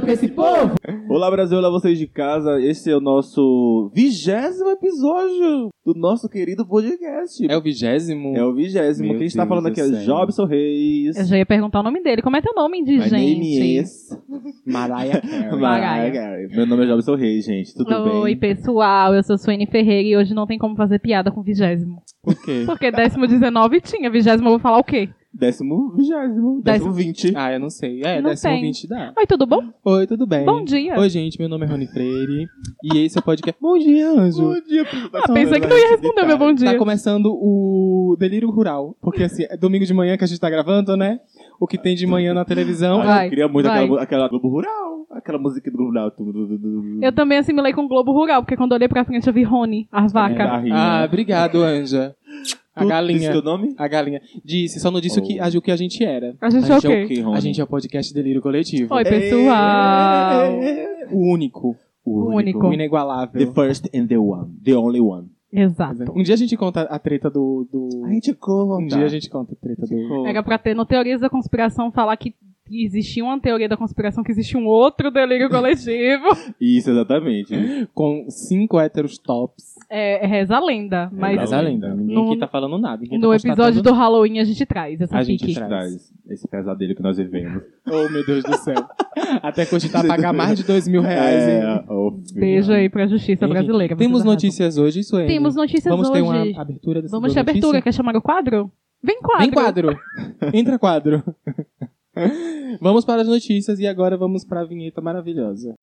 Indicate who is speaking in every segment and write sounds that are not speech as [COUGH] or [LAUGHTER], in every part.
Speaker 1: pra esse povo?
Speaker 2: Olá, Brasil, olá vocês de casa. Esse é o nosso vigésimo episódio do nosso querido podcast.
Speaker 3: É o vigésimo?
Speaker 2: É o vigésimo.
Speaker 3: Meu
Speaker 2: Quem está
Speaker 3: Deus
Speaker 2: falando
Speaker 3: do
Speaker 2: aqui é
Speaker 3: céu.
Speaker 2: Jobson Reis.
Speaker 4: Eu já ia perguntar o nome dele. Como é teu nome de
Speaker 2: My name
Speaker 4: gente?
Speaker 2: is
Speaker 3: Mariah Carey.
Speaker 2: Mariah Carey. Meu nome é Jobson Reis, gente. Tudo
Speaker 4: Oi,
Speaker 2: bem?
Speaker 4: pessoal. Eu sou Suene Ferreira e hoje não tem como fazer piada com vigésimo.
Speaker 2: Por quê?
Speaker 4: Porque décimo 19 tinha, vigésimo eu vou falar o quê?
Speaker 2: Décimo vigésimo. Décimo
Speaker 4: Décimo.
Speaker 2: vinte.
Speaker 3: Ah, eu não sei. É,
Speaker 4: Não
Speaker 3: décimo
Speaker 4: tem.
Speaker 3: 20 dá.
Speaker 4: Oi, tudo bom?
Speaker 3: Oi, tudo bem?
Speaker 4: Bom dia.
Speaker 3: Oi, gente, meu nome é Rony Freire e esse é o podcast... Bom dia, anjo.
Speaker 2: Um dia, tá
Speaker 4: Ah, pensei que tu
Speaker 2: né?
Speaker 4: ia responder meu bom
Speaker 3: Tá
Speaker 4: dia.
Speaker 3: começando o Delírio Rural, porque assim, é domingo de manhã que a gente tá gravando, né? O que tem de manhã na televisão.
Speaker 4: Ah,
Speaker 2: eu queria muito
Speaker 4: Vai.
Speaker 2: aquela, mu- aquela Globo Rural. Aquela música do Rural. Tu, tu, tu, tu.
Speaker 4: Eu também assimilei com o Globo Rural, porque quando eu olhei pra frente eu vi Rony, a vaca.
Speaker 2: É. Carrinho.
Speaker 3: Ah, obrigado, Anja. A
Speaker 2: Tu Disse
Speaker 3: galinha.
Speaker 2: teu nome?
Speaker 3: A galinha. Disse, só não disse o, que, a- o que a gente era.
Speaker 4: Oh. A gente é o quê?
Speaker 3: A gente é o podcast Delírio Coletivo.
Speaker 4: Oi,
Speaker 2: É,
Speaker 4: pessoal.
Speaker 3: O único.
Speaker 4: O único.
Speaker 3: O
Speaker 4: Bom.
Speaker 3: inigualável.
Speaker 2: The first and the one. The only one.
Speaker 4: Exato.
Speaker 3: Um dia a gente conta a treta do. do...
Speaker 2: gente conta.
Speaker 3: Um dia a gente conta a treta do.
Speaker 4: Era pra ter no Teorias da Conspiração falar que existia uma teoria da conspiração, que existe um outro delírio coletivo.
Speaker 2: Isso, exatamente.
Speaker 3: Com cinco héteros tops.
Speaker 4: É, reza a lenda, mas
Speaker 2: Reza
Speaker 3: Mas
Speaker 2: a
Speaker 3: a
Speaker 2: lenda.
Speaker 3: lenda. Ninguém
Speaker 4: No-
Speaker 3: aqui tá falando nada. Ninguém tá
Speaker 4: No episódio
Speaker 3: constatando-
Speaker 4: do Halloween a gente traz essa
Speaker 3: A
Speaker 4: a
Speaker 3: gente
Speaker 4: gente
Speaker 3: traz.
Speaker 2: Traz esse pesadelo que nós vivemos.
Speaker 3: Oh, meu Deus do céu. Até cogitar pagar mais de dois mil reais, hein?
Speaker 2: [LAUGHS] É, oh, filho.
Speaker 4: Beijo aí pra justiça
Speaker 3: Enfim,
Speaker 4: brasileira. vocês
Speaker 3: Temos
Speaker 4: arrasam.
Speaker 3: notícias hoje, isso aí.
Speaker 4: tá Temos notícias
Speaker 3: Vamos
Speaker 4: hoje.
Speaker 3: ter uma abertura dessa
Speaker 4: Vamos ter
Speaker 3: boa
Speaker 4: abertura,
Speaker 3: notícia?
Speaker 4: quer chamar o quadro? Vem quadro.
Speaker 3: Vem quadro. Entra quadro. vamos para as notícias e agora vamos para a vinheta maravilhosa.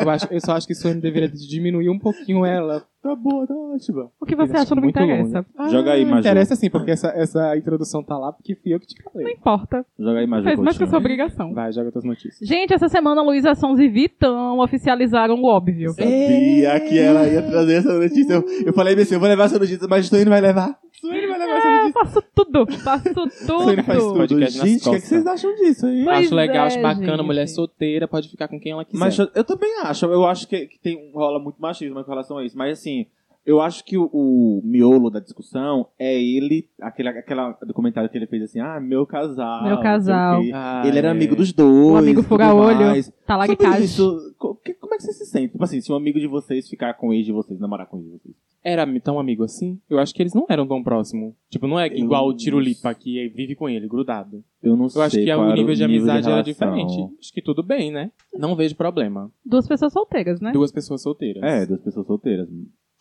Speaker 3: Eu, acho, eu só acho que Sony deveria diminuir um pouquinho ela.
Speaker 2: Tá boa, tá ótima.
Speaker 4: O que você acha não me
Speaker 3: é Muito né?
Speaker 4: interessa.
Speaker 2: Joga aí, Maju.
Speaker 3: Maju. Ah, Interessa sim, porque essa, essa introdução tá lá porque fui eu que te
Speaker 4: Não
Speaker 3: falei.
Speaker 4: importa.
Speaker 2: Joga aí, um Maju.
Speaker 4: Fez mais que
Speaker 2: Coutinho.
Speaker 4: a
Speaker 3: né?
Speaker 4: sua obrigação.
Speaker 3: Vai, joga tuas notícias.
Speaker 4: Gente, essa semana Luísa Sons e Vitão oficializaram o óbvio.
Speaker 2: Sabia que ela ia trazer essa notícia. Eu, eu falei assim, eu vou levar essa notícia, mas Suene vai levar. Suene vai levar essa
Speaker 4: Eu
Speaker 2: notícia.
Speaker 4: faço tudo,
Speaker 3: [LAUGHS]
Speaker 4: faço
Speaker 2: Suene faz
Speaker 4: tudo.
Speaker 2: tudo.
Speaker 3: Podcast nas
Speaker 2: Gente, o que, é que
Speaker 3: costas.
Speaker 2: vocês acham disso, hein?
Speaker 4: Pois
Speaker 3: acho legal, acho
Speaker 4: é,
Speaker 3: bacana,
Speaker 4: gente.
Speaker 3: mulher solteira, pode ficar com quem ela quiser.
Speaker 2: Mas eu, eu também acho. Eu acho que, que tem, rola muito machismo com relação a isso. Mas assim, eu acho que o, o miolo da discussão é ele, aquele aquela do comentário que ele fez assim, ah, meu casal. não
Speaker 4: Meu
Speaker 2: sei o
Speaker 4: casal.
Speaker 2: quê.
Speaker 3: Ah,
Speaker 2: ele era
Speaker 3: é.
Speaker 2: amigo dos dois.
Speaker 4: O amigo
Speaker 2: tudo
Speaker 4: fura-olho.
Speaker 2: mais. Sobre
Speaker 4: Talaricagem.
Speaker 2: isso, co- que- como é que você se sente? Tipo assim, se um amigo de vocês ficar com o ex de vocês, namorar com o ex de vocês.
Speaker 3: é. Era tão amigo assim? Eu acho que eles não eram tão próximos. Tipo, não é
Speaker 2: Eu-
Speaker 3: igual o Tirulipa, que vive com ele, grudado.
Speaker 2: Eu não
Speaker 3: Eu acho que é o nível de amizade
Speaker 2: relação.
Speaker 3: era diferente. Acho que tudo bem, né? Não vejo problema.
Speaker 4: Duas pessoas solteiras, né?
Speaker 3: Duas pessoas solteiras.
Speaker 2: É, duas pessoas solteiras.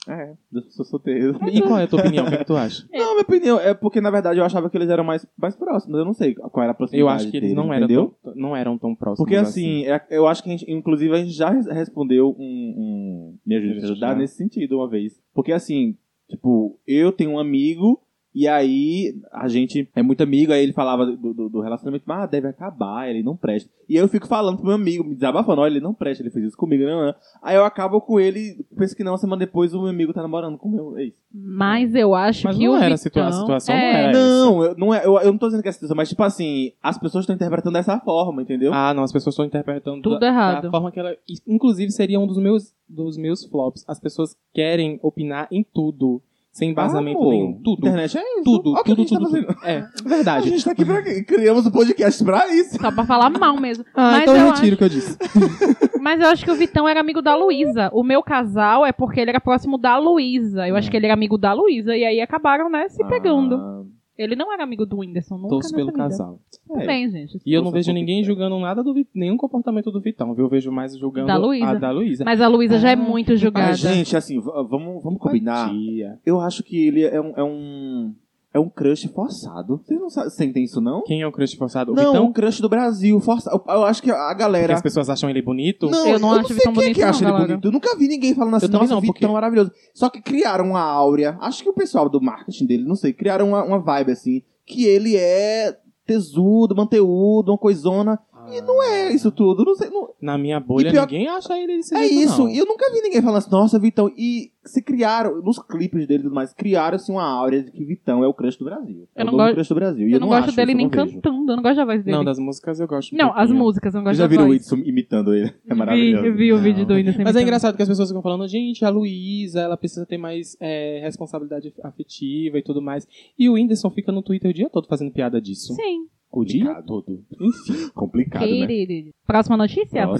Speaker 2: É, duas pessoas solteiras.
Speaker 3: E qual é a tua opinião? O que, é que tu acha?
Speaker 4: É.
Speaker 2: Não, minha opinião, é porque na verdade eu achava que eles eram mais, mais próximos. Eu não sei qual era a proximidade.
Speaker 3: Eu acho que eles
Speaker 2: deles,
Speaker 3: não eram,
Speaker 2: entendeu?
Speaker 3: tão, não eram tão próximos.
Speaker 2: Porque assim, é- eu acho que a gente, inclusive, a gente já res- respondeu um. um- me ajuda a te
Speaker 3: Já.
Speaker 2: ajudar nesse sentido uma vez. Porque assim, tipo, eu tenho um amigo. E aí, a gente é muito amigo, aí ele falava do, do- do relacionamento, mas ah, deve acabar, ele não presta. E aí eu fico falando pro meu amigo, me desabafando, olha, ele não presta, ele fez isso comigo, não, não. Aí eu acabo com ele, penso que não, uma semana depois o meu amigo tá namorando com o meu ex.
Speaker 4: Mas eu acho
Speaker 3: Mas
Speaker 4: que
Speaker 3: não
Speaker 4: o
Speaker 3: era a situa-
Speaker 4: Vitão...
Speaker 3: a situação não
Speaker 4: é,
Speaker 3: era.
Speaker 2: Não, eu não, é, eu, eu não tô dizendo que é essa situação, mas tipo assim, as pessoas estão interpretando dessa forma, entendeu?
Speaker 3: Ah, não, as pessoas estão interpretando
Speaker 4: Tudo
Speaker 3: da,
Speaker 4: errado.
Speaker 3: da forma que ela. Inclusive, seria um dos meus, dos meus flops. As pessoas querem opinar em tudo, sem embasamento
Speaker 2: Amor,
Speaker 3: nenhum. Tudo.
Speaker 2: Internet é isso.
Speaker 3: Tudo,
Speaker 2: Olha o que a
Speaker 3: tudo,
Speaker 2: gente tá
Speaker 3: tudo,
Speaker 2: fazendo.
Speaker 3: tudo. É,
Speaker 2: [LAUGHS] A
Speaker 3: verdade.
Speaker 2: gente tá aqui pra quê? Criamos o podcast pra isso.
Speaker 4: Só pra falar mal mesmo.
Speaker 3: Ah,
Speaker 4: Mas
Speaker 3: então
Speaker 4: eu
Speaker 3: eu retiro o que eu disse.
Speaker 4: [LAUGHS] Mas eu acho que o Vitão era amigo da Luísa. O meu casal é porque ele era próximo da Luísa. Eu
Speaker 2: É.
Speaker 4: acho que ele era amigo da Luísa. E aí acabaram, né,
Speaker 2: Ah.
Speaker 4: se pegando. Ele não era amigo do Whindersson, nunca
Speaker 3: Torço
Speaker 4: nessa
Speaker 3: pelo
Speaker 4: vida.
Speaker 3: casal.
Speaker 2: Ah, é.
Speaker 4: Bem, gente.
Speaker 3: E eu não
Speaker 2: tá Torço
Speaker 3: vejo
Speaker 2: pelo
Speaker 3: ninguém
Speaker 2: Vitão.
Speaker 3: julgando nada do Vit- nenhum comportamento do Vitão, viu? Eu vejo mais julgando
Speaker 4: Da Luísa.
Speaker 3: a da Luísa.
Speaker 4: Mas a Luísa já é muito
Speaker 2: Ah,
Speaker 4: julgada.
Speaker 2: gente, assim, v- vamos, vamos combinar.
Speaker 3: Tia.
Speaker 2: Eu acho que ele é um. É um, é um crush forçado. Vocês não sa- sentem isso, não?
Speaker 3: Quem é o crush forçado? O
Speaker 2: não,
Speaker 3: Vitão?
Speaker 2: um crush do Brasil. Forçado. Eu, eu acho que a
Speaker 3: Porque
Speaker 2: galera.
Speaker 3: as pessoas acham ele bonito?
Speaker 2: Não,
Speaker 4: Eu não acho
Speaker 2: sei
Speaker 4: Vitão
Speaker 2: quem é
Speaker 4: bonito,
Speaker 2: que
Speaker 4: não,
Speaker 2: acha ele
Speaker 4: galera.
Speaker 2: bonito. Eu nunca vi ninguém falando assim,
Speaker 3: também
Speaker 2: nossa,
Speaker 3: não,
Speaker 2: Vitão
Speaker 3: porque-
Speaker 2: maravilhoso. Só que criaram uma áurea. Acho que o pessoal do marketing dele, não sei, criaram uma, uma vibe assim, que ele é tesudo, manteúdo, uma coisona. E não é isso tudo. Não sei, não-
Speaker 3: Ah, Na minha bolha,
Speaker 2: E pior-
Speaker 3: ninguém acha ele desse
Speaker 2: É
Speaker 3: jeito,
Speaker 2: isso.
Speaker 3: não.
Speaker 2: E eu nunca vi ninguém falando assim, nossa, Vitão. E se criaram, nos clipes dele e tudo mais, criaram assim, uma áurea de que Vitão é o crush do Brasil. É
Speaker 4: Eu
Speaker 2: o
Speaker 4: não
Speaker 2: novo
Speaker 4: gosto-
Speaker 2: crush do Brasil. E
Speaker 4: Eu não, gosto
Speaker 2: acho isso,
Speaker 4: dele
Speaker 2: eu
Speaker 4: nem
Speaker 2: não vejo.
Speaker 4: cantando, eu não gosto da voz dele.
Speaker 3: Não,
Speaker 4: Não,
Speaker 3: das músicas eu gosto. um
Speaker 4: as
Speaker 3: pouquinho.
Speaker 4: músicas, eu não
Speaker 2: Vocês
Speaker 4: gosto
Speaker 2: já
Speaker 4: da
Speaker 2: viram o
Speaker 4: voz.
Speaker 2: Whitson imitando ele? É
Speaker 4: vi,
Speaker 2: maravilhoso.
Speaker 4: eu vi o vídeo do Whindersson.
Speaker 3: Mas é
Speaker 4: imitando.
Speaker 3: engraçado que as pessoas ficam falando, gente, a Luísa, ela precisa ter mais é, responsabilidade afetiva e tudo mais. E o Whindersson fica no Twitter o dia todo fazendo piada disso.
Speaker 4: Sim.
Speaker 3: O dia
Speaker 2: Complicado.
Speaker 3: todo.
Speaker 2: Enfim, complicado, né?
Speaker 4: Querido. Próxima notícia?
Speaker 2: Próxima.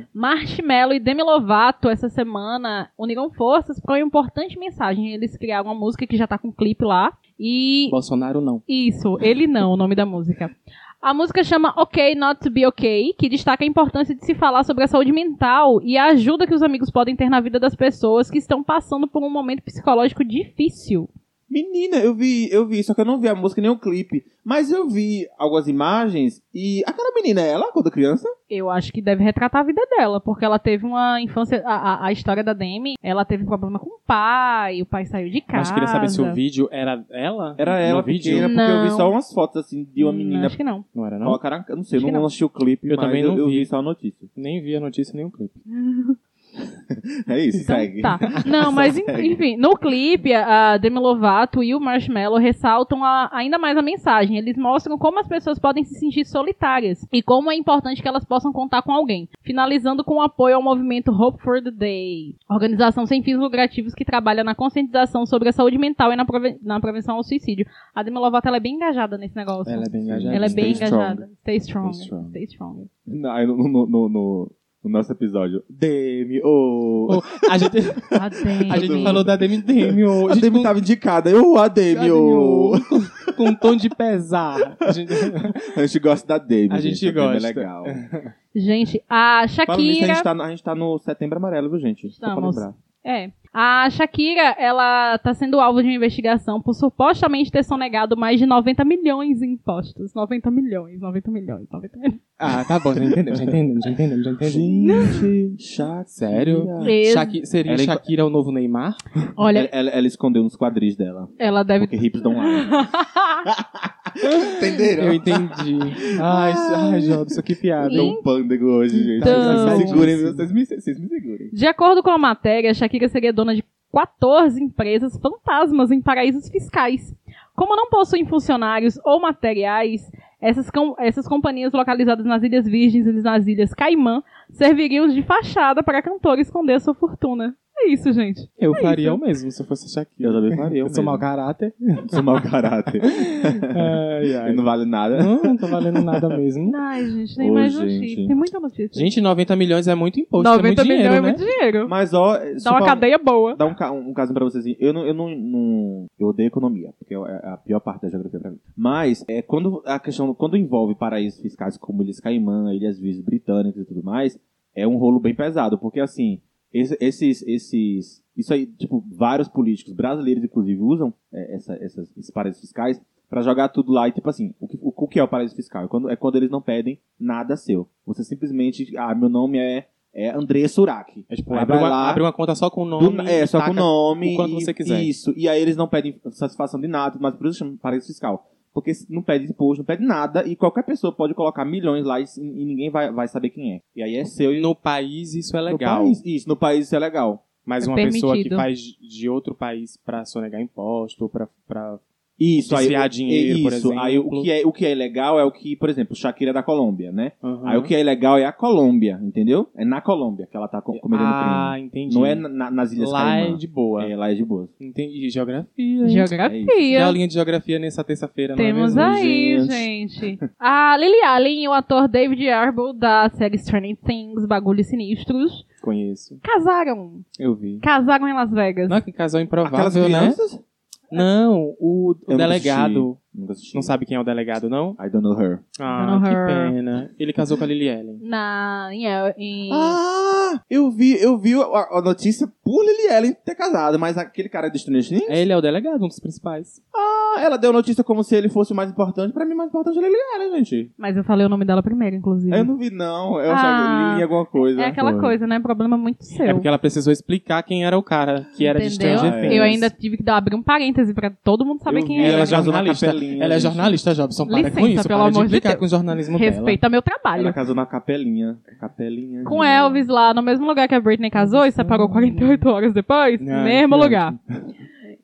Speaker 3: Próxima.
Speaker 4: Marshmello e Demi Lovato essa semana uniram forças para uma importante mensagem. Eles criaram uma música que já tá com clipe lá. E
Speaker 3: Bolsonaro não.
Speaker 4: Isso, ele não, o nome da música. A música chama Ok Not to Be Ok, que destaca a importância de se falar sobre a saúde mental e a ajuda que os amigos podem ter na vida das pessoas que estão passando por um momento psicológico difícil.
Speaker 2: Menina, eu vi, eu vi, só que eu não vi a música nem o clipe. Mas eu vi algumas imagens e aquela menina, ela, quando criança,
Speaker 4: Eu acho que deve retratar a vida dela, porque ela teve uma infância. A, a- a história da Demi, ela teve problema com o pai, o pai saiu de casa.
Speaker 3: Mas queria saber se o vídeo era ela?
Speaker 2: era ela
Speaker 3: no vídeo?
Speaker 2: pequena, porque eu vi
Speaker 4: Não.
Speaker 2: só umas fotos assim de uma
Speaker 4: Não,
Speaker 2: menina.
Speaker 4: acho que não.
Speaker 3: Não era, não?
Speaker 2: Não, cara, eu não sei, eu
Speaker 4: Acho que
Speaker 2: não
Speaker 4: não.
Speaker 2: assisti o clipe,
Speaker 3: Eu
Speaker 2: mas
Speaker 3: também
Speaker 2: eu,
Speaker 3: não
Speaker 2: eu
Speaker 3: vi.
Speaker 2: vi só a notícia. [LAUGHS]
Speaker 3: Nem vi a notícia, nem o clipe.
Speaker 2: É isso,
Speaker 4: Então,
Speaker 2: segue.
Speaker 4: Tá. Não, mas en-
Speaker 2: segue.
Speaker 4: enfim, no clipe, a Demi Lovato e o Marshmello ressaltam a- ainda mais a mensagem. Eles mostram como as pessoas podem se sentir solitárias e como é importante que elas possam contar com alguém. Finalizando com o apoio ao movimento Hope for the Day, organização sem fins lucrativos que trabalha na conscientização sobre a saúde mental e na, prove- na prevenção ao suicídio. A Demi Lovato ela é bem engajada nesse negócio.
Speaker 3: Ela é bem engajada.
Speaker 4: Ela
Speaker 3: [LAUGHS]
Speaker 4: é bem
Speaker 2: Stay
Speaker 4: engajada. Stay strong.
Speaker 3: Stay strong.
Speaker 4: Stay strong.
Speaker 2: Aí no, no- no- no- no nosso episódio. Demi, ô.
Speaker 3: Ô, A gente,
Speaker 4: A
Speaker 3: a gente
Speaker 4: Demi.
Speaker 3: falou da Demi Demi. ô.
Speaker 2: a
Speaker 3: gente
Speaker 2: Demi
Speaker 3: com-
Speaker 2: tava indicada. Eu, a
Speaker 3: a
Speaker 2: Demi,
Speaker 3: Demi, ô,
Speaker 2: ô.
Speaker 3: com- Com um tom de pesar. A gente- [LAUGHS]
Speaker 2: A gente gosta da Demi.
Speaker 3: A gente
Speaker 2: Demi
Speaker 3: gosta.
Speaker 2: É legal.
Speaker 4: Gente, a
Speaker 2: Fala nisso, a
Speaker 4: Shakira.
Speaker 2: gente, tá, no- a gente tá no Setembro Amarelo, viu, gente? Só pra
Speaker 4: Estamos.
Speaker 2: lembrar.
Speaker 4: É. A Shakira, ela tá sendo alvo de uma investigação por supostamente ter sonegado mais de 90 milhões em impostos. 90 milhões, 90 milhões, 90 milhões.
Speaker 3: Ah, tá bom, já entendemos, já entendemos, já entendemos, já entendemos.
Speaker 2: Gente, chato.
Speaker 3: Sério?
Speaker 4: Ex-
Speaker 3: Shaqui- seria
Speaker 2: Ela- é
Speaker 3: Shakira o novo Neymar?
Speaker 4: Olha,
Speaker 2: Ela, ela- ela escondeu nos quadris dela.
Speaker 4: É, ela
Speaker 2: [LAUGHS]
Speaker 4: deve.
Speaker 2: Porque hips don't lie. Entenderam?
Speaker 3: Eu entendi. [LAUGHS] Ai, isso- ai Jobson, que piada.
Speaker 2: Tô um pândego hoje, gente.
Speaker 4: Então.
Speaker 2: Vocês me segurem, vocês me, vocês me segurem.
Speaker 4: De acordo com a matéria, a Shakira seria dona de 14 empresas fantasmas em paraísos fiscais. Como não possuem funcionários ou materiais, essas, com- essas companhias localizadas nas Ilhas Virgens e nas Ilhas Caimã serviriam de fachada para a cantora esconder a sua fortuna. É isso, gente.
Speaker 3: Eu faria o mesmo se eu fosse Shakira.
Speaker 2: Eu também faria o
Speaker 3: Eu sou
Speaker 2: mesmo.
Speaker 3: mau caráter.
Speaker 2: Sou mau caráter.
Speaker 3: [LAUGHS] Ai, ai.
Speaker 2: Eu não vale nada.
Speaker 3: Não, não tô valendo nada mesmo.
Speaker 4: Ai, gente, tem
Speaker 2: Ô,
Speaker 4: mais
Speaker 2: gente.
Speaker 4: notícia. Tem muita notícia.
Speaker 3: Gente, 90 milhões é muito imposto.
Speaker 4: 90
Speaker 3: é muito
Speaker 4: milhões
Speaker 3: dinheiro,
Speaker 4: é
Speaker 3: né?
Speaker 4: muito dinheiro.
Speaker 2: Mas ó,
Speaker 4: Dá uma cadeia boa.
Speaker 2: Dá um, ca- um caso pra vocês. assim. Eu não, eu não, não- Eu odeio economia, porque é a pior parte da geografia pra mim. Mas é quando a questão. Quando envolve paraísos fiscais como Ilhas Caimã, Ilhas Virgens Britânicas e tudo mais, é um rolo bem pesado. Porque assim, esse- esses. esses isso aí, tipo, vários políticos brasileiros, inclusive, usam é, essa- essas- esses paraísos fiscais pra jogar tudo lá e, tipo assim, o que, o, o que é o paraíso fiscal? É quando, é quando eles não pedem nada seu. Você simplesmente. Ah, meu nome é. É André Surak.
Speaker 3: É, tipo,
Speaker 2: Aí
Speaker 3: abre,
Speaker 2: vai
Speaker 3: uma,
Speaker 2: lá-
Speaker 3: abre uma conta só com o
Speaker 2: do-
Speaker 3: nome.
Speaker 2: é,
Speaker 3: e
Speaker 2: só com o
Speaker 3: taca-
Speaker 2: nome.
Speaker 3: o quanto
Speaker 2: e-
Speaker 3: você quiser.
Speaker 2: Isso. E aí eles não pedem satisfação de nada, mas por isso chama paraíso fiscal. Porque se- não pede imposto, não pede nada, e qualquer pessoa pode colocar milhões lá e, s- e ninguém vai, vai saber quem é. E aí é seu e
Speaker 3: No país isso é
Speaker 2: no
Speaker 3: legal.
Speaker 2: país. Isso, no país isso é legal.
Speaker 3: Mas
Speaker 4: É
Speaker 3: uma pessoa que
Speaker 4: permitido.
Speaker 3: faz de outro país pra sonegar imposto, pra, pra
Speaker 2: Isso, aí.
Speaker 3: desviar dinheiro,
Speaker 2: isso,
Speaker 3: por exemplo.
Speaker 2: aí o que, é, o que é ilegal é o que, por exemplo, Shakira é da Colômbia, né?
Speaker 3: Aham.
Speaker 2: Aí o que é ilegal é a Colômbia, entendeu? É na Colômbia que ela tá co- cometendo
Speaker 3: Ah, entendi.
Speaker 2: crime. Não é na- na- nas Ilhas
Speaker 3: Lá é
Speaker 2: Caimã.
Speaker 3: de boa.
Speaker 2: É, lá é de boa.
Speaker 3: Entendi. E Geografia. hein? Tem
Speaker 4: Geografia.
Speaker 3: aulinha de geografia nessa terça-feira, não é
Speaker 4: Temos
Speaker 3: mesmo?
Speaker 4: aí,
Speaker 2: Gente.
Speaker 4: gente. A Lily Allen e o ator David Arbor da série Stranger Things, Bagulhos Sinistros,
Speaker 3: Conheço.
Speaker 4: casaram.
Speaker 3: Eu vi.
Speaker 4: Casaram em Las Vegas.
Speaker 3: Não, que casal
Speaker 2: Aquelas
Speaker 3: improvável, né?
Speaker 2: crianças?
Speaker 3: Não, o, o
Speaker 2: nunca
Speaker 3: delegado.
Speaker 2: Nunca assisti.
Speaker 3: Não sabe quem é o delegado, não?
Speaker 2: I don't know her.
Speaker 3: Ah,
Speaker 4: Não,
Speaker 3: que
Speaker 4: her.
Speaker 3: pena. Ele casou com a Lily Ellen.
Speaker 4: Na, em, em-
Speaker 2: Ah, eu vi, eu vi a, a notícia por Lily Ellen ter casado, mas aquele cara do Stranger Things,
Speaker 3: Ele é o delegado, um dos principais.
Speaker 2: ah, ela deu notícia como se ele fosse o mais importante. Pra mim, o mais importante é Lily Ellen, gente.
Speaker 4: Mas eu falei o nome dela primeiro, inclusive.
Speaker 3: É,
Speaker 2: Eu não vi, não. Eu
Speaker 4: Ah.
Speaker 2: achava que li alguma coisa.
Speaker 4: Hum. É aquela coisa, né? Problema muito seu.
Speaker 3: É porque ela precisou explicar quem era o cara que era de
Speaker 4: Entendeu?
Speaker 3: Stranger
Speaker 2: Ah, é.
Speaker 3: Things.
Speaker 4: Eu ainda tive que dar, abrir um parêntese pra todo mundo saber
Speaker 2: Eu
Speaker 4: quem
Speaker 2: vi,
Speaker 4: era.
Speaker 2: ela
Speaker 3: Ela
Speaker 2: já
Speaker 3: já
Speaker 2: casou na
Speaker 3: jornalista.
Speaker 2: capelinha.
Speaker 3: Ela é
Speaker 2: gente.
Speaker 3: jornalista, Jobson. Para
Speaker 4: Licença,
Speaker 3: com isso.
Speaker 4: pelo
Speaker 3: para de
Speaker 4: amor de
Speaker 3: implicar
Speaker 4: Deus.
Speaker 3: com o jornalismo dela.
Speaker 4: Respeita meu trabalho.
Speaker 2: Ela casou na capelinha. Capelinha.
Speaker 4: Com
Speaker 2: gente.
Speaker 4: Elvis lá, no mesmo lugar que a Britney casou e separou 48 horas depois,
Speaker 3: Não,
Speaker 4: mesmo
Speaker 3: que
Speaker 4: lugar.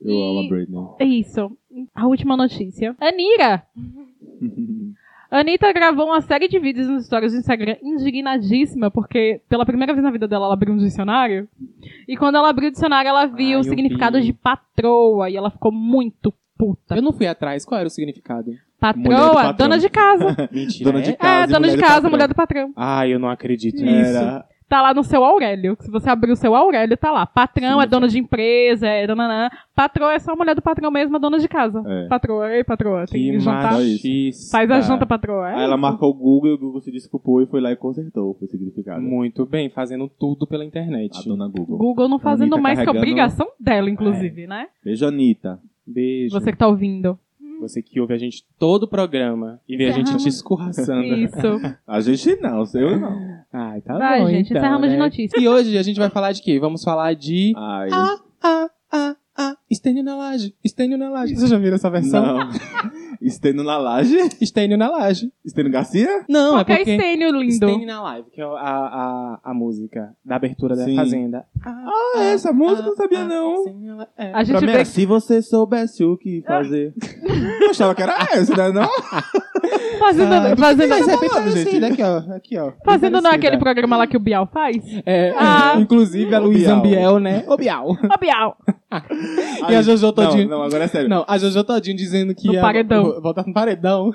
Speaker 2: Eu amo a Britney.
Speaker 4: É isso. A última notícia. Anira!
Speaker 2: [LAUGHS]
Speaker 4: Anitta gravou uma série de vídeos nos stories do Instagram indignadíssima, porque pela primeira vez na vida dela ela abriu um dicionário. E quando ela abriu o dicionário, ela
Speaker 3: Ah,
Speaker 4: viu
Speaker 3: eu
Speaker 4: o significado
Speaker 3: vi.
Speaker 4: de patroa e ela ficou muito puta.
Speaker 3: Eu não fui atrás. Qual era o significado?
Speaker 2: Mulher do
Speaker 4: Patroa,
Speaker 2: patrão.
Speaker 4: dona de casa.
Speaker 2: [LAUGHS]
Speaker 3: Mentira.
Speaker 2: Dona de
Speaker 3: é?
Speaker 4: é,
Speaker 2: Casa e
Speaker 4: dona
Speaker 2: mulher
Speaker 4: de
Speaker 2: do
Speaker 4: casa,
Speaker 2: patrão.
Speaker 4: mulher do patrão.
Speaker 3: Ah, eu não acredito
Speaker 4: Isso.
Speaker 3: nisso.
Speaker 2: Era.
Speaker 4: Tá lá no seu Aurélio. Se você abrir o seu Aurélio, tá lá. Patrão é dona de empresa, é dananã. Patroa é só a mulher do patrão mesmo, é dona de casa.
Speaker 2: É.
Speaker 4: Patroa, ei, patroa. Tem
Speaker 3: Que
Speaker 4: que jantar.
Speaker 3: machista.
Speaker 4: Faz a janta, patroa. É
Speaker 2: Aí ela
Speaker 4: isso.
Speaker 2: marcou o Google e o Google se desculpou e foi lá e consertou o significado.
Speaker 3: Muito bem, fazendo tudo pela internet.
Speaker 2: A dona Google.
Speaker 4: Google não fazendo
Speaker 2: Anitta
Speaker 4: mais que
Speaker 2: carregando-
Speaker 4: obrigação dela,
Speaker 3: É.
Speaker 4: inclusive, né?
Speaker 2: Beijo, Anitta.
Speaker 3: Beijo.
Speaker 4: Você que tá ouvindo.
Speaker 3: Você que ouve a gente todo o programa e vê a gente
Speaker 4: Encerramos.
Speaker 3: te escorraçando.
Speaker 4: Isso.
Speaker 2: A gente não, eu
Speaker 4: [LAUGHS]
Speaker 2: não.
Speaker 3: [LAUGHS] Ai, tá
Speaker 4: Vai,
Speaker 3: bom,
Speaker 4: gente,
Speaker 3: então,
Speaker 4: encerramos
Speaker 3: né?
Speaker 4: de notícia.
Speaker 3: E hoje a gente vai falar de quê? Vamos falar de...
Speaker 2: Ai.
Speaker 3: Ah, ah, ah, ah, estênio na laje, estênio na laje. Vocês já viram essa versão?
Speaker 2: Não. [LAUGHS] Estendo na laje?
Speaker 3: Estênio na laje.
Speaker 2: Estendo Garcia?
Speaker 3: Não, é
Speaker 4: Qualquer
Speaker 3: porque...
Speaker 4: estênio lindo.
Speaker 3: Stay na Live, que é a, a, a música da abertura da
Speaker 2: Sim.
Speaker 3: Fazenda.
Speaker 2: Ah, essa música eu não sabia, não.
Speaker 4: A gente
Speaker 2: Promessa,
Speaker 4: vê
Speaker 2: se você soubesse o que fazer. Eu achava que era essa, né? [LAUGHS] Não?
Speaker 4: que fazendo, fazendo,
Speaker 3: é Mas é né? bem
Speaker 2: falando,
Speaker 3: parecida,
Speaker 2: gente.
Speaker 3: aqui, ó. Aqui, ó. Bem
Speaker 4: fazendo
Speaker 3: parecida.
Speaker 4: naquele programa lá que o
Speaker 3: [LAUGHS]
Speaker 4: Bial faz.
Speaker 3: É,
Speaker 4: Ah.
Speaker 3: inclusive a
Speaker 2: O
Speaker 3: Luísa
Speaker 2: Bial.
Speaker 3: Ambiel, né? Ô, Bial.
Speaker 4: Ó, Bial.
Speaker 3: E a Jojo Todinho.
Speaker 2: Não, não, agora é sério.
Speaker 3: [LAUGHS] Não, a Jojo Todinho dizendo que
Speaker 4: No
Speaker 3: ia
Speaker 4: paredão.
Speaker 3: voltar
Speaker 2: [LAUGHS]
Speaker 3: no paredão.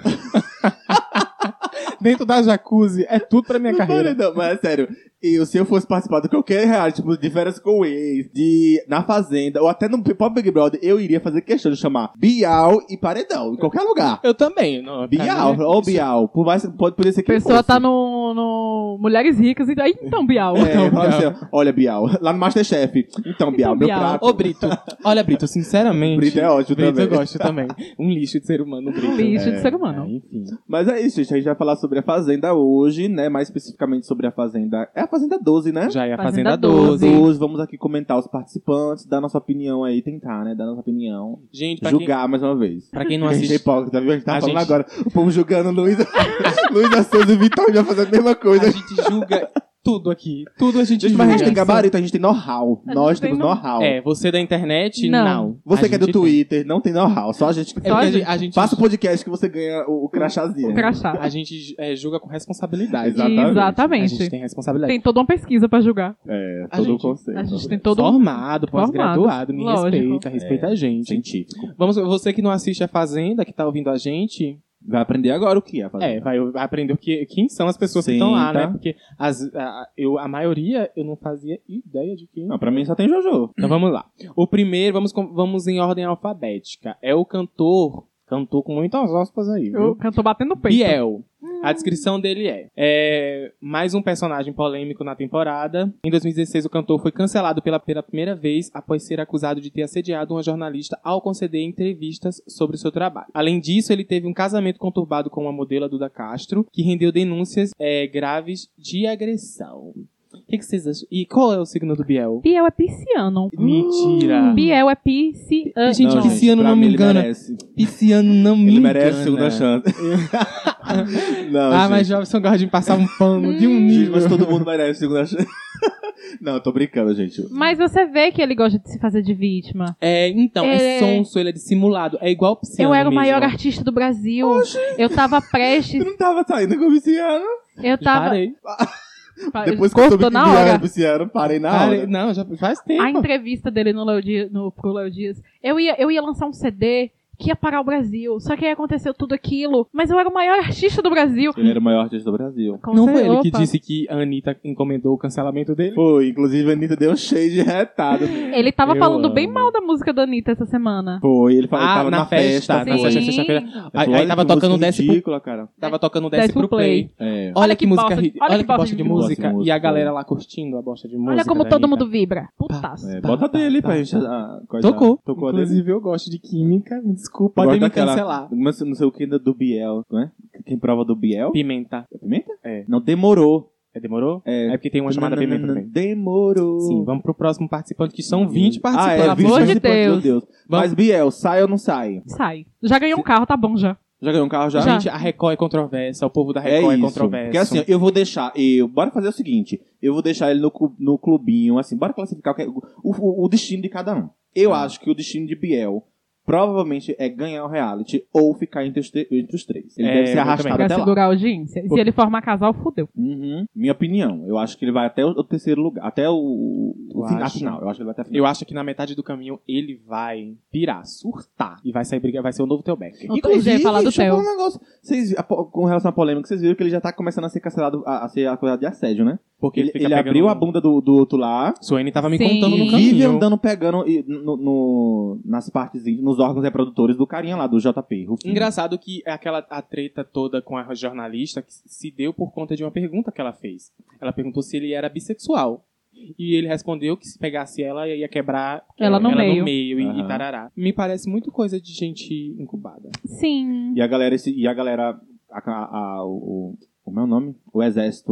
Speaker 3: Dentro da jacuzzi. É tudo pra minha
Speaker 2: Não,
Speaker 3: carreira.
Speaker 2: não, mas é sério. Eu, se eu fosse participar de qualquer reality, tipo, de férias com ex, de Na Fazenda, ou até no próprio Big Brother, eu iria fazer questão de chamar Bial e Paredão, em qualquer lugar.
Speaker 3: Eu também. Não, pra
Speaker 2: Bial,
Speaker 3: mim é
Speaker 2: ou
Speaker 3: isso.
Speaker 2: Bial, por mais que pode poder ser
Speaker 4: A
Speaker 2: que
Speaker 4: pessoa tá no, no Mulheres Ricas e. Ai, Então, Bial.
Speaker 2: É,
Speaker 3: Então,
Speaker 2: fala
Speaker 3: Bial.
Speaker 2: assim, ó, olha, Bial, lá no Masterchef. Então, Bial, meu
Speaker 4: Bial.
Speaker 2: prato.
Speaker 3: Ô, Brito. Olha, Brito, sinceramente.
Speaker 2: Brito é ótimo
Speaker 3: Brito
Speaker 2: também.
Speaker 3: eu gosto também. Um lixo de ser humano, Brito.
Speaker 4: Um lixo de ser humano.
Speaker 3: Ah, enfim.
Speaker 2: Mas é isso, gente. A gente vai falar sobre a Fazenda hoje, né? Mais especificamente sobre a Fazenda. É a Fazenda 12, né?
Speaker 3: Já é a
Speaker 4: Fazenda
Speaker 3: Fazenda,
Speaker 4: 12.
Speaker 3: 12.
Speaker 2: Hoje vamos aqui comentar os participantes, dar nossa opinião aí, tentar, né? Dar nossa opinião.
Speaker 3: Gente, pra quem,
Speaker 2: julgar mais uma vez.
Speaker 3: pra quem não
Speaker 2: Porque a gente é
Speaker 3: assiste...
Speaker 2: hipócrita, viu? A gente tá
Speaker 3: A
Speaker 2: falando
Speaker 3: gente-
Speaker 2: agora. O povo julgando
Speaker 3: [LAUGHS]
Speaker 2: Luísa, Luísa Souza e Vitor já fazendo a mesma
Speaker 3: A
Speaker 2: coisa.
Speaker 3: gente julga tudo aqui. Tudo a gente
Speaker 2: Gente,
Speaker 3: julga.
Speaker 2: mas a gente tem um gabarito, a gente tem know-how.
Speaker 4: A
Speaker 2: Nós
Speaker 4: gente tem
Speaker 2: temos
Speaker 4: know-
Speaker 2: know-how.
Speaker 3: É, você da internet,
Speaker 4: Não.
Speaker 3: não.
Speaker 2: Você
Speaker 3: A
Speaker 2: que é do
Speaker 3: gente
Speaker 2: Twitter, não tem know-how. Só a gente que
Speaker 3: tem. É
Speaker 4: Só
Speaker 3: porque
Speaker 4: a
Speaker 3: a gente,
Speaker 4: gente.
Speaker 3: a gente,
Speaker 2: Passa o podcast que você ganha o, o crachazinho.
Speaker 4: O crachá.
Speaker 3: a gente é, julga com responsabilidade.
Speaker 2: Exatamente.
Speaker 3: A
Speaker 4: Exatamente.
Speaker 3: gente tem responsabilidade.
Speaker 4: Tem toda uma pesquisa pra julgar.
Speaker 2: É,
Speaker 3: A
Speaker 2: todo o
Speaker 3: gente-
Speaker 2: conceito.
Speaker 4: A gente tem todo um.
Speaker 3: Formado, pós-graduado, me
Speaker 4: Lógico.
Speaker 3: respeita, respeita a gente.
Speaker 2: Científico.
Speaker 3: Vamos, você que não assiste a Fazenda, que tá ouvindo a gente,
Speaker 2: Vai aprender agora o que é a Fazenda.
Speaker 3: é, vai vai aprender o que, quem são as pessoas que
Speaker 2: Sim,
Speaker 3: estão lá,
Speaker 2: tá.
Speaker 3: né? Porque as, a, eu, a maioria eu não fazia ideia de quem é.
Speaker 2: Não, pra mim só tem Jojo.
Speaker 3: Então vamos lá. O primeiro, vamos, com- vamos em ordem alfabética. É o cantor. Cantor com muitas aspas aí. Viu?
Speaker 4: Eu tô batendo o peito.
Speaker 3: Biel. A descrição dele é, é mais um personagem polêmico na temporada. Em 2016, o cantor foi cancelado pela, pela primeira vez após ser acusado de ter assediado uma jornalista ao conceder entrevistas sobre o seu trabalho. Além disso, ele teve um casamento conturbado com uma modelo, a Duda Castro, que rendeu denúncias é, graves de agressão. O que, que vocês acham? E qual é o signo do Biel?
Speaker 4: Biel é pisciano.
Speaker 2: Uh,
Speaker 3: Mentira!
Speaker 4: Biel é pisciano.
Speaker 3: Ah. Gente,
Speaker 2: Não,
Speaker 3: que se ano
Speaker 2: pra
Speaker 3: não
Speaker 2: mim
Speaker 3: me
Speaker 2: ele
Speaker 3: engana.
Speaker 2: merece.
Speaker 3: Pisciano não me
Speaker 2: Ele merece a segunda
Speaker 3: engana. [LAUGHS]
Speaker 2: chance. não,
Speaker 3: Ah,
Speaker 2: gente.
Speaker 3: mas Jobson gosta de passar um pano de um
Speaker 2: Gente,
Speaker 3: nível.
Speaker 2: mas todo mundo merece segunda chance. [LAUGHS] Não, eu tô brincando, gente.
Speaker 4: Mas você vê que ele gosta de se fazer de vítima.
Speaker 3: É, então, é...
Speaker 4: É.
Speaker 3: sonso, ele é dissimulado. É igual pisciano
Speaker 4: eu era o
Speaker 3: mesmo.
Speaker 4: maior artista do Brasil. Eu tava prestes.
Speaker 2: Eu não tava saindo com o Viciano.
Speaker 4: Eu tava.
Speaker 3: Parei.
Speaker 2: Depois que eu soube
Speaker 4: Cortou
Speaker 2: que
Speaker 4: na
Speaker 2: Biel era
Speaker 4: hora.
Speaker 2: o Viciano, parei na
Speaker 3: Parei.
Speaker 2: hora.
Speaker 3: Não, já faz
Speaker 4: A
Speaker 3: tempo.
Speaker 4: entrevista dele no Léo Dias, no, pro Léo Dias. Eu ia, eu ia lançar um CD que ia parar o Brasil. Só que aí aconteceu tudo aquilo. Mas eu era o maior artista do Brasil.
Speaker 2: Ele era o maior artista do Brasil.
Speaker 4: Com
Speaker 3: Não
Speaker 4: cer-
Speaker 3: foi ele que
Speaker 4: opa.
Speaker 3: disse que a Anitta encomendou o cancelamento dele?
Speaker 2: Foi, inclusive a Anitta deu um cheio de retado.
Speaker 4: Ele tava
Speaker 3: Eu
Speaker 4: falando
Speaker 3: amo.
Speaker 4: bem mal da música da Anitta essa semana.
Speaker 2: Foi, ele falou
Speaker 3: Ah,
Speaker 2: tava
Speaker 3: na
Speaker 2: na,
Speaker 3: festa,
Speaker 2: festa.
Speaker 3: na
Speaker 2: foi.
Speaker 3: festa,
Speaker 2: Ele
Speaker 3: sexta-feira. Aí,
Speaker 2: falou,
Speaker 3: aí
Speaker 2: "Olha
Speaker 3: tava
Speaker 2: que música
Speaker 3: tocando 10 pro,
Speaker 2: ridícula, cara.
Speaker 3: tava tocando 10 pro play.
Speaker 2: É.
Speaker 3: Olha,
Speaker 4: Olha
Speaker 3: que,
Speaker 4: que
Speaker 3: música
Speaker 4: bosta-
Speaker 3: ri-
Speaker 4: olha
Speaker 3: Olha
Speaker 4: que
Speaker 3: que bosta de música.
Speaker 2: música.
Speaker 3: E a galera lá curtindo a bosta de música.
Speaker 4: Olha como
Speaker 3: da
Speaker 4: todo
Speaker 3: Anitta.
Speaker 4: mundo vibra. Putaço.
Speaker 2: É,
Speaker 3: Tá,
Speaker 2: bota
Speaker 3: tá,
Speaker 2: dele
Speaker 3: tá.
Speaker 2: pra gente. ah, coisa-
Speaker 3: Tocou.
Speaker 2: Tocou a dele.
Speaker 3: Inclusive, eu gosto de química. Me desculpa,
Speaker 2: Eu
Speaker 3: podem
Speaker 2: gosto
Speaker 3: me
Speaker 2: daquela-
Speaker 3: cancelar.
Speaker 2: Mas não sei o que ainda do Biel, não é? Quem né? prova do Biel?
Speaker 3: Pimenta.
Speaker 2: É Pimenta?
Speaker 3: É.
Speaker 2: Não demorou.
Speaker 3: É, demorou?
Speaker 2: É.
Speaker 3: É porque tem uma chamada bem também.
Speaker 2: Demorou.
Speaker 3: Sim, vamos pro próximo participante, que são 20 participantes.
Speaker 2: Ah, é, 20
Speaker 4: amor de
Speaker 2: participantes, meu
Speaker 4: Deus.
Speaker 2: Deus. Mas, Biel, sai ou não sai?
Speaker 4: Sai. Já ganhou um carro, tá bom já.
Speaker 2: Já ganhou um carro já?
Speaker 4: Já.
Speaker 3: Gente, a Record é controversa, o povo da
Speaker 2: É
Speaker 3: Record é,
Speaker 2: isso.
Speaker 3: controverso.
Speaker 2: Porque assim, eu vou deixar. Eu, bora fazer o seguinte: eu vou deixar ele no, cu- no clubinho, assim, bora classificar o que é- o, o- o destino de cada um. Eu
Speaker 3: Ah.
Speaker 2: acho que o destino de Biel provavelmente é ganhar o reality ou ficar entre os, te- entre os três. Ele
Speaker 3: É,
Speaker 2: deve ser
Speaker 3: eu
Speaker 2: arrastado
Speaker 3: também.
Speaker 4: Pra
Speaker 2: até lá.
Speaker 4: segurar a audiência. E se ele formar casal, fudeu.
Speaker 2: Uhum. Minha opinião. Eu acho que ele vai até o, o terceiro lugar. Até o, o
Speaker 3: Tu
Speaker 2: fin- a
Speaker 3: acha?
Speaker 2: final. Eu acho que ele vai até a final.
Speaker 3: Eu acho que na metade do caminho ele vai pirar, surtar. E vai sair briga, vai ser o novo teu Becker.
Speaker 4: Não, pois é, falar do
Speaker 2: deixa eu
Speaker 4: Theo.
Speaker 2: falar um negócio. Vocês, vi- a po- com relação à polêmica, vocês viram que ele já tá começando a ser cancelado, a, a ser acusado de assédio, né?
Speaker 3: Porque
Speaker 2: Ele,
Speaker 3: ele, fica
Speaker 2: ele
Speaker 3: pegando-
Speaker 2: abriu a bunda do, do outro lá.
Speaker 3: Suene tava me
Speaker 4: Sim.
Speaker 3: contando no
Speaker 2: E vive
Speaker 3: caminho.
Speaker 2: andando pegando e, no, no- nas partes, nos órgãos reprodutores do carinha lá, do JP. Rufino.
Speaker 3: Engraçado que aquela a treta toda com a jornalista que se deu por conta de uma pergunta que ela fez. Ela perguntou se ele era bissexual. E ele respondeu que se pegasse ela, ia quebrar é,
Speaker 4: Ela no meio.
Speaker 3: e- e,
Speaker 2: Aham.
Speaker 3: tarará. Me parece muito coisa de gente incubada.
Speaker 4: Sim.
Speaker 2: E a galera, esse- e a galera, a- a- a- o, o- como é o nome? O exército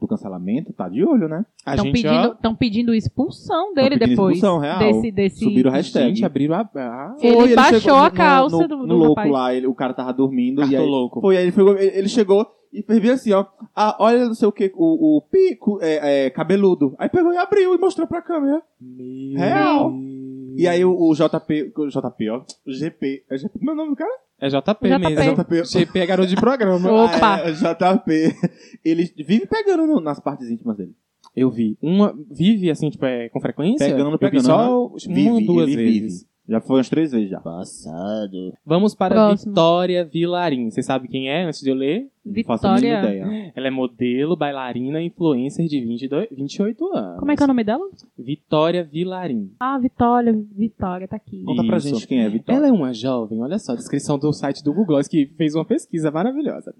Speaker 2: do cancelamento tá de olho, né?
Speaker 3: A
Speaker 4: Estão
Speaker 3: gente,
Speaker 4: pedindo,
Speaker 3: ó,
Speaker 4: tão pedindo expulsão dele
Speaker 2: pedindo
Speaker 4: depois.
Speaker 2: expulsão, real.
Speaker 4: Desse, desse...
Speaker 2: Subiram o hashtag.
Speaker 3: gente, é abriram a... a
Speaker 4: Ele
Speaker 2: Foi,
Speaker 4: baixou
Speaker 2: chegou
Speaker 4: a calça
Speaker 2: no,
Speaker 4: do-
Speaker 2: no
Speaker 4: do
Speaker 2: louco
Speaker 4: rapaz.
Speaker 2: lá, ele- o cara tava dormindo e aí
Speaker 3: cartoloco.
Speaker 2: Foi, aí ele chegou, ele ele chegou e fez bem assim, ó. Ah, olha não sei o que, o, o pico é, é, cabeludo. Aí pegou e abriu e mostrou pra câmera.
Speaker 3: Meu
Speaker 2: Real.
Speaker 3: Hum. Deus.
Speaker 2: E aí o, o JP, o JP, ó. O GP. É GP, meu nome do cara?
Speaker 3: É JP,
Speaker 2: É
Speaker 3: mesmo.
Speaker 2: JP.
Speaker 3: JP é garoto de programa.
Speaker 4: Opa!
Speaker 2: É, JP. [LAUGHS] Ele vive pegando no- nas partes íntimas dele.
Speaker 3: Eu vi. Uma vive, assim, tipo, é, com frequência?
Speaker 2: Pegando,
Speaker 3: Eu vi
Speaker 2: pegando,
Speaker 3: Só
Speaker 2: Vive,
Speaker 3: uma ou duas
Speaker 2: ele
Speaker 3: vezes.
Speaker 2: vive. Já foi umas três vezes já.
Speaker 1: Passado.
Speaker 3: Vamos para
Speaker 4: Próximo.
Speaker 3: Vitória Vilarim. Você sabe quem é, antes de eu ler?
Speaker 2: Não faço a mínima
Speaker 4: Vitória.
Speaker 2: ideia.
Speaker 3: Ela é modelo, bailarina e influencer de 22, 28 anos.
Speaker 4: Como é que é o nome dela?
Speaker 3: Vitória Vilarim.
Speaker 4: Ah, Vitória. Vitória, tá aqui.
Speaker 2: Conta pra
Speaker 3: Isso.
Speaker 2: gente quem é Vitória.
Speaker 3: Ela é uma jovem, olha só, a descrição do site do Google Glass que fez uma pesquisa maravilhosa.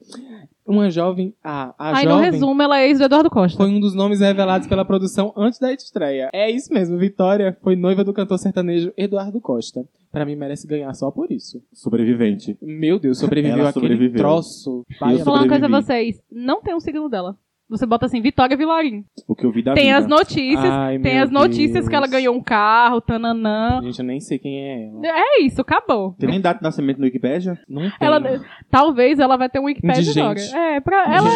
Speaker 3: Uma jovem, a, a
Speaker 4: Aí, no
Speaker 3: jovem
Speaker 4: resumo, ela é ex do Eduardo Costa.
Speaker 3: foi um dos nomes revelados pela produção antes da estreia. É isso mesmo, Vitória foi noiva do cantor sertanejo Eduardo Costa. Pra mim merece ganhar só por isso.
Speaker 2: Sobrevivente.
Speaker 3: Meu Deus, sobreviveu
Speaker 2: Ela
Speaker 3: aquele
Speaker 2: sobreviveu.
Speaker 3: troço.
Speaker 2: Eu
Speaker 4: Vou
Speaker 3: Vai,
Speaker 4: falar uma coisa a
Speaker 2: sobrevivi.
Speaker 4: vocês. Não tem um signo dela. Você bota assim, Vitória Vilarim.
Speaker 2: O que eu vi da
Speaker 4: tem
Speaker 2: vida.
Speaker 4: as notícias.
Speaker 3: Ai,
Speaker 4: tem
Speaker 3: meu
Speaker 4: as notícias que ela
Speaker 3: Deus.
Speaker 4: ganhou um carro, tananã.
Speaker 3: Gente, eu nem sei quem é ela.
Speaker 4: É isso, acabou.
Speaker 2: Tem nem data de nascimento no Wikipedia?
Speaker 3: Não tem. É,
Speaker 4: Ela- talvez ela vai ter um Wikipedia agora.
Speaker 3: Indigente.
Speaker 4: É, pra ela.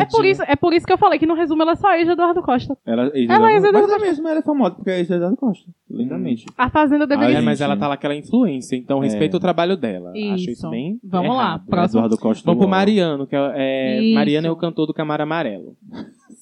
Speaker 4: É por, isso, é por isso que eu falei que no resumo ela é só ex de Eduardo Costa.
Speaker 2: Ela,
Speaker 4: Ela é
Speaker 2: Mas
Speaker 4: Eduardo
Speaker 2: ela mesmo, ela é famosa porque é Eduardo Costa. Lindamente.
Speaker 4: A Fazenda deveria.
Speaker 3: É,
Speaker 2: Ai,
Speaker 3: mas
Speaker 2: gente.
Speaker 3: ela tá lá aquela influência, então
Speaker 2: É.
Speaker 3: respeita o trabalho dela. Acho isso
Speaker 4: Isso.
Speaker 3: bem.
Speaker 4: Vamos lá.
Speaker 3: errado.
Speaker 4: Próximo.
Speaker 2: Eduardo Costa.
Speaker 3: Vamos
Speaker 2: do UOL.
Speaker 3: pro Mariano, que é, é-
Speaker 4: Isso.
Speaker 3: Mariano é o cantor do Camaro Amarelo.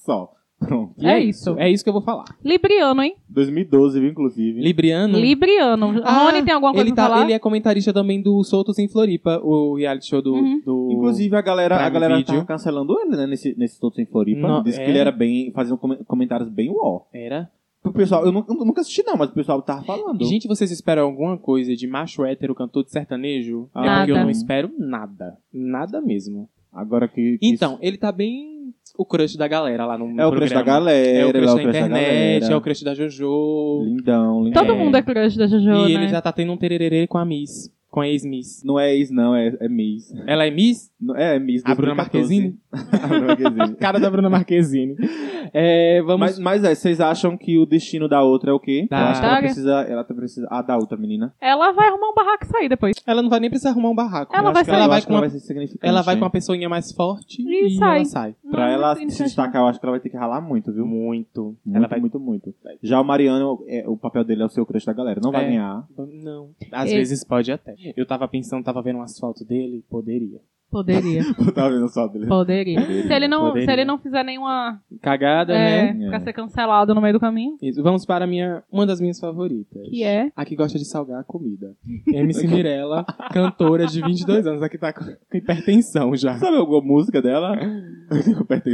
Speaker 2: Só. Pronto.
Speaker 3: E
Speaker 4: É
Speaker 3: é,
Speaker 4: isso.
Speaker 3: isso. É isso que eu vou falar.
Speaker 4: Libriano, hein?
Speaker 2: 2012, viu, inclusive.
Speaker 3: Libriano.
Speaker 4: Libriano.
Speaker 3: Ah,
Speaker 4: Rony tem alguma coisa
Speaker 3: ele,
Speaker 4: pra
Speaker 3: tá-
Speaker 4: falar?
Speaker 3: ele é comentarista também do Soltos em Floripa, o reality show do.
Speaker 4: Uhum.
Speaker 3: do-
Speaker 2: Inclusive, a galera, a
Speaker 3: Prime
Speaker 2: galera
Speaker 3: Video.
Speaker 2: tava cancelando ele, né? Nesse, nesse Todos em Floripa.
Speaker 3: Não,
Speaker 2: Disse
Speaker 3: é.
Speaker 2: que ele era bem. Fazia um comen- comentários bem uó.
Speaker 3: Era.
Speaker 2: O pessoal, eu nunca, eu nunca assisti, não, mas o pessoal tava falando.
Speaker 3: Gente, vocês esperam alguma coisa de macho hétero, cantor de sertanejo? É
Speaker 2: Nada.
Speaker 3: porque eu não espero nada. Nada mesmo.
Speaker 2: Agora que. que
Speaker 3: Então, ele tá bem o crush da galera lá no.
Speaker 2: isso- É o preço da galera.
Speaker 3: É o
Speaker 2: ele
Speaker 3: crush da internet,
Speaker 2: galera.
Speaker 3: é o crush da JoJo.
Speaker 2: Lindão, lindão.
Speaker 4: Todo
Speaker 3: É.
Speaker 4: mundo é crush da Jojo,
Speaker 3: E
Speaker 4: né?
Speaker 3: ele já tá tendo um tererê com a Miss. Com a ex-Miss.
Speaker 2: Não é ex, não, é, é Miss.
Speaker 3: Ela é Miss?
Speaker 2: Não- É, é Miss.
Speaker 3: A Bruna
Speaker 2: 2014. [LAUGHS] a Bruna Marquezine.
Speaker 3: Cara da Bruna Marquezine. [LAUGHS] É, vamos...
Speaker 2: Mas, mas é, vocês acham que o destino da outra é o quê?
Speaker 3: Da-
Speaker 2: Eu acho que ela
Speaker 4: Vitória?
Speaker 2: precisa. Ela tá precisa. Ah, da outra menina.
Speaker 4: Ela vai arrumar um barraco e sair depois.
Speaker 3: Ela não vai nem precisar arrumar um barraco.
Speaker 4: Ela
Speaker 3: Eu acho
Speaker 4: vai
Speaker 3: que
Speaker 4: sair.
Speaker 3: Ela
Speaker 2: Eu
Speaker 3: vai,
Speaker 2: acho que
Speaker 3: com
Speaker 2: ela
Speaker 3: uma...
Speaker 2: vai ser significante.
Speaker 3: ela vai com
Speaker 2: né?
Speaker 3: uma pessoinha mais forte
Speaker 4: E
Speaker 3: e,
Speaker 4: sai.
Speaker 3: ela sai.
Speaker 4: Não,
Speaker 2: Pra ela
Speaker 4: tem
Speaker 2: se
Speaker 4: discussão.
Speaker 2: destacar, eu acho que ela vai ter que ralar muito, viu?
Speaker 3: Muito.
Speaker 2: Muito,
Speaker 3: Ela vai...
Speaker 2: muito, muito. Já o Mariano, é, o papel dele é o seu crush da galera. Não vai
Speaker 3: É.
Speaker 2: ganhar. [LAUGHS]
Speaker 3: Não. Às
Speaker 4: Esse-
Speaker 3: vezes pode até. Eu tava pensando, tava vendo umas fotos dele, poderia. [LAUGHS]
Speaker 4: Poderia,
Speaker 2: Eu tava vendo só dele.
Speaker 4: poderia. Se ele não,
Speaker 3: Poderia.
Speaker 4: se ele não fizer nenhuma.
Speaker 3: Cagada,
Speaker 4: É,
Speaker 3: né?
Speaker 4: Pra
Speaker 2: É.
Speaker 4: ser cancelado no meio do caminho.
Speaker 3: Isso. Vamos para a minha, uma das minhas favoritas.
Speaker 4: Que é?
Speaker 3: A que gosta de salgar a [LAUGHS] comida. MC Mirella, cantora de 22 anos. A que tá com com [LAUGHS] hipertensão já.
Speaker 2: Sabe alguma música dela? [LAUGHS]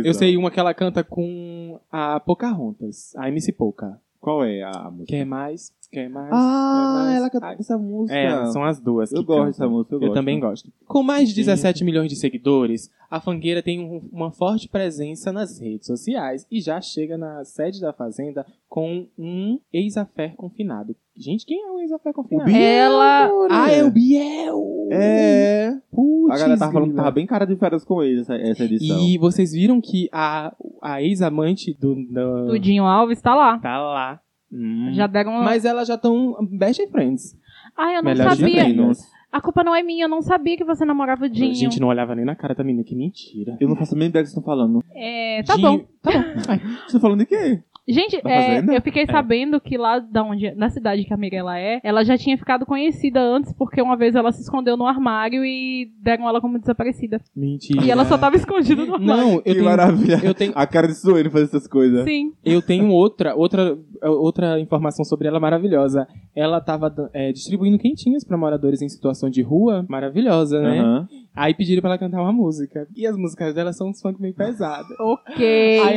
Speaker 3: Eu sei uma que ela canta com a Pocahontas, a MC Poca.
Speaker 2: Qual é a música?
Speaker 3: Quer mais? Quer mais?
Speaker 2: Ah,
Speaker 3: Mas-
Speaker 2: ela canta essa música.
Speaker 3: É, são as duas.
Speaker 2: Eu
Speaker 3: que
Speaker 2: gosto
Speaker 3: cantam.
Speaker 2: dessa música. Eu,
Speaker 3: Eu
Speaker 2: gosto. Uhum.
Speaker 3: também gosto. Com mais de 17 milhões de seguidores, a Fangueira tem um- uma forte presença nas redes sociais e já chega na sede da Fazenda com um ex-afé confinado. Gente, quem é o ex-afé
Speaker 2: O
Speaker 3: confinado?
Speaker 2: Biel,
Speaker 4: Ela-
Speaker 2: olha.
Speaker 3: Ah, é o Biel!
Speaker 2: É.
Speaker 3: Putz,
Speaker 2: A galera tava falando que
Speaker 3: grila.
Speaker 2: tava então. bem cara de férias com eles essa, essa edição.
Speaker 3: E vocês viram que a, a ex-amante do, do-
Speaker 4: O Dinho Alves tá lá.
Speaker 3: Tá lá.
Speaker 2: Hum.
Speaker 4: Já deram uma...
Speaker 3: Mas elas já estão best friends.
Speaker 4: Ai, eu não
Speaker 3: Melhor de
Speaker 4: sabia.
Speaker 3: ninguém, né?
Speaker 2: Nossa.
Speaker 4: A culpa não é minha, eu não sabia que você namorava o Dinho.
Speaker 3: A gente não olhava nem na cara da menina, que mentira.
Speaker 2: Eu não faço a mínima ideia do que vocês estão falando.
Speaker 4: É, tá
Speaker 3: Dinho-
Speaker 4: bom.
Speaker 3: Tá bom. Ai,
Speaker 2: Vocês estão falando de quê?
Speaker 4: Gente,
Speaker 2: Da
Speaker 4: é,
Speaker 2: Fazenda?
Speaker 4: eu fiquei sabendo que lá da onde, na cidade que a Mirella é, ela já tinha ficado conhecida antes, porque uma vez ela se escondeu no armário e deram ela como desaparecida.
Speaker 3: mentira.
Speaker 4: E ela só tava escondida no armário.
Speaker 3: Não, eu
Speaker 2: que
Speaker 3: tenho,
Speaker 2: maravilha.
Speaker 3: eu tenho,
Speaker 2: A cara de zoeiro fazer essas coisas.
Speaker 4: Sim.
Speaker 3: eu tenho outra, outra, outra informação sobre ela maravilhosa. Ela tava é, distribuindo quentinhas pra moradores em situação de rua. Maravilhosa, né?
Speaker 2: Aham.
Speaker 3: Aí pediram pra ela cantar uma música. E as músicas dela são uns funk meio pesado.
Speaker 4: Ok.
Speaker 3: Aí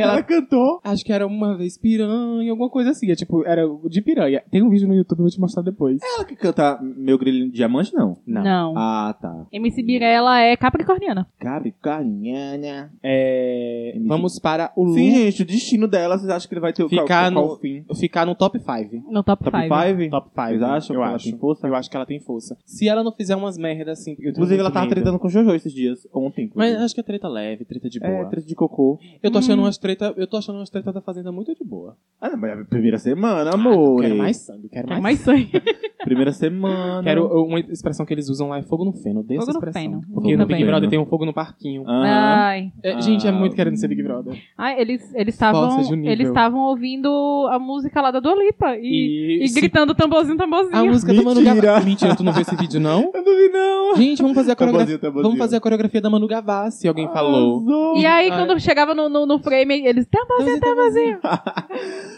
Speaker 2: [LAUGHS]
Speaker 3: ela cantou, acho que era uma vez piranha, alguma coisa assim. É tipo, era de piranha. Tem um vídeo no YouTube, eu vou te mostrar depois.
Speaker 2: Ela que canta Meu Grilinho de Diamante, não.
Speaker 4: Não.
Speaker 2: Ah, tá.
Speaker 4: MC Birella é capricorniana.
Speaker 2: Gabi Carinhana.
Speaker 3: É, vamos para o Lu
Speaker 2: Sim, gente, o destino dela, vocês acham que ele vai ter o qual, qual
Speaker 3: Ficar no-
Speaker 2: o fim?
Speaker 3: ficar no top 5.
Speaker 4: No top
Speaker 2: Top
Speaker 4: 5.
Speaker 2: 5?
Speaker 3: Top 5.
Speaker 2: Vocês acham
Speaker 3: Eu
Speaker 2: que ela
Speaker 3: acho.
Speaker 2: tem força?
Speaker 3: Eu acho que ela tem força. Se ela não fizer umas merdas assim. porque eu tenho
Speaker 2: Inclusive, ela
Speaker 3: muito
Speaker 2: tava
Speaker 3: medo.
Speaker 2: tretando com o Jojo esses dias, ontem.
Speaker 3: Mas
Speaker 2: inclusive.
Speaker 3: acho que é treta leve, treta de
Speaker 2: é,
Speaker 3: boa.
Speaker 2: treta de cocô.
Speaker 3: Eu tô achando
Speaker 4: Hum.
Speaker 3: umas treta, eu tô achando umas treta da fazenda muito de boa.
Speaker 2: Ah, não, mas é a primeira semana,
Speaker 3: Ah, Eu
Speaker 2: amor.
Speaker 3: Quero mais sangue, quero mais.
Speaker 4: Quer É mais sangue.
Speaker 2: Primeira semana.
Speaker 3: Quero eu, uma expressão que eles usam lá é fogo no feno, dessa
Speaker 4: Fogo no
Speaker 3: expressão.
Speaker 4: feno.
Speaker 3: Porque no
Speaker 2: Fogo no
Speaker 3: Big
Speaker 2: feno.
Speaker 3: Brother tem um fogo no parquinho.
Speaker 2: Ah,
Speaker 4: Ai.
Speaker 3: É, gente, é
Speaker 2: Ah,
Speaker 3: muito querendo ser
Speaker 2: hum.
Speaker 3: Big Brother.
Speaker 4: Ai, eles eles estavam
Speaker 3: Falsa de nível.
Speaker 4: eles estavam ouvindo a música lá da Dua Lipa e, e
Speaker 3: se-
Speaker 4: gritando tamborzinho, tamborzinho.
Speaker 3: A música do Manu
Speaker 2: Mentira.
Speaker 3: Gavassi. Mentira, Tá tu não viu esse vídeo, [LAUGHS] não?
Speaker 2: Eu não vi, não. Tá
Speaker 3: Gente, vamos fazer a coreografia.
Speaker 2: Tamborzinho, tamborzinho.
Speaker 3: Vamos fazer a coreografia da Manu Gavassi, alguém falou.
Speaker 2: Arrasou.
Speaker 4: E aí,
Speaker 3: Ai.
Speaker 4: quando chegava no, no, no frame, eles.
Speaker 3: um
Speaker 4: Tamborzinho,
Speaker 3: tá
Speaker 4: tamborzinho.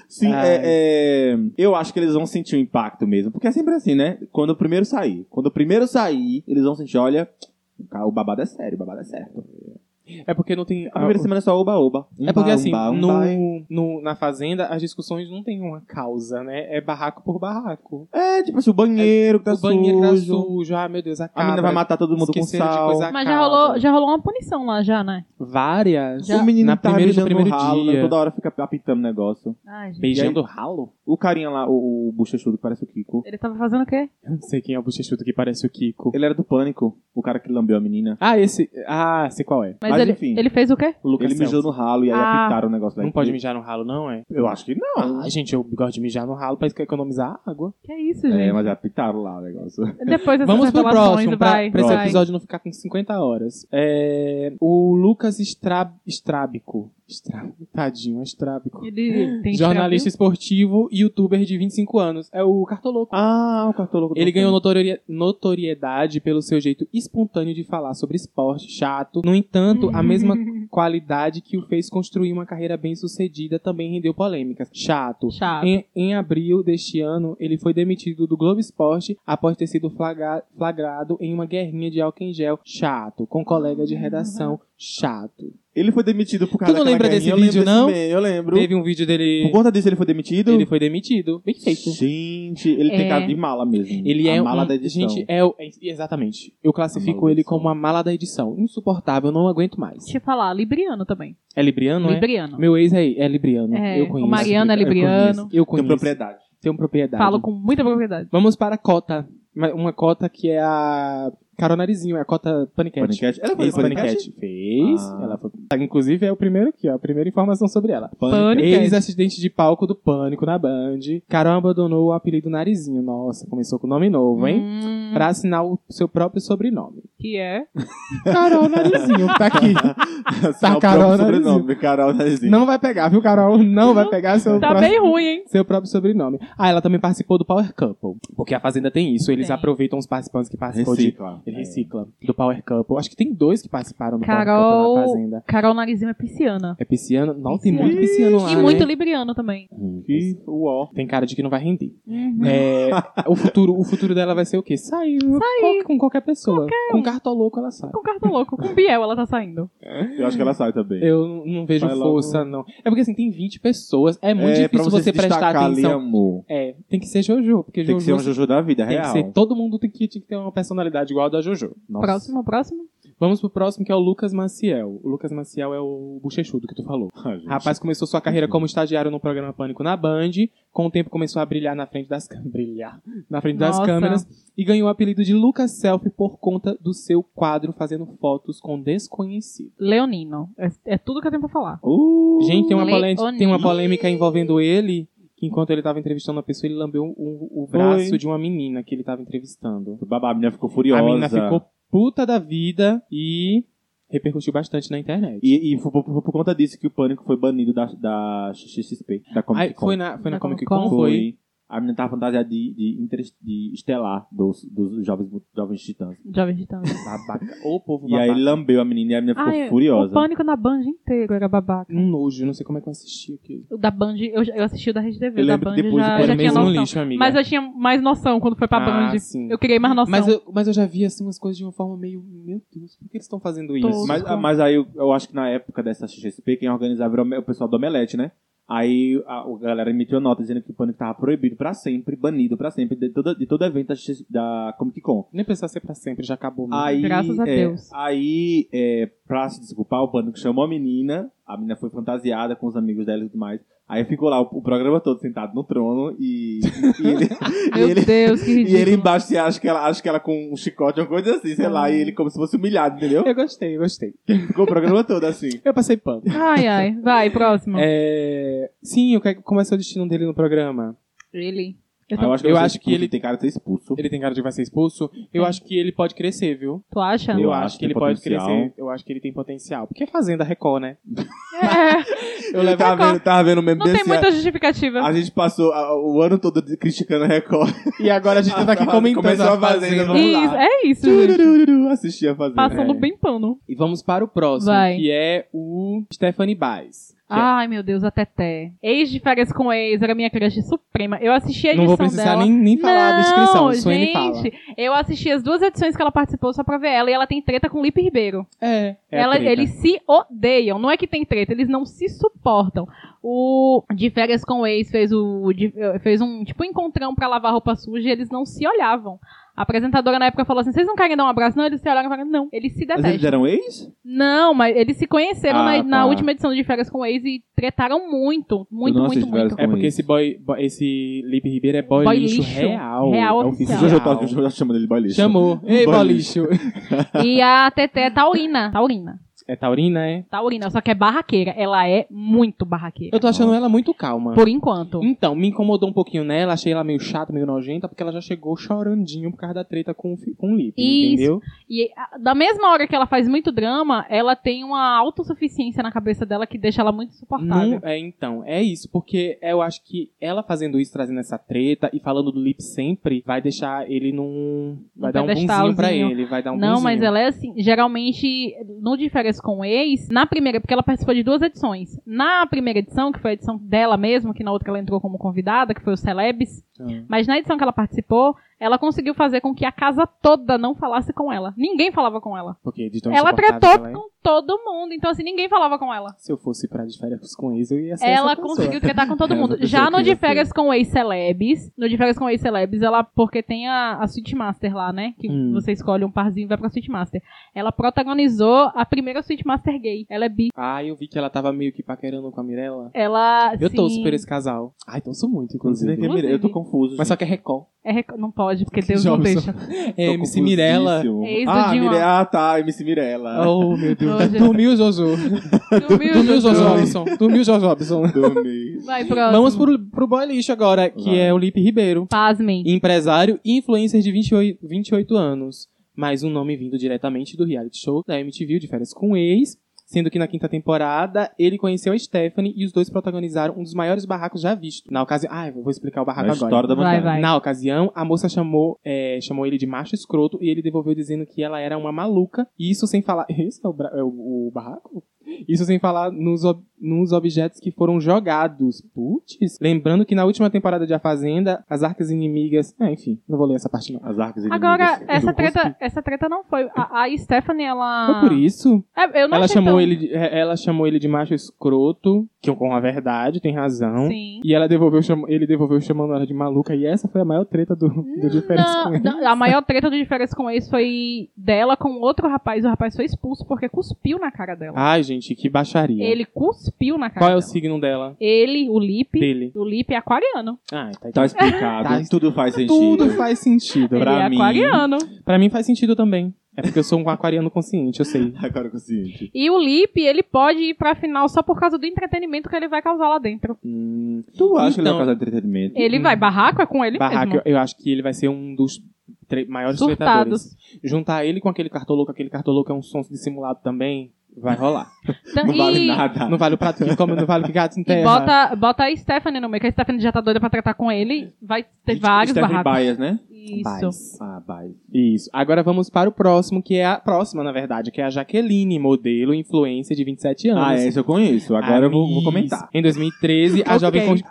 Speaker 2: Sim,
Speaker 3: Ai.
Speaker 2: é, é, eu acho que eles vão sentir o impacto mesmo. Porque é sempre assim, né? Quando o primeiro sair. Quando o primeiro sair, eles vão sentir, olha, o babado é sério, o babado é certo.
Speaker 3: É porque não tem.
Speaker 2: A primeira semana é só oba-oba. um
Speaker 3: É porque assim,
Speaker 2: Umba, umba, umba, hein?
Speaker 3: no, no- na fazenda, as discussões não tem uma causa, né? É barraco por barraco.
Speaker 2: É, tipo assim, o banheiro que tá
Speaker 3: o banheiro tá
Speaker 2: sujo.
Speaker 3: sujo, ah, meu Deus, a
Speaker 2: A menina vai matar todo mundo com
Speaker 3: Esqueceram de
Speaker 2: sal.
Speaker 3: coisar.
Speaker 4: Mas já
Speaker 3: Acaba.
Speaker 4: rolou, já rolou uma punição lá, já, né?
Speaker 3: Várias.
Speaker 2: O menino
Speaker 3: na
Speaker 2: tá
Speaker 3: primeira, no
Speaker 2: beijando
Speaker 3: primeiro
Speaker 2: o ralo, né?
Speaker 3: dia.
Speaker 2: Toda hora fica apitando o negócio.
Speaker 4: Ai, gente.
Speaker 3: Beijando ralo?
Speaker 2: O carinha lá, o, o bochechudo que parece o Kiko.
Speaker 4: Ele tava fazendo o quê?
Speaker 3: Eu não sei quem é o bochechudo que parece o Kiko.
Speaker 2: Ele era do Pânico, o cara que lambeu a menina.
Speaker 3: Ah, esse. Ah, sei qual é.
Speaker 4: Mas,
Speaker 2: Mas,
Speaker 4: ele,
Speaker 2: enfim.
Speaker 4: ele fez o quê?
Speaker 2: O Luca, ele
Speaker 3: Esse é
Speaker 2: mijou
Speaker 3: o-
Speaker 2: no ralo e aí
Speaker 4: Ah.
Speaker 2: apitaram o negócio lá.
Speaker 3: Não pode mijar no ralo, não, é?
Speaker 2: Eu acho que não.
Speaker 3: Ah, gente, eu gosto de mijar no ralo pra economizar água.
Speaker 4: Que isso, gente?
Speaker 2: é, mas apitaram lá o negócio.
Speaker 4: Depois dessas
Speaker 3: Vamos pro
Speaker 4: revelações,
Speaker 3: próximo, pra,
Speaker 4: vai.
Speaker 3: pra esse
Speaker 4: vai.
Speaker 3: episódio não ficar com 50 horas. É, o Lucas Estra, Estrábico. Estra- tadinho, é Estrábico.
Speaker 4: Ele tem
Speaker 3: Jornalista esportivo e youtuber de 25 anos. É o Cartoloco.
Speaker 2: Ah, o cartoloco. do
Speaker 3: Ele ganhou
Speaker 2: filme.
Speaker 3: notoria- notoriedade pelo seu jeito espontâneo de falar sobre esporte, chato. No entanto, a mesma qualidade que o fez construir uma carreira bem sucedida também rendeu polêmicas. Chato.
Speaker 4: [LAUGHS] Chato.
Speaker 3: Em, em abril deste ano, ele foi demitido do Globo Esporte após ter sido flagra- flagrado em uma guerrinha de álcool em gel chato, com colega de redação chato.
Speaker 2: Ele foi demitido por causa
Speaker 3: Tu não
Speaker 2: daquela
Speaker 3: lembra desse
Speaker 2: guerrinha,
Speaker 3: vídeo,
Speaker 2: eu lembro
Speaker 3: não?
Speaker 2: desse meme, eu lembro.
Speaker 3: Teve um vídeo
Speaker 2: Por
Speaker 3: dele.
Speaker 2: conta disso, ele foi demitido?
Speaker 3: Ele foi demitido. Bem feito.
Speaker 2: Gente, ele
Speaker 4: É.
Speaker 2: tem cara de mala mesmo.
Speaker 3: Ele
Speaker 2: a
Speaker 3: é
Speaker 2: mala
Speaker 3: um,
Speaker 2: da edição.
Speaker 3: Gente, é, o- é- exatamente. Eu
Speaker 2: A
Speaker 3: classifico
Speaker 2: mala da
Speaker 3: ele
Speaker 2: edição.
Speaker 3: como a mala da edição. Insuportável, não aguento mais.
Speaker 4: Deixa eu falar, Libriano também.
Speaker 3: É libriano, é?
Speaker 4: libriano.
Speaker 3: Meu ex é, é libriano.
Speaker 4: É,
Speaker 3: eu conheço.
Speaker 4: o Mariano é
Speaker 2: eu
Speaker 4: libriano.
Speaker 2: Tem
Speaker 3: Eu conheço.
Speaker 2: propriedade.
Speaker 3: Tenho propriedade.
Speaker 4: Falo com muita propriedade.
Speaker 3: Vamos para a cota. Uma- Uma cota que é a Carol Narizinho, é a cota Paniquete.
Speaker 2: Paniquete? Ela foi
Speaker 3: Fez
Speaker 2: paniquete?
Speaker 3: Paniquete. Fez.
Speaker 2: Ah.
Speaker 3: Ela foi... Inclusive, é o primeiro aqui, ó. A primeira informação sobre ela.
Speaker 4: Paniquete.
Speaker 3: Ex-assistente de palco do Pânico na Band. Carol abandonou o apelido Narizinho. Nossa, começou com nome novo, hein?
Speaker 4: Hum,
Speaker 3: Pra assinar o seu próprio sobrenome.
Speaker 4: que é.
Speaker 3: Carol Narizinho, tá aqui.
Speaker 2: [LAUGHS] Tá
Speaker 3: Tá,
Speaker 2: o
Speaker 3: Carol
Speaker 2: próprio sobrenome, Carol Narizinho.
Speaker 3: Não vai pegar, viu, Carol? Não vai pegar seu
Speaker 4: Tá
Speaker 3: próximo-
Speaker 4: bem ruim, hein?
Speaker 3: seu próprio sobrenome. Ah, ela também participou do Power Couple. Porque a Fazenda tem isso. Eles
Speaker 4: Tem.
Speaker 3: aproveitam os participantes que participam de
Speaker 2: Recicla.
Speaker 3: Ele
Speaker 2: É.
Speaker 3: recicla. Do Power Couple. Acho que tem dois que participaram do Power
Speaker 4: Carol-
Speaker 3: Couple na Fazenda.
Speaker 4: Carol Narizinho é pisciana.
Speaker 3: É pisciano. Não, tem
Speaker 4: Pisciano.
Speaker 3: muito pisciano lá,
Speaker 4: e muito
Speaker 3: né?
Speaker 4: libriano também.
Speaker 2: Que uó.
Speaker 3: Tem cara de que não vai render.
Speaker 4: Uhum.
Speaker 3: É, o, futuro, o futuro dela vai ser o quê? Sair, qual- com qualquer um. pessoa. Com cartoloco ela sai.
Speaker 4: Com cartão louco. Com Biel ela tá saindo.
Speaker 2: Eu acho que ela sai também.
Speaker 3: Eu não vejo
Speaker 2: Vai logo.
Speaker 3: força, não. É porque assim, tem 20 pessoas. É muito
Speaker 2: pra
Speaker 3: difícil você
Speaker 2: se
Speaker 3: prestar
Speaker 2: destacar ali,
Speaker 3: atenção.
Speaker 2: amor.
Speaker 3: é, tem que ser Jojo. Porque
Speaker 2: Tem que
Speaker 3: Jojo
Speaker 2: ser um Jojo da vida,
Speaker 3: tem que
Speaker 2: real.
Speaker 3: ser- Todo mundo tem que, tem que ter uma personalidade igual a da Jojo.
Speaker 2: Nossa.
Speaker 4: Próximo, próximo.
Speaker 3: Vamos pro próximo, que é o Lucas Maciel. O Lucas Maciel é o bochechudo que tu falou.
Speaker 2: Ah, [LAUGHS] gente.
Speaker 3: Rapaz começou sua carreira como estagiário no programa Pânico na Band. Com o tempo começou a brilhar na frente das câmeras. Brilhar. Na frente das
Speaker 4: Nossa.
Speaker 3: câmeras. E ganhou o apelido de Lucas Selfie por conta do seu quadro fazendo fotos com desconhecidos.
Speaker 4: Leonino. É, é tudo que eu tenho pra falar.
Speaker 2: Uh,
Speaker 3: Gente, tem uma,
Speaker 4: Leonino.
Speaker 3: polêmica, tem uma polêmica envolvendo ele, que enquanto ele tava entrevistando uma pessoa, ele lambeu um, o, o braço
Speaker 2: Oi.
Speaker 3: de uma menina que ele tava entrevistando.
Speaker 2: babá, a menina ficou furiosa.
Speaker 3: um A menina ficou puta da vida e repercutiu bastante na internet.
Speaker 2: E, e foi, por- foi por conta disso que o Pânico foi banido da, da XXXP, da Comic
Speaker 3: Aí,
Speaker 2: Con.
Speaker 3: foi na, foi na
Speaker 4: Da
Speaker 3: Comic
Speaker 4: Comic
Speaker 3: Con,
Speaker 4: Con.
Speaker 3: foi.
Speaker 2: A menina tava fantasiada de, de, inter- de estelar dos, dos jovens, jovens titãs.
Speaker 4: Jovem de Titãs.
Speaker 3: Babaca. Ô, povo
Speaker 2: E aí
Speaker 3: babaca.
Speaker 2: ele lambeu a menina e a menina ficou
Speaker 4: Ai,
Speaker 2: furiosa.
Speaker 4: O pânico na Band inteiro era babaca.
Speaker 3: Um nojo, não sei como é que eu assisti aquilo.
Speaker 4: O da Band, eu, já- eu assisti o da Rede TV.
Speaker 2: Eu
Speaker 4: O da
Speaker 2: lembro
Speaker 4: Band
Speaker 2: que depois
Speaker 4: já,
Speaker 2: do
Speaker 4: Ah, já
Speaker 3: Era
Speaker 4: tinha
Speaker 3: mesmo
Speaker 4: noção.
Speaker 3: lixo, amiga.
Speaker 4: Mas eu tinha mais noção quando foi pra
Speaker 3: ah,
Speaker 4: Band.
Speaker 3: sim.
Speaker 4: Eu criei mais noção.
Speaker 3: Mas eu, mas eu já vi assim umas coisas de uma forma meio. Meu Deus, por que eles estão fazendo isso? ah,
Speaker 4: Todos.
Speaker 2: Mas,
Speaker 4: com-
Speaker 2: mas aí eu, eu acho que na época dessa XXP, quem organizava era o me- o pessoal do Omelete, né? Aí a, a galera emitiu a nota dizendo que o pânico tava proibido pra sempre, banido pra sempre, de, toda, de todo evento da, XXP da Comic Con.
Speaker 3: Nem precisava ser pra sempre, já acabou mesmo.
Speaker 2: Aí,
Speaker 4: Graças a
Speaker 2: é,
Speaker 4: Deus.
Speaker 2: Aí, é, pra se desculpar, o pânico chamou a menina, a menina foi fantasiada com os amigos dela e tudo mais. Aí ficou lá o, o programa todo sentado no trono e, e ele, e
Speaker 4: [LAUGHS] Meu
Speaker 2: ele-
Speaker 4: Deus,
Speaker 2: [LAUGHS]
Speaker 4: que
Speaker 2: e
Speaker 4: ridículo.
Speaker 2: ele embaixo se acha que ela acha que ela com um chicote, uma coisa assim, sei lá, e ele como se fosse humilhado,
Speaker 4: [LAUGHS]
Speaker 2: entendeu?
Speaker 3: Eu gostei, eu gostei.
Speaker 2: Ficou o programa todo assim.
Speaker 3: Eu passei pano.
Speaker 4: Ai, ai. Vai, próximo.
Speaker 3: É... Sim, eu quero... como vai ser o destino dele no programa?
Speaker 4: Ele.
Speaker 2: Ah, Eu acho que,
Speaker 3: Eu
Speaker 2: vai ser
Speaker 3: acho que
Speaker 2: expulso,
Speaker 3: ele-
Speaker 2: tem cara de ser expulso.
Speaker 3: Ele tem cara de que vai ser expulso.
Speaker 4: É.
Speaker 3: Eu acho que ele pode crescer, viu?
Speaker 4: Tu acha?
Speaker 2: Eu
Speaker 3: Eu, acho,
Speaker 2: acho,
Speaker 3: que
Speaker 2: tem
Speaker 3: ele pode
Speaker 2: potencial.
Speaker 3: crescer. Eu acho que ele tem potencial. Porque é Fazenda Record, né?
Speaker 4: [LAUGHS] É,
Speaker 2: Eu lembro- tava vendo, tava vendo o meme
Speaker 4: não tem
Speaker 3: assim,
Speaker 2: desse.
Speaker 4: muita justificativa.
Speaker 2: A gente passou a- o ano todo de- criticando a Record.
Speaker 3: E agora a gente tá aqui comentando
Speaker 2: Começou
Speaker 3: a
Speaker 2: a Fazenda,
Speaker 3: Fazenda.
Speaker 2: Ah, vamos lá.
Speaker 4: Isso, é
Speaker 2: [LAUGHS]
Speaker 4: isso, gente.
Speaker 2: Assistia a fazer.
Speaker 4: Passando
Speaker 3: É.
Speaker 4: bem pano.
Speaker 3: E vamos para o próximo,
Speaker 4: Vai. Ah,
Speaker 3: que é o Stephanie Baez. que é-
Speaker 4: Ai, meu Deus, a Teté. Ex de férias com ex, era minha crush suprema. Eu assisti a
Speaker 3: é...
Speaker 4: edição
Speaker 3: Não vou precisar
Speaker 4: dela.
Speaker 3: nem, nem falar
Speaker 4: não,
Speaker 3: a descrição. O Suene
Speaker 4: gente,
Speaker 3: fala.
Speaker 4: eu assisti as duas edições que ela participou só pra ver ela e ela tem treta com o Lipe Ribeiro.
Speaker 3: É, é a
Speaker 4: Ela-
Speaker 3: treta.
Speaker 4: eles se odeiam, não é que tem treta, eles não se suportam. O de férias com o ex fez o de- fez um tipo encontrão pra lavar roupa suja e eles não se olhavam. A apresentadora na época falou assim: "Vocês não querem dar um abraço?" Não, eles se olharam e falaram: "Não, eles se
Speaker 2: Mas
Speaker 4: detestam".
Speaker 2: eles eram ex?
Speaker 4: Não, mas eles se conheceram
Speaker 2: Ah,
Speaker 4: na, na
Speaker 2: tá.
Speaker 4: última edição de Férias com o Ex e tretaram muito, muito,
Speaker 2: Eu não
Speaker 4: muito,
Speaker 2: assisto Férias
Speaker 4: muito.
Speaker 2: com
Speaker 3: É porque
Speaker 2: ex.
Speaker 3: esse boy, boy- esse Lipe Ribeiro é boy,
Speaker 4: Boy
Speaker 3: lixo,
Speaker 4: lixo.
Speaker 3: real.
Speaker 4: Real
Speaker 3: é
Speaker 2: Esse
Speaker 4: oficial.
Speaker 3: oficial.
Speaker 2: Jojo Tóquio, eu já chamo dele boy lixo.
Speaker 3: Chamou. Ei,
Speaker 2: Boy
Speaker 3: boy
Speaker 2: lixo.
Speaker 3: lixo.
Speaker 4: E a Tete é taurina, taurina,
Speaker 3: É Taurina, é?
Speaker 4: taurina, só que é barraqueira. Ela é muito barraqueira,
Speaker 3: Eu tô achando ela muito calma.
Speaker 4: por enquanto.
Speaker 3: Então, me incomodou um pouquinho nela, achei ela meio chata, meio nojenta, porque ela já chegou chorandinho por causa da treta com, o fi- com o Lipe,
Speaker 4: Isso.
Speaker 3: entendeu?
Speaker 4: E a- da mesma hora que ela faz muito drama, ela tem uma autossuficiência na cabeça dela que deixa ela muito insuportável.
Speaker 3: Não, é, então, é isso, porque eu acho que ela fazendo isso, trazendo essa treta e falando do Lipe sempre, vai deixar ele num. Vai
Speaker 4: Um
Speaker 3: dar um bonzinho
Speaker 4: pedestalzinho.
Speaker 3: pra ele, vai dar um
Speaker 4: Não,
Speaker 3: bonzinho.
Speaker 4: mas ela é assim. Geralmente, no de férias com o ex, na primeira, porque ela participou de duas edições. Na primeira edição, que foi a edição dela mesmo, que na outra ela entrou como convidada, que foi o Celebs,
Speaker 3: Ah.
Speaker 4: Mas na edição que ela participou, ela conseguiu fazer com que a casa toda não falasse com ela. Ninguém falava com ela.
Speaker 3: Porque de tão
Speaker 4: ela
Speaker 3: insuportável
Speaker 4: tretou
Speaker 3: que ela é.
Speaker 4: com todo mundo, então assim, ninguém falava com ela.
Speaker 3: Se eu fosse pra de férias com eles, eu ia ser
Speaker 4: Ela
Speaker 3: é essa pessoa.
Speaker 4: conseguiu tretar com todo
Speaker 3: Essa
Speaker 4: mundo.
Speaker 3: pessoa
Speaker 4: Já
Speaker 3: que
Speaker 4: no
Speaker 3: ia
Speaker 4: de
Speaker 3: ser.
Speaker 4: férias com o ex-celebs, no de férias com o ex-celebs, ela, porque tem a, a Suite Master lá, né? Que
Speaker 3: Hum.
Speaker 4: você escolhe um parzinho e vai pra Suite Master. Ela protagonizou a primeira Suite Master gay. Ela é bi.
Speaker 3: Ah, eu vi que ela tava meio que paquerando com a Mirella.
Speaker 4: Ela.
Speaker 3: Eu
Speaker 4: sim,
Speaker 3: torço por esse casal. Ai, torço muito,
Speaker 2: Eu não sei nem
Speaker 3: inclusive.
Speaker 2: quem é Mirella, Eu tô
Speaker 4: Inclusive.
Speaker 2: confuso.
Speaker 3: Mas só que é Record.
Speaker 4: é rec- Não
Speaker 3: [LAUGHS]
Speaker 4: pode, porque Deus
Speaker 3: Jobson.
Speaker 4: não deixa.
Speaker 3: É MC Mirella.
Speaker 4: Ex do
Speaker 2: Ah,
Speaker 4: Dinho, ó.
Speaker 2: Mire... ah, tá, MC Mirella.
Speaker 3: Oh, meu Deus.
Speaker 4: Oh, Jesus.
Speaker 3: Dormiu, Josu. Dormiu, Josu Robson. Dormiu, Josu Robson.
Speaker 2: Dormi.
Speaker 4: Vai, próximo.
Speaker 3: Vamos pro, pro boy lixo agora, que
Speaker 2: Vai.
Speaker 3: é o Lipe Ribeiro.
Speaker 4: Pasmem.
Speaker 3: Empresário e influencer de 28, 28 anos. Mais um nome vindo diretamente do reality show da MTV, de férias com ex. Sendo que na quinta temporada, ele conheceu a Stephanie e os dois protagonizaram um dos maiores barracos já visto. Na ocasião... Ah, eu vou explicar o barraco
Speaker 2: Na
Speaker 3: [LAUGHS] agora.
Speaker 2: história da
Speaker 4: Vai,
Speaker 2: vontade.
Speaker 4: vai.
Speaker 3: Na ocasião, a moça chamou, é, chamou ele de macho escroto e ele devolveu dizendo que ela [LAUGHS] era uma maluca. E isso sem falar. Esse é o, bra- é o- o barraco? Isso sem falar nos, ob- nos objetos que foram jogados. Putz. Lembrando que na última temporada de A Fazenda, as arcas inimigas. Ah, enfim, não vou ler essa parte não.
Speaker 2: As arcas inimigas.
Speaker 4: Agora, essa
Speaker 2: Eu consegui.
Speaker 4: treta, essa treta não foi. A, a Stephanie, ela.
Speaker 3: Foi por isso
Speaker 4: É, Ah. eu não
Speaker 3: Ela
Speaker 4: achei
Speaker 3: chamou,
Speaker 4: tão-
Speaker 3: ele, de- é, ela chamou ele de macho escroto, que é com a verdade, tem razão.
Speaker 4: Sim.
Speaker 3: E ela devolveu, cham- ele devolveu chamando ela de maluca. E essa foi a maior treta do, do diferença
Speaker 4: Não,
Speaker 3: com ele.
Speaker 4: não, a maior treta do diferença com ex foi dela com outro rapaz. O rapaz foi expulso porque cuspiu na cara
Speaker 2: Ah,
Speaker 4: dela.
Speaker 3: Ai, gente, que
Speaker 2: é.
Speaker 3: baixaria.
Speaker 4: Ele cuspiu na cara
Speaker 3: Qual é o
Speaker 4: dela.
Speaker 3: signo dela?
Speaker 4: Ele, o Lipe.
Speaker 3: Dele.
Speaker 4: O Lipe é aquariano.
Speaker 3: Ah, tá,
Speaker 2: Tá explicado.
Speaker 3: Tá.
Speaker 2: Tudo faz sentido.
Speaker 3: Tudo faz sentido.
Speaker 2: Pra
Speaker 3: Pra,
Speaker 4: ele é
Speaker 2: mim-
Speaker 4: aquariano.
Speaker 3: pra mim faz sentido também. É porque eu sou um aquariano consciente, eu sei.
Speaker 2: [LAUGHS] Agora consciente.
Speaker 4: E o Lipe, ele pode ir pra final só por causa do entretenimento que ele vai causar lá dentro.
Speaker 3: Hum,
Speaker 2: Tu acha que ele é
Speaker 3: Então-
Speaker 2: por causa de entretenimento?
Speaker 4: Ele
Speaker 3: Hum.
Speaker 4: vai, barraco é com ele
Speaker 3: barraco, eu,
Speaker 4: mesmo.
Speaker 3: eu acho que ele vai ser um dos tre- maiores tretadores.
Speaker 4: Surtados.
Speaker 3: Juntar ele com aquele cartoloco, aquele cartoloco é um som dissimulado também, vai rolar.
Speaker 4: Então,
Speaker 2: Não vale
Speaker 4: e-
Speaker 2: nada.
Speaker 3: Não vale o prato que come, não vale o que gato
Speaker 4: E
Speaker 3: enterra.
Speaker 4: bota, bota a Stephanie no meio, que a Stephanie já tá doida pra tratar com ele. Vai ter
Speaker 2: Gente,
Speaker 4: vários
Speaker 2: Stephanie
Speaker 4: barracos.
Speaker 2: Bias, né?
Speaker 4: Isso.
Speaker 2: Ah, Bias.
Speaker 3: Isso. Agora vamos para o próximo, que é a próxima, na verdade, que é a Jaqueline, modelo influencer de 27 anos.
Speaker 2: Ah, essa eu conheço. Agora eu vou, vou
Speaker 3: Miss.
Speaker 2: comentar.
Speaker 3: Em 2013, a
Speaker 2: Ok.
Speaker 3: jovem con-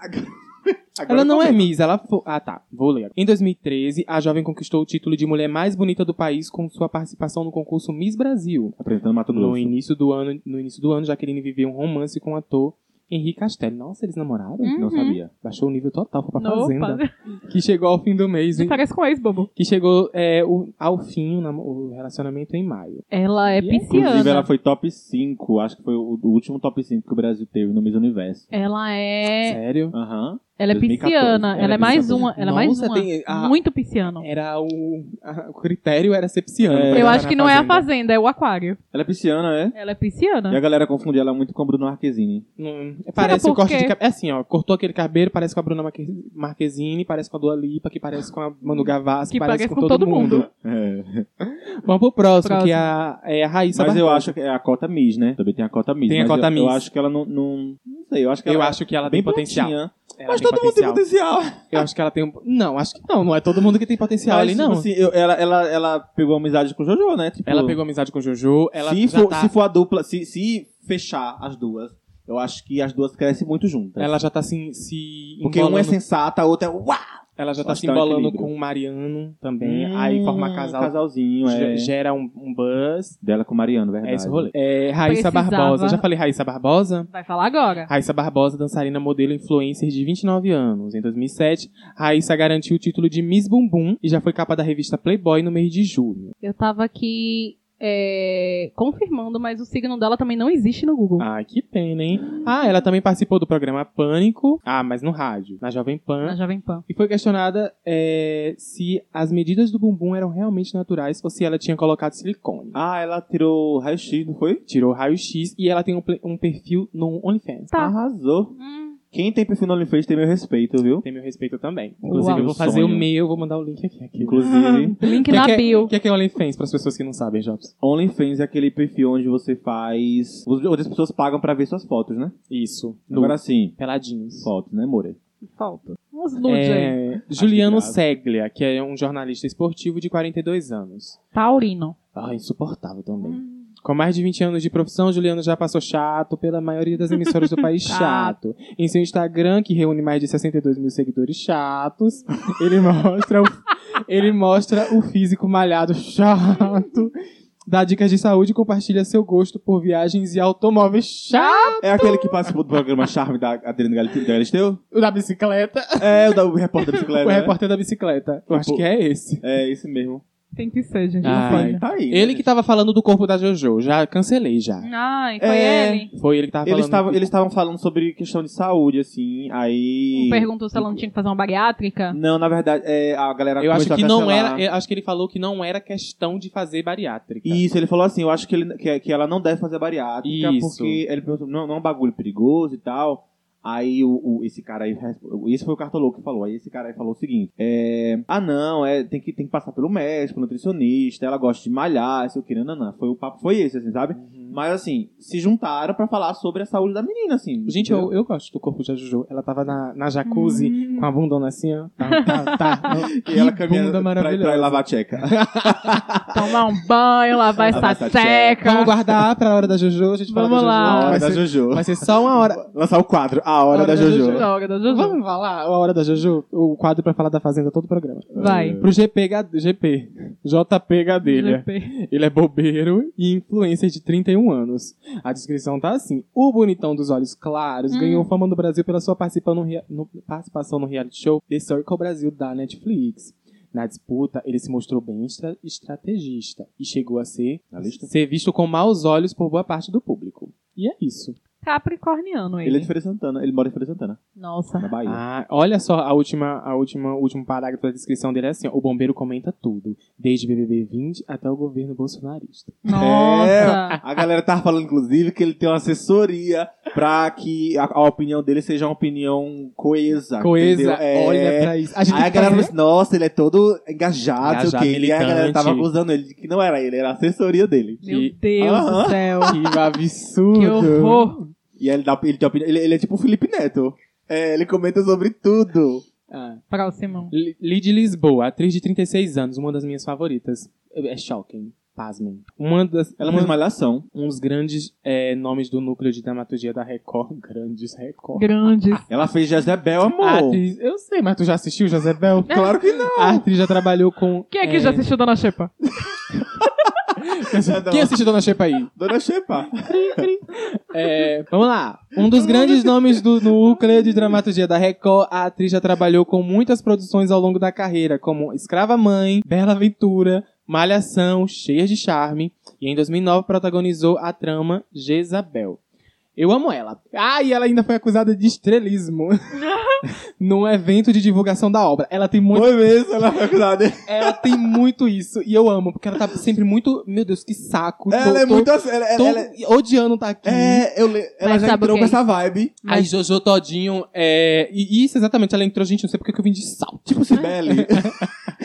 Speaker 2: Agora
Speaker 3: Ela
Speaker 2: eu
Speaker 3: não é
Speaker 2: comento.
Speaker 3: Miss, ela foi. Ah, tá. Vou ler. Em 2013, a jovem conquistou o título de mulher mais bonita do país com sua participação no concurso Miss Brasil.
Speaker 2: Apresentando Mato
Speaker 3: No
Speaker 2: Grosso.
Speaker 3: início do ano, no início do ano, Jaqueline viveu um romance com o ator Henrique Castelli. Nossa, eles namoraram?
Speaker 4: Hum.
Speaker 2: Não
Speaker 4: Uhum.
Speaker 2: sabia.
Speaker 3: Baixou o nível total, foi pra
Speaker 2: Tá
Speaker 3: fazenda.
Speaker 4: [LAUGHS] Opa,
Speaker 3: Que chegou ao fim do mês, hein?
Speaker 4: parece com ex, bobo.
Speaker 3: Que chegou é, o- ao fim o namo- o relacionamento em maio.
Speaker 4: Ela é
Speaker 3: E,
Speaker 4: pisciana.
Speaker 2: Inclusive, ela foi top 5. Acho que foi o, o último top 5 que o Brasil teve no Miss Universo.
Speaker 4: Ela é.
Speaker 3: Sério?
Speaker 2: Aham.
Speaker 4: Ela é
Speaker 2: 2014,
Speaker 4: pisciana.
Speaker 2: ela
Speaker 4: Ela
Speaker 2: é
Speaker 4: é mais
Speaker 2: pisciana.
Speaker 4: uma. Ela é mais
Speaker 3: Nossa,
Speaker 4: uma.
Speaker 3: tem- a-
Speaker 4: Muito pisciano.
Speaker 3: Era o. a- o critério era ser pisciano.
Speaker 2: É,
Speaker 4: Eu
Speaker 3: Era
Speaker 4: acho
Speaker 3: na
Speaker 4: que não é a
Speaker 3: Fazenda.
Speaker 4: fazenda, é o aquário.
Speaker 2: Ela é pisciana, é?
Speaker 4: Ela
Speaker 2: E
Speaker 4: é
Speaker 2: a
Speaker 4: pisciana.
Speaker 2: galera confunde ela muito com a Bruno Marquezine.
Speaker 3: Não, parece o
Speaker 4: por
Speaker 3: corte
Speaker 4: quê?
Speaker 3: de cabelo. É assim, ó. Cortou aquele cabelo, parece com a Bruna Marque- Marquezine, parece com a Dua Lipa, que parece com a Manu Gavassi,
Speaker 4: Que
Speaker 3: parece com, todo mundo.
Speaker 2: É.
Speaker 3: Vamos pro próximo,
Speaker 4: Próximo.
Speaker 3: que é a, é a Raíssa
Speaker 2: Mas eu
Speaker 3: Barbosa.
Speaker 2: acho que é a cota Miss, né? Também tem a cota Miss.
Speaker 3: Tem a
Speaker 2: mas
Speaker 3: cota
Speaker 2: eu, Eu
Speaker 3: Miss.
Speaker 2: acho que ela não. Não, não sei, eu acho que
Speaker 3: Eu
Speaker 2: ela
Speaker 3: acho que ela
Speaker 2: é
Speaker 3: tem
Speaker 2: bem
Speaker 3: potencial.
Speaker 2: prontinha.
Speaker 3: Ela
Speaker 2: Mas
Speaker 3: tem
Speaker 2: todo mundo tem potencial.
Speaker 3: Eu acho que ela tem um. Não, acho que não. Não é todo mundo que tem potencial
Speaker 2: Mas,
Speaker 3: ali,
Speaker 2: tipo
Speaker 3: não.
Speaker 2: assim, eu- ela, ela, ela pegou amizade com o Jojo, né? Tipo,
Speaker 3: Ela pegou amizade com o Jojo, ela
Speaker 2: se,
Speaker 3: já
Speaker 2: for,
Speaker 3: tá-
Speaker 2: se for a dupla, se, se fechar as duas, eu acho que as duas crescem muito juntas.
Speaker 3: Ela já tá se, se
Speaker 2: Porque
Speaker 3: embolando.
Speaker 2: uma é sensata, a outra é uá!
Speaker 3: Ela já tá
Speaker 2: Acho que
Speaker 3: se
Speaker 2: tá um
Speaker 3: embolando
Speaker 2: equilíbrio.
Speaker 3: com o Mariano também.
Speaker 2: Hum,
Speaker 3: aí forma casal.
Speaker 2: casalzinho, é.
Speaker 3: ge- Gera um, um buzz.
Speaker 2: Dela com o Mariano, verdade.
Speaker 3: É esse rolê. É, Raíssa
Speaker 4: Precisava-
Speaker 3: Barbosa. Já falei Raíssa Barbosa?
Speaker 4: Vai falar agora.
Speaker 3: Raíssa Barbosa, dançarina modelo influencer de 29 anos. Em 2007, Raíssa garantiu o título de Miss Bumbum e já foi capa da revista Playboy no mês de julho.
Speaker 4: Eu tava aqui é, confirmando, mas o signo dela também não existe no Google.
Speaker 3: Ai, que pena, hein? Ah, ela também participou do programa Pânico. Ah, mas no rádio, na Jovem Pan.
Speaker 4: Na Jovem Pan.
Speaker 3: E foi questionada é, se as medidas do bumbum eram realmente naturais ou se ela tinha colocado silicone.
Speaker 2: Ah, ela tirou raio-x, não foi?
Speaker 3: Tirou raio-x e ela tem um, ple- um perfil no OnlyFans.
Speaker 4: Tá.
Speaker 2: Arrasou.
Speaker 4: Hum.
Speaker 2: Quem tem perfil no OnlyFans tem meu respeito, viu?
Speaker 3: Tem meu respeito também. Inclusive,
Speaker 4: Uau.
Speaker 3: eu vou fazer
Speaker 2: Sonho.
Speaker 3: o meu, vou mandar o link aqui.
Speaker 2: [LAUGHS]
Speaker 3: aqui.
Speaker 2: Inclusive,
Speaker 4: Link
Speaker 3: Que
Speaker 4: na
Speaker 3: que é-
Speaker 4: bio.
Speaker 3: O que é, que é OnlyFans, para as pessoas que não sabem, Jobs?
Speaker 2: OnlyFans é aquele perfil onde você faz. onde as pessoas pagam pra ver suas fotos, né?
Speaker 3: Isso.
Speaker 2: Agora sim,
Speaker 3: Peladinhos.
Speaker 2: fotos, né, More?
Speaker 4: Falta. Uns nudes aí.
Speaker 3: É, Juliano
Speaker 2: Acho que
Speaker 3: Seglia, que é um jornalista esportivo de 42 anos.
Speaker 4: Taurino.
Speaker 3: Ah, insuportável também. Com mais de 20 anos de profissão, Juliano já passou chato pela maioria das emissoras do país chato. Em seu Instagram, que reúne mais de 62 mil seguidores chatos, ele mostra o, ele mostra o físico malhado chato, dá dicas de saúde e compartilha seu gosto por viagens e automóveis chato.
Speaker 2: É aquele que participou do programa Charme da Adriana Gal- Galisteu?
Speaker 3: O da bicicleta.
Speaker 2: É, o, da, o repórter da bicicleta.
Speaker 3: [LAUGHS] O
Speaker 2: né?
Speaker 3: repórter da bicicleta. Eu acho que é esse.
Speaker 2: É, esse mesmo.
Speaker 4: Tem que ser, gente.
Speaker 3: Ah,
Speaker 4: não sei.
Speaker 2: Tá aí. né,
Speaker 3: Ele que
Speaker 2: gente?
Speaker 3: tava falando do corpo da Jojo. Já cancelei, já.
Speaker 4: Ai, foi
Speaker 2: É.
Speaker 4: ele.
Speaker 3: Foi ele que tava
Speaker 2: Eles
Speaker 3: tá falando.
Speaker 2: estavam eles estavam falando sobre questão de saúde, assim, aí...
Speaker 4: Perguntou se ela não tinha que fazer
Speaker 3: [LAUGHS]
Speaker 4: uma bariátrica.
Speaker 2: Não, na verdade, é, a galera
Speaker 3: Eu acho
Speaker 2: começou
Speaker 3: que
Speaker 2: a
Speaker 3: não
Speaker 2: cancelar.
Speaker 3: era. eu acho que ele falou que não era questão de fazer bariátrica.
Speaker 2: Isso, ele falou assim, eu acho que, ele, que, que ela não deve fazer bariátrica,
Speaker 3: Isso.
Speaker 2: porque ele perguntou, não, não é um bagulho perigoso e tal. Aí o, o- esse cara aí, resp- esse foi o cartoloco que falou, aí esse cara aí falou o seguinte, é, ah não, é, tem, que,
Speaker 3: Uhum.
Speaker 2: tem que passar pelo médico, nutricionista, ela gosta de malhar, sei o que, não, não, não. Foi, o papo foi esse, assim, sabe? Mas assim, se juntaram pra falar sobre a saúde da menina, assim.
Speaker 3: Gente,
Speaker 2: entendeu?
Speaker 3: eu, eu gosto do corpo da Juju. Ela tava na, na jacuzzi
Speaker 4: Hum.
Speaker 3: com a bundona assim, ó. Tá, tá,
Speaker 2: [LAUGHS]
Speaker 3: tá.
Speaker 2: E ela
Speaker 3: Que
Speaker 2: caminhando pra,
Speaker 3: bunda
Speaker 2: pra ir
Speaker 3: maravilhosa.
Speaker 2: lavar a
Speaker 3: [LAUGHS]
Speaker 2: tcheca.
Speaker 4: Tomar um banho, lavar
Speaker 2: Lavar
Speaker 4: essa
Speaker 2: essa
Speaker 4: seca.
Speaker 3: Vamos guardar pra hora da Juju. A gente fala
Speaker 4: Vamos
Speaker 3: da Juju.
Speaker 4: lá.
Speaker 2: a hora
Speaker 3: Vai,
Speaker 2: da
Speaker 3: ser,
Speaker 2: Jojo.
Speaker 3: vai ser só
Speaker 2: [LAUGHS]
Speaker 3: uma hora.
Speaker 2: Lançar o quadro. A hora, da, Jojo.
Speaker 4: Joga da Juju.
Speaker 3: Vamos falar a hora da Juju? O quadro pra falar da Fazenda todo o programa.
Speaker 4: Vai.
Speaker 3: Pro GP, Ga- GP. JP Gadelha.
Speaker 4: GP.
Speaker 3: Ele é bobeiro e influencer de 31 anos. A descrição tá assim: O bonitão dos olhos claros
Speaker 4: Hum.
Speaker 3: ganhou fama no Brasil pela sua participa- no rea- no- participação no reality show The Circle Brasil da Netflix. Na disputa, ele se mostrou bem estra- estrategista e chegou a ser,
Speaker 2: Na lista?
Speaker 3: ser visto com maus olhos por boa parte do público. E é isso.
Speaker 4: [LAUGHS] Capricorniano ele. É.
Speaker 2: Ele é de Feira de Santana. Ele mora em Feira de Santana,
Speaker 4: Nossa.
Speaker 2: na Bahia.
Speaker 3: Ah, olha só a última, a última, o último parágrafo da descrição dele é assim: ó, o bombeiro comenta tudo, desde BBB 20 até o governo bolsonarista.
Speaker 4: Nossa.
Speaker 2: A galera tava falando, inclusive, que ele tem uma assessoria pra que a, a opinião dele seja uma opinião coesa.
Speaker 3: Coesa,
Speaker 2: entendeu? É.
Speaker 3: olha pra isso. A gente
Speaker 2: Aí a
Speaker 3: tem que
Speaker 2: galera
Speaker 3: fazer-
Speaker 2: falou assim, nossa, ele é todo engajado, sei o
Speaker 3: Engajado,
Speaker 2: quê. E a galera
Speaker 3: militante.
Speaker 2: tava acusando ele de que não era ele, era a assessoria dele.
Speaker 4: Meu Deus
Speaker 2: Aham.
Speaker 4: do céu.
Speaker 3: [LAUGHS] Que absurdo.
Speaker 4: Que horror.
Speaker 2: E aí ele, dá, ele, tem opinião- ele, ele é tipo o Felipe Neto. É, ele comenta sobre tudo.
Speaker 3: Ah,
Speaker 4: Próximo.
Speaker 3: Li- Lid Lisboa, atriz de 36 anos, uma das minhas favoritas. É shocking, pasmem. Uma das,
Speaker 2: Ela
Speaker 3: uma-
Speaker 2: fez malhação.
Speaker 3: um dos grandes eh, nomes do núcleo de dramaturgia da Record. [LAUGHS] Grandes Record.
Speaker 4: Grandes.
Speaker 2: Ela fez Jezebel, amor.
Speaker 3: A atriz, eu sei, mas tu já assistiu, Josebel?
Speaker 2: Claro que não.
Speaker 3: A atriz já trabalhou com... é,
Speaker 4: Quem aqui já assistiu Dona Xepa?
Speaker 2: Não.
Speaker 3: Quem assistiu Dona Xepa aí?
Speaker 2: Dona Xepa.
Speaker 3: É, vamos lá. Um dos grandes nomes do núcleo de dramaturgia da Record, a atriz já trabalhou com muitas produções ao longo da carreira, como Escrava Mãe, Bela Aventura, Malhação, Cheias de Charme, e em 2009 protagonizou a trama Jezabel. Eu amo ela. Ah, e ela ainda foi acusada de estrelismo [LAUGHS] num evento de divulgação da obra. Ela tem [LAUGHS] muito
Speaker 2: Foi mesmo, ela foi acusada.
Speaker 3: ela tem muito isso. E eu amo, porque ela tá sempre muito. Meu Deus, que saco. Tô-
Speaker 2: Ela é
Speaker 3: tô-
Speaker 2: muito... ass- Ela, ela,
Speaker 3: tô
Speaker 2: ela,
Speaker 3: odiando tá aqui.
Speaker 2: é, eu, le- ela
Speaker 4: Mas
Speaker 2: já
Speaker 4: sabe o
Speaker 2: entrou
Speaker 4: que
Speaker 2: com
Speaker 4: é
Speaker 2: essa vibe.
Speaker 3: Aí Jojo Todinho é. E isso, exatamente, ela entrou, gente, não sei porque que eu vim de salto. Tipo,
Speaker 2: Cibele.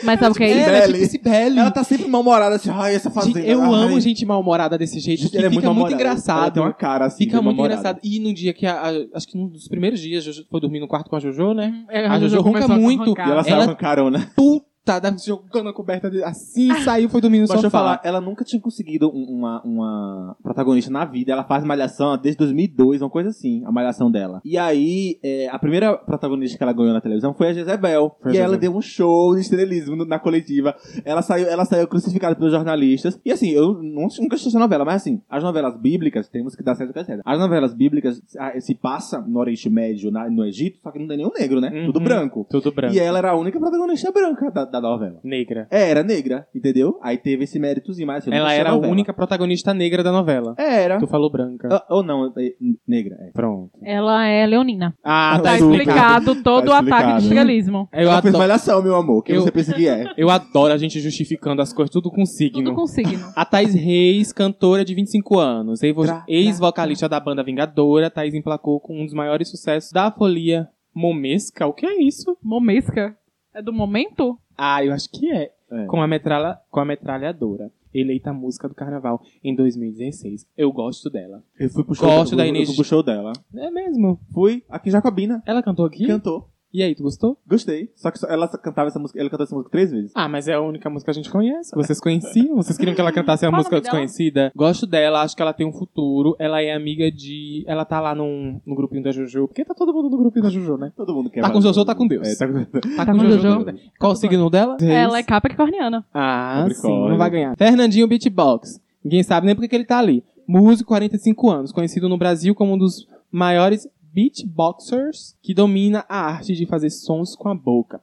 Speaker 4: Mas sabe o que é
Speaker 3: é,
Speaker 4: isso?
Speaker 3: ela é tipo
Speaker 2: Cibele.
Speaker 3: Cibele.
Speaker 2: ela tá sempre mal-humorada, assim, ai, essa fazenda.
Speaker 3: Gente, eu
Speaker 2: ai.
Speaker 3: amo gente mal-humorada desse jeito.
Speaker 2: Gente,
Speaker 3: que
Speaker 2: ela é
Speaker 3: fica muito,
Speaker 2: mal-humorada. Ela
Speaker 3: engraçado.
Speaker 2: tem uma cara assim.
Speaker 3: Fica
Speaker 2: de
Speaker 3: muito
Speaker 2: mal-humorada.
Speaker 3: engraçado. E no dia que a, a- Acho que num dos primeiros dias, Jojo foi dormir no quarto com a Jojo, né?
Speaker 4: É,
Speaker 3: A Jojo
Speaker 4: começou
Speaker 3: ronca
Speaker 4: a
Speaker 3: muito.
Speaker 4: roncar.
Speaker 2: E ela saiu
Speaker 3: Ela-
Speaker 2: com carona.
Speaker 3: Puta, da- jogando a coberta de- assim,
Speaker 4: Ah.
Speaker 3: saiu, foi dormir no
Speaker 2: Mas deixa
Speaker 3: sofá.
Speaker 2: eu falar, ela nunca tinha conseguido um- uma, uma protagonista na vida. Ela faz Malhação desde 2002, uma coisa assim, a Malhação dela. E aí, é, a primeira protagonista que ela ganhou na televisão foi a Jezebel.
Speaker 3: Foi a
Speaker 2: e ela
Speaker 3: Jezebel.
Speaker 2: deu um show de estrelismo no- na coletiva. Ela saiu, ela saiu crucificada pelos jornalistas. E assim, eu não- nunca assisti essa novela, mas assim, as novelas bíblicas, temos que dar certo que é certo. As novelas bíblicas ah, se passa no Oriente Médio, na- no Egito, só que não tem nenhum negro, né?
Speaker 3: Uhum.
Speaker 2: Tudo branco.
Speaker 3: Tudo branco.
Speaker 2: E ela era a única protagonista branca da, da novela.
Speaker 3: Negra.
Speaker 2: É, era negra, entendeu? Aí teve esse méritozinho, mas assim, eu nunca
Speaker 3: Ela
Speaker 2: assisti
Speaker 3: era a
Speaker 2: novela.
Speaker 3: única protagonista negra da novela.
Speaker 2: É, Era.
Speaker 3: Tu falou branca.
Speaker 2: Ah, Ou não, é, negra. É.
Speaker 3: Pronto.
Speaker 4: Ela é leonina.
Speaker 3: Ah,
Speaker 2: Tá
Speaker 4: Tá explicado todo
Speaker 2: Tá
Speaker 4: o ataque
Speaker 2: explicado.
Speaker 4: de estrelismo.
Speaker 3: Eu
Speaker 2: Ela fez
Speaker 3: adoro,
Speaker 2: malhação, meu amor, que
Speaker 3: Eu-
Speaker 2: você pensa que é.
Speaker 3: eu adoro a gente justificando as coisas, tudo com signo.
Speaker 4: Tudo com signo.
Speaker 3: A Thais Reis, cantora de 25 anos, evo-
Speaker 2: Tra, tra,
Speaker 3: ex-vocalista da banda Vingadora, Thais emplacou com um dos maiores sucessos da folia momesca. O que é isso?
Speaker 4: Momesca? É do momento?
Speaker 3: Ah, eu acho que é.
Speaker 2: É.
Speaker 3: Com, a metralha, com a metralhadora. Eleita música do carnaval em 2016. [LAUGHS] Eu gosto dela.
Speaker 2: Eu fui pro
Speaker 3: Gosto da
Speaker 2: eu fui-
Speaker 3: Inês
Speaker 2: Eu fui pro show dela.
Speaker 3: É mesmo?
Speaker 2: Fui aqui em Jacobina,
Speaker 3: Ela cantou aqui?
Speaker 2: cantou.
Speaker 3: E aí, tu gostou?
Speaker 2: Gostei. Só que só- ela só cantava essa música, ela cantou essa música três vezes.
Speaker 3: Ah, mas é a única música que a gente conhece. Vocês conheciam? Vocês queriam que ela cantasse a
Speaker 4: Qual o
Speaker 3: música
Speaker 4: nome dela?
Speaker 3: desconhecida? Gosto dela, acho que ela tem um futuro. Ela é amiga de. Ela tá lá num, no grupinho da Jojo. Porque tá todo mundo no grupinho da Jojo, né?
Speaker 2: Todo mundo quer.
Speaker 3: Tá com
Speaker 2: fazer-
Speaker 3: Jojo, tá com Deus.
Speaker 2: É, tá com Deus.
Speaker 3: Tá,
Speaker 4: Tá
Speaker 3: com
Speaker 4: com
Speaker 3: Jojo.
Speaker 4: Jojo.
Speaker 3: também. Qual o signo dela?
Speaker 4: Ela é capricorniana.
Speaker 3: Ah,
Speaker 2: Capricórnio.
Speaker 3: sim, não vai ganhar. Fernandinho Beatbox. Ninguém sabe nem porque que ele tá ali. Músico, 45 anos, conhecido no Brasil como um dos maiores beatboxers que domina a arte de fazer sons com a boca.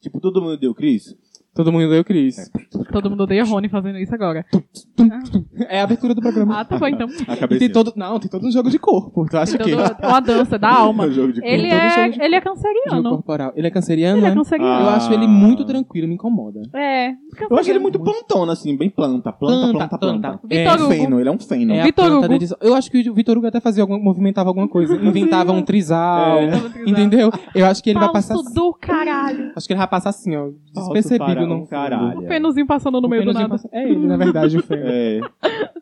Speaker 2: Tipo, todo mundo deu Cris.
Speaker 3: Todo mundo deu Cris.
Speaker 4: Todo mundo odeia Rony fazendo isso agora.
Speaker 3: É a abertura do
Speaker 2: [LAUGHS]
Speaker 3: programa.
Speaker 4: Ah, tá bom então.
Speaker 2: A
Speaker 3: E
Speaker 2: cabeça.
Speaker 3: tem todo, não, tem todo um jogo de corpo. Tu acha
Speaker 4: Então,
Speaker 3: que
Speaker 4: do- uma dança da alma.
Speaker 2: Um [LAUGHS] jogo de
Speaker 4: Ele
Speaker 3: Todo
Speaker 4: é,
Speaker 3: jogo de-
Speaker 4: ele é
Speaker 3: jogo
Speaker 4: canceriano.
Speaker 3: corporal. Ele é canceriano,
Speaker 4: Ele
Speaker 3: né?
Speaker 4: é canceriano.
Speaker 2: Ah.
Speaker 3: Eu acho ele muito tranquilo, me incomoda.
Speaker 4: É.
Speaker 2: Eu acho ele muito plantona, assim, bem planta. Planta, planta, planta.
Speaker 3: É,
Speaker 4: Vitor
Speaker 2: É um
Speaker 4: Hugo.
Speaker 2: feno, ele é um feno.
Speaker 3: é a
Speaker 4: Vitor
Speaker 3: planta
Speaker 4: Hugo.
Speaker 3: da edição. Eu acho que o Vitor Hugo até fazia algum, movimentava
Speaker 2: [LAUGHS]
Speaker 3: alguma coisa. Inventava um trisal.
Speaker 2: É.
Speaker 3: Entendeu? Eu acho que ele vai passar.
Speaker 4: Falso do caralho.
Speaker 3: Acho que ele vai passar assim, ó.
Speaker 2: Falso para
Speaker 3: Despercebido não
Speaker 2: um caralho.
Speaker 4: O pênuzinho passando no meio do
Speaker 3: Menos
Speaker 4: nada.
Speaker 3: impa- É ele, na verdade,
Speaker 2: [LAUGHS]
Speaker 3: o Fênix.
Speaker 2: É,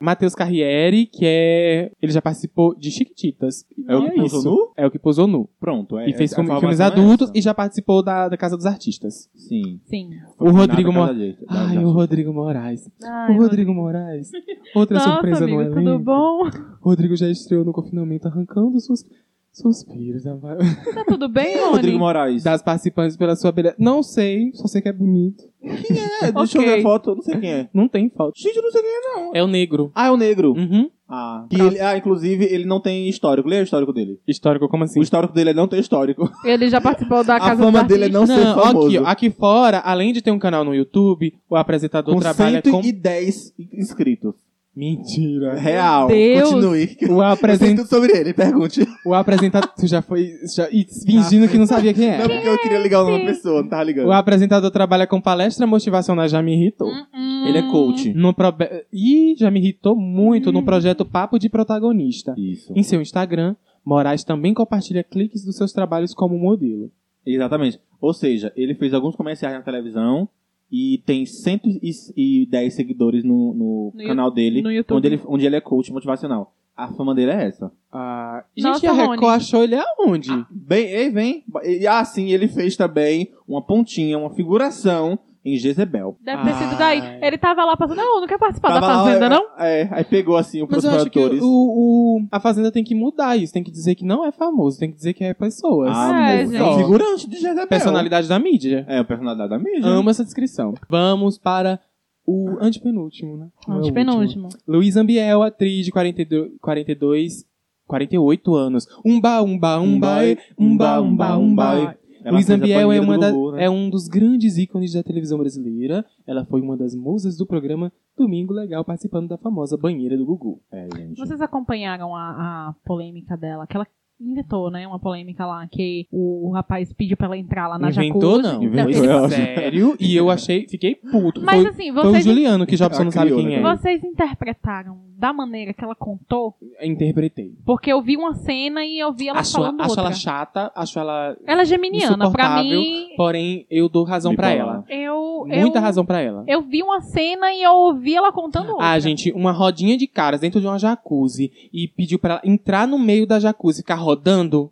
Speaker 3: Matheus Carriere, que é. Ele já participou de Chiquititas.
Speaker 2: é o
Speaker 3: E
Speaker 2: que pousou
Speaker 3: isso.
Speaker 2: nu?
Speaker 3: É o que pousou nu.
Speaker 2: Pronto. É,
Speaker 3: e fez
Speaker 2: a
Speaker 3: filme- filmes
Speaker 2: informação é
Speaker 3: adultos
Speaker 2: essa.
Speaker 3: e já participou da, da Casa dos Artistas.
Speaker 2: Sim.
Speaker 4: Sim.
Speaker 3: O Rodrigo
Speaker 2: Nada
Speaker 3: Moraes.
Speaker 2: cada jeito. Dá-
Speaker 3: Ai,
Speaker 2: dá-
Speaker 3: o Rodrigo Moraes.
Speaker 4: Ai,
Speaker 3: o Rodrigo Moraes. Outra
Speaker 4: Nossa,
Speaker 3: surpresa
Speaker 4: amigo,
Speaker 3: no
Speaker 4: tudo
Speaker 3: elenco.
Speaker 4: bom?
Speaker 3: Rodrigo já estreou no confinamento arrancando sus... suspiros da-
Speaker 4: Tá tudo bem,
Speaker 2: [LAUGHS]
Speaker 4: Oni?
Speaker 2: Rodrigo Moraes.
Speaker 3: das participantes pela sua beleza. Não sei, só sei que é bonito.
Speaker 2: É, deixa eu
Speaker 4: Ok.
Speaker 2: ver a foto, eu não sei quem é.
Speaker 3: Não tem falta.
Speaker 2: Gente, eu não sei quem é.
Speaker 3: É o negro.
Speaker 2: Ah, é o negro.
Speaker 3: Uhum.
Speaker 2: Ah, que ele- ah, inclusive, ele não tem histórico. Lê o histórico dele.
Speaker 3: Histórico, como assim?
Speaker 2: O histórico dele é não ter histórico.
Speaker 4: Ele já participou da
Speaker 2: A
Speaker 4: Casa
Speaker 2: fama
Speaker 4: dos
Speaker 2: dele é
Speaker 4: Artistas.
Speaker 2: não ser
Speaker 3: ó,
Speaker 2: famoso.
Speaker 3: aqui, ó, aqui fora, além de ter um canal no YouTube, o apresentador
Speaker 2: com
Speaker 3: trabalha com.
Speaker 2: 110 inscritos.
Speaker 3: Mentira.
Speaker 2: Real.
Speaker 4: Deus.
Speaker 2: Continue.
Speaker 3: O,
Speaker 2: Eu sei
Speaker 3: apresen...
Speaker 2: tudo sobre ele, pergunte.
Speaker 3: o apresentador. Tu já foi. Já... e fingindo que não sabia quem
Speaker 2: Não,
Speaker 3: era.
Speaker 2: porque eu queria ligar uma pessoa, não tava ligando.
Speaker 3: O apresentador trabalha com palestra motivacional, já me irritou.
Speaker 4: Hum,
Speaker 2: Ele é coach.
Speaker 3: No probe- Ih, já me irritou muito no projeto Papo de Protagonista.
Speaker 2: Isso.
Speaker 3: Em seu Instagram, Moraes também compartilha cliques dos seus trabalhos como modelo.
Speaker 2: Exatamente. Ou seja, ele fez alguns comerciais na televisão e tem 110 seguidores no, no
Speaker 4: No
Speaker 2: canal dele,
Speaker 4: no YouTube.
Speaker 2: onde ele, onde ele é coach motivacional. A fama dele é essa.
Speaker 3: Ah,
Speaker 4: Nossa,
Speaker 3: gente, a Record
Speaker 4: Rony.
Speaker 3: achou ele é aonde?
Speaker 2: Bem, ei, vem. E, ah, sim, ele fez também uma pontinha, uma figuração em Jezebel.
Speaker 4: Deve ter
Speaker 3: Ah.
Speaker 4: sido daí. Ele tava lá passando, não, não quer participar
Speaker 2: Tava
Speaker 4: da
Speaker 2: lá,
Speaker 4: Fazenda,
Speaker 2: é,
Speaker 4: não?
Speaker 2: É, aí pegou assim os
Speaker 3: Mas eu acho que
Speaker 2: produtores.
Speaker 3: o, o- a Fazenda tem que mudar isso. Tem que dizer que não é famoso, tem que dizer que é pessoas.
Speaker 2: Ah,
Speaker 4: É,
Speaker 2: amor, é,
Speaker 4: gente.
Speaker 2: um figurante de Jezebel.
Speaker 3: Personalidade da mídia.
Speaker 2: É, o personalidade da mídia.
Speaker 3: Amo essa descrição. Vamos para o antepenúltimo, né? Não é o
Speaker 4: Não, de
Speaker 3: último.
Speaker 4: penúltimo.
Speaker 3: Luiz Ambiel, atriz de 42, 42 48 anos. Umba, umba, umba, e- umba, umba, umba.
Speaker 2: Ela
Speaker 3: Luiz
Speaker 2: fez a
Speaker 3: Ambiel é,
Speaker 2: Pangueira
Speaker 3: uma
Speaker 2: do
Speaker 3: da-
Speaker 2: Gugu, né?
Speaker 3: é um dos grandes ícones da televisão brasileira. Ela foi uma das musas do programa Domingo Legal, participando da famosa Banheira do Gugu.
Speaker 2: É, gente.
Speaker 4: Vocês acompanharam a, a polêmica dela? Que ela inventou, né? Uma polêmica lá que o rapaz pediu pra ela entrar lá na
Speaker 3: Inventou,
Speaker 4: jacuzzi.
Speaker 3: não.
Speaker 2: Inventou, é.
Speaker 3: Foi
Speaker 2: eu acho.
Speaker 3: sério. E eu achei, fiquei puto.
Speaker 4: Mas
Speaker 3: foi,
Speaker 4: assim,
Speaker 3: foi o
Speaker 4: vocês,
Speaker 3: Juliano, que Jobson não sabe
Speaker 2: Criou,
Speaker 3: quem
Speaker 2: né?
Speaker 3: é.
Speaker 4: vocês interpretaram da maneira que ela contou?
Speaker 3: Interpretei.
Speaker 4: Porque eu vi uma cena e eu vi ela
Speaker 3: acho
Speaker 4: falando
Speaker 3: acho
Speaker 4: outra.
Speaker 3: ela chata, acho ela
Speaker 4: Ela é geminiana. Pra
Speaker 3: insuportável.
Speaker 4: mim,
Speaker 3: Porém, eu dou razão pra
Speaker 2: Bipolar.
Speaker 3: ela.
Speaker 4: eu...
Speaker 3: Muita
Speaker 4: eu,
Speaker 3: razão pra ela.
Speaker 4: Eu vi uma cena e eu ouvi ela contando outra.
Speaker 3: Ah, gente, uma rodinha de caras dentro de uma jacuzzi e pediu pra ela entrar no meio da jacuzzi e ficar rodando.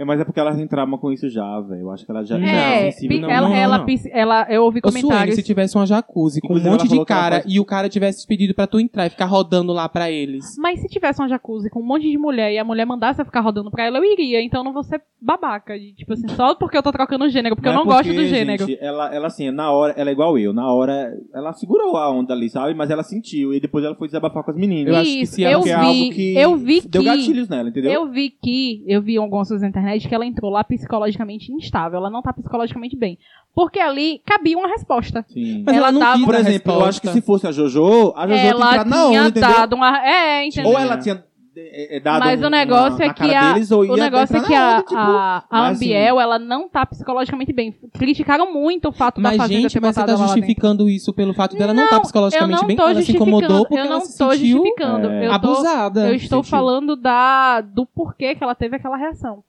Speaker 2: É, mas é porque elas entravam com isso já, velho. Eu acho que ela já
Speaker 3: É,
Speaker 2: era
Speaker 4: É,
Speaker 2: sensível.
Speaker 4: pi-
Speaker 3: não,
Speaker 4: ela,
Speaker 3: não,
Speaker 4: ela,
Speaker 3: não.
Speaker 4: pis- ela- eu ouvi
Speaker 3: Eu suene
Speaker 4: comentários.
Speaker 3: se tivesse uma jacuzzi com um
Speaker 2: Inclusive,
Speaker 3: monte
Speaker 2: ela
Speaker 3: de
Speaker 2: falou que ela
Speaker 3: cara
Speaker 2: faz-
Speaker 3: e o cara tivesse pedido pra tu entrar e ficar rodando lá pra eles.
Speaker 4: Mas se tivesse uma jacuzzi com um monte de mulher e a mulher mandasse eu ficar rodando pra ela, eu iria. Então eu não vou ser babaca. de, tipo assim, só porque eu tô trocando gênero, porque eu
Speaker 2: Mas
Speaker 4: não
Speaker 2: é
Speaker 4: gosto do
Speaker 2: porque,
Speaker 4: gênero.
Speaker 2: gente, ela, ela, assim, na hora, ela é igual eu. Na hora, ela segurou a onda ali, sabe? Mas ela sentiu. E depois ela foi desabafar com as meninas.
Speaker 3: eu acho que
Speaker 4: Isso,
Speaker 3: se ela-
Speaker 4: eu
Speaker 2: Porque
Speaker 4: vi,
Speaker 2: é algo que
Speaker 4: eu vi que...
Speaker 2: Deu gatilhos nela, entendeu?
Speaker 4: Eu vi que, eu vi algumas coisas na internet que ela entrou lá psicologicamente instável. Ela não tá psicologicamente bem. Porque ali cabia uma resposta.
Speaker 2: Sim.
Speaker 3: Mas ela,
Speaker 4: Ela
Speaker 3: não
Speaker 4: tava-
Speaker 3: quis
Speaker 2: Por
Speaker 3: a
Speaker 2: exemplo, eu acho que
Speaker 3: resposta.
Speaker 2: se fosse a JoJo, a JoJo tinha
Speaker 4: ela
Speaker 2: entrado na
Speaker 4: tinha
Speaker 2: onda, entendeu?
Speaker 4: dado uma. É, entendeu?
Speaker 2: Ou ela tinha eh, eh, dado
Speaker 4: Mas o
Speaker 2: um-
Speaker 4: negócio
Speaker 2: uma-
Speaker 4: é
Speaker 2: na cara
Speaker 4: que a-
Speaker 2: deles, ou ia
Speaker 4: O negócio é
Speaker 2: entrar
Speaker 4: que
Speaker 2: na
Speaker 4: a,
Speaker 2: onda, tipo,
Speaker 4: a, a
Speaker 2: mas, assim,
Speaker 4: Ambiel, ela não tá psicologicamente bem. Criticaram muito o fato da
Speaker 3: Mas,
Speaker 4: fazenda
Speaker 3: gente,
Speaker 4: ter
Speaker 3: mas você
Speaker 4: botado
Speaker 3: tá
Speaker 4: ela lá
Speaker 3: justificando isso pelo fato dela não estar
Speaker 4: Não, dentro. Eu
Speaker 3: psicologicamente
Speaker 4: não
Speaker 3: bem?
Speaker 4: tô
Speaker 3: Ela se
Speaker 4: justificando.
Speaker 3: incomodou porque
Speaker 4: eu não
Speaker 3: ela se
Speaker 4: tô
Speaker 3: sentiu
Speaker 4: justificando.
Speaker 2: é,
Speaker 4: eu, tô,
Speaker 3: abusada.
Speaker 4: eu estou
Speaker 2: sentiu.
Speaker 4: falando da, do porquê que ela teve aquela reação.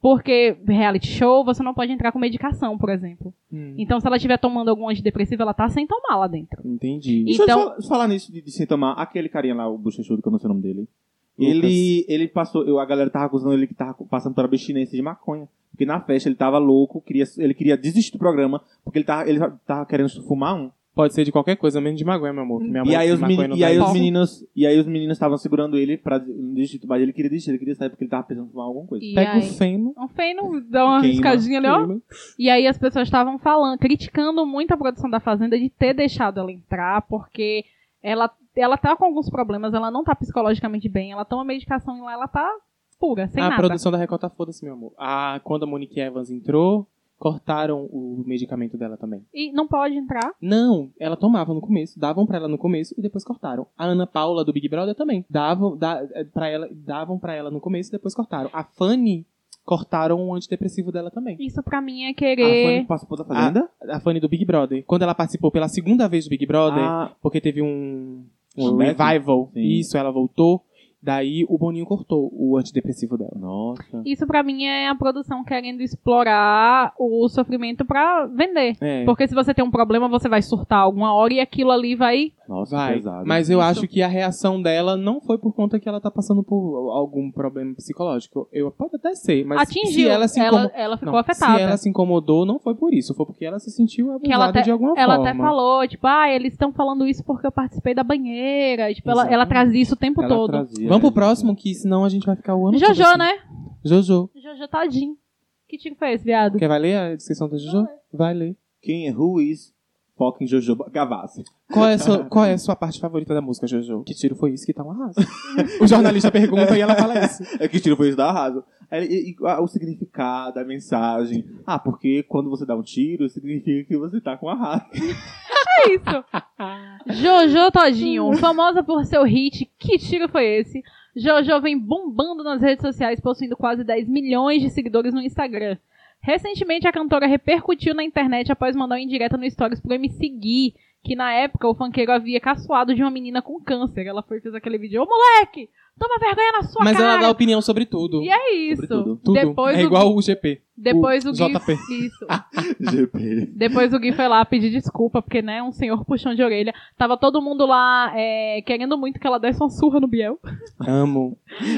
Speaker 4: Porque reality show, você não pode entrar com medicação, por exemplo.
Speaker 3: Hum,
Speaker 4: Então, se ela estiver tomando algum antidepressivo, ela tá sem tomar lá dentro.
Speaker 3: Entendi.
Speaker 2: Deixa
Speaker 4: Então-
Speaker 2: eu só- só falar nisso de, de sintoma. Aquele carinha lá, o bochechudo, que eu não sei o nome dele.
Speaker 3: Lucas.
Speaker 2: Ele, ele passou... Eu, a galera tava acusando ele que tava co- passando por abstinência de maconha. Porque na festa ele tava louco, queria, ele queria desistir do programa, porque ele tava, ele tava querendo fumar um.
Speaker 3: Pode ser de qualquer coisa, menos de maconha, meu amor. que Minha
Speaker 2: E
Speaker 3: mãe
Speaker 2: aí,
Speaker 3: de
Speaker 2: os
Speaker 3: maconha
Speaker 2: meni-
Speaker 3: não
Speaker 2: e
Speaker 3: dá
Speaker 2: aí os
Speaker 3: isso.
Speaker 2: meninos e aí os meninos estavam segurando ele pra não desistir, mas ele queria desistir, ele queria sair porque ele tava pensando em fumar alguma coisa. Ah,
Speaker 4: E
Speaker 3: Pega o
Speaker 4: aí,
Speaker 3: feno.
Speaker 4: um feino, dá uma
Speaker 2: Queima,
Speaker 4: riscadinha ali, ó.
Speaker 3: queima.
Speaker 4: E aí as pessoas estavam falando, criticando muito a produção da Fazenda de ter deixado ela entrar, porque ela, ela tá com alguns problemas, ela não tá psicologicamente bem, ela toma medicação e lá ela tá pura, sem
Speaker 3: a
Speaker 4: nada.
Speaker 3: produção da Record tá foda-se, meu amor. Ah, quando a Monique Evans entrou, cortaram o medicamento dela também.
Speaker 4: E não pode entrar.
Speaker 3: Não, ela tomava no começo, davam pra ela no começo e depois cortaram. A Ana Paula do Big Brother também. Davam da, eh, pra ela, davam para ela no começo e depois cortaram. A Fanny cortaram o antidepressivo dela também.
Speaker 4: Isso pra mim
Speaker 3: Ah,
Speaker 4: é
Speaker 2: A Fanny
Speaker 4: querer.
Speaker 2: participou da Fazenda?
Speaker 3: A Fanny do Big Brother. Quando ela participou pela segunda vez do Big Brother,
Speaker 2: Ah,
Speaker 3: porque teve um, um
Speaker 2: Comeback?
Speaker 3: revival,
Speaker 2: Sim.
Speaker 3: isso, ela voltou. Daí o Boninho cortou o antidepressivo dela.
Speaker 2: Nossa.
Speaker 4: Isso pra mim é a produção querendo explorar o sofrimento pra vender.
Speaker 3: É.
Speaker 4: Porque se você tem um problema, você vai surtar alguma hora e aquilo ali vai.
Speaker 2: Nossa,
Speaker 3: Vai,
Speaker 2: pesado.
Speaker 3: mas eu
Speaker 4: Isso.
Speaker 3: acho que a reação dela não foi por conta que ela tá passando por algum problema psicológico. Eu pode até ser, mas
Speaker 4: atingir.
Speaker 3: se ela se
Speaker 4: ela,
Speaker 3: incomodou,
Speaker 4: ela ficou
Speaker 3: não,
Speaker 4: afetada.
Speaker 3: se ela assim, se incomodou, não foi por isso, foi porque ela se sentiu
Speaker 4: Que ela
Speaker 3: abusada
Speaker 4: até-
Speaker 3: de alguma
Speaker 4: Ela
Speaker 3: forma.
Speaker 4: até falou, tipo, ah, eles estão falando isso porque eu participei da banheira. Tipo, ela, ela
Speaker 3: Exatamente.
Speaker 4: traz isso o tempo
Speaker 2: Ela
Speaker 4: todo.
Speaker 2: trazia,
Speaker 3: Vamos pro
Speaker 2: né,
Speaker 3: próximo, que senão a gente vai ficar o ano todo
Speaker 4: Jojo,
Speaker 3: assim.
Speaker 4: né?
Speaker 3: Jojo.
Speaker 4: Jojo, tadinho. Que tiro foi esse, viado?
Speaker 3: Quer vai ler a descrição da Jojo? Vai ler.
Speaker 2: Quem é Who is fucking Jojo Gavassi?
Speaker 3: Qual é, a sua, qual é a sua parte favorita da música, Jojo? Que tiro foi isso que tá um arraso? [LAUGHS] o jornalista pergunta e ela fala isso.
Speaker 2: É que tiro foi isso da arraso. Aí, e- e- ah, o significado, a mensagem. Ah, porque quando você dá um tiro, significa que você tá com arraso. [LAUGHS]
Speaker 4: É isso. Jojo
Speaker 3: [LAUGHS]
Speaker 4: Todinho, famosa por seu hit Que Tiro Foi Esse? Jojo vem bombando nas redes sociais, possuindo quase 10 milhões de seguidores no Instagram. Recentemente, a cantora repercutiu na internet após mandar uma indireta no Stories pro MC Gui, que na época o funkeiro havia caçoado de uma menina com câncer. Ela foi e fez aquele vídeo, ô moleque, toma vergonha na sua
Speaker 3: Mas
Speaker 4: cara.
Speaker 3: ela dá opinião sobre tudo.
Speaker 4: E é isso.
Speaker 2: Sobretudo,
Speaker 3: Tudo.
Speaker 4: Depois
Speaker 3: é
Speaker 4: o-
Speaker 3: igual o GP.
Speaker 4: Depois
Speaker 3: o
Speaker 4: o, Gui...
Speaker 3: JP.
Speaker 4: Isso.
Speaker 2: GP.
Speaker 4: Depois o Gui foi lá pedir desculpa, porque, né, um senhor puxão de orelha. Tava todo mundo lá é, querendo muito que ela desse uma surra no Biel.
Speaker 3: Amo.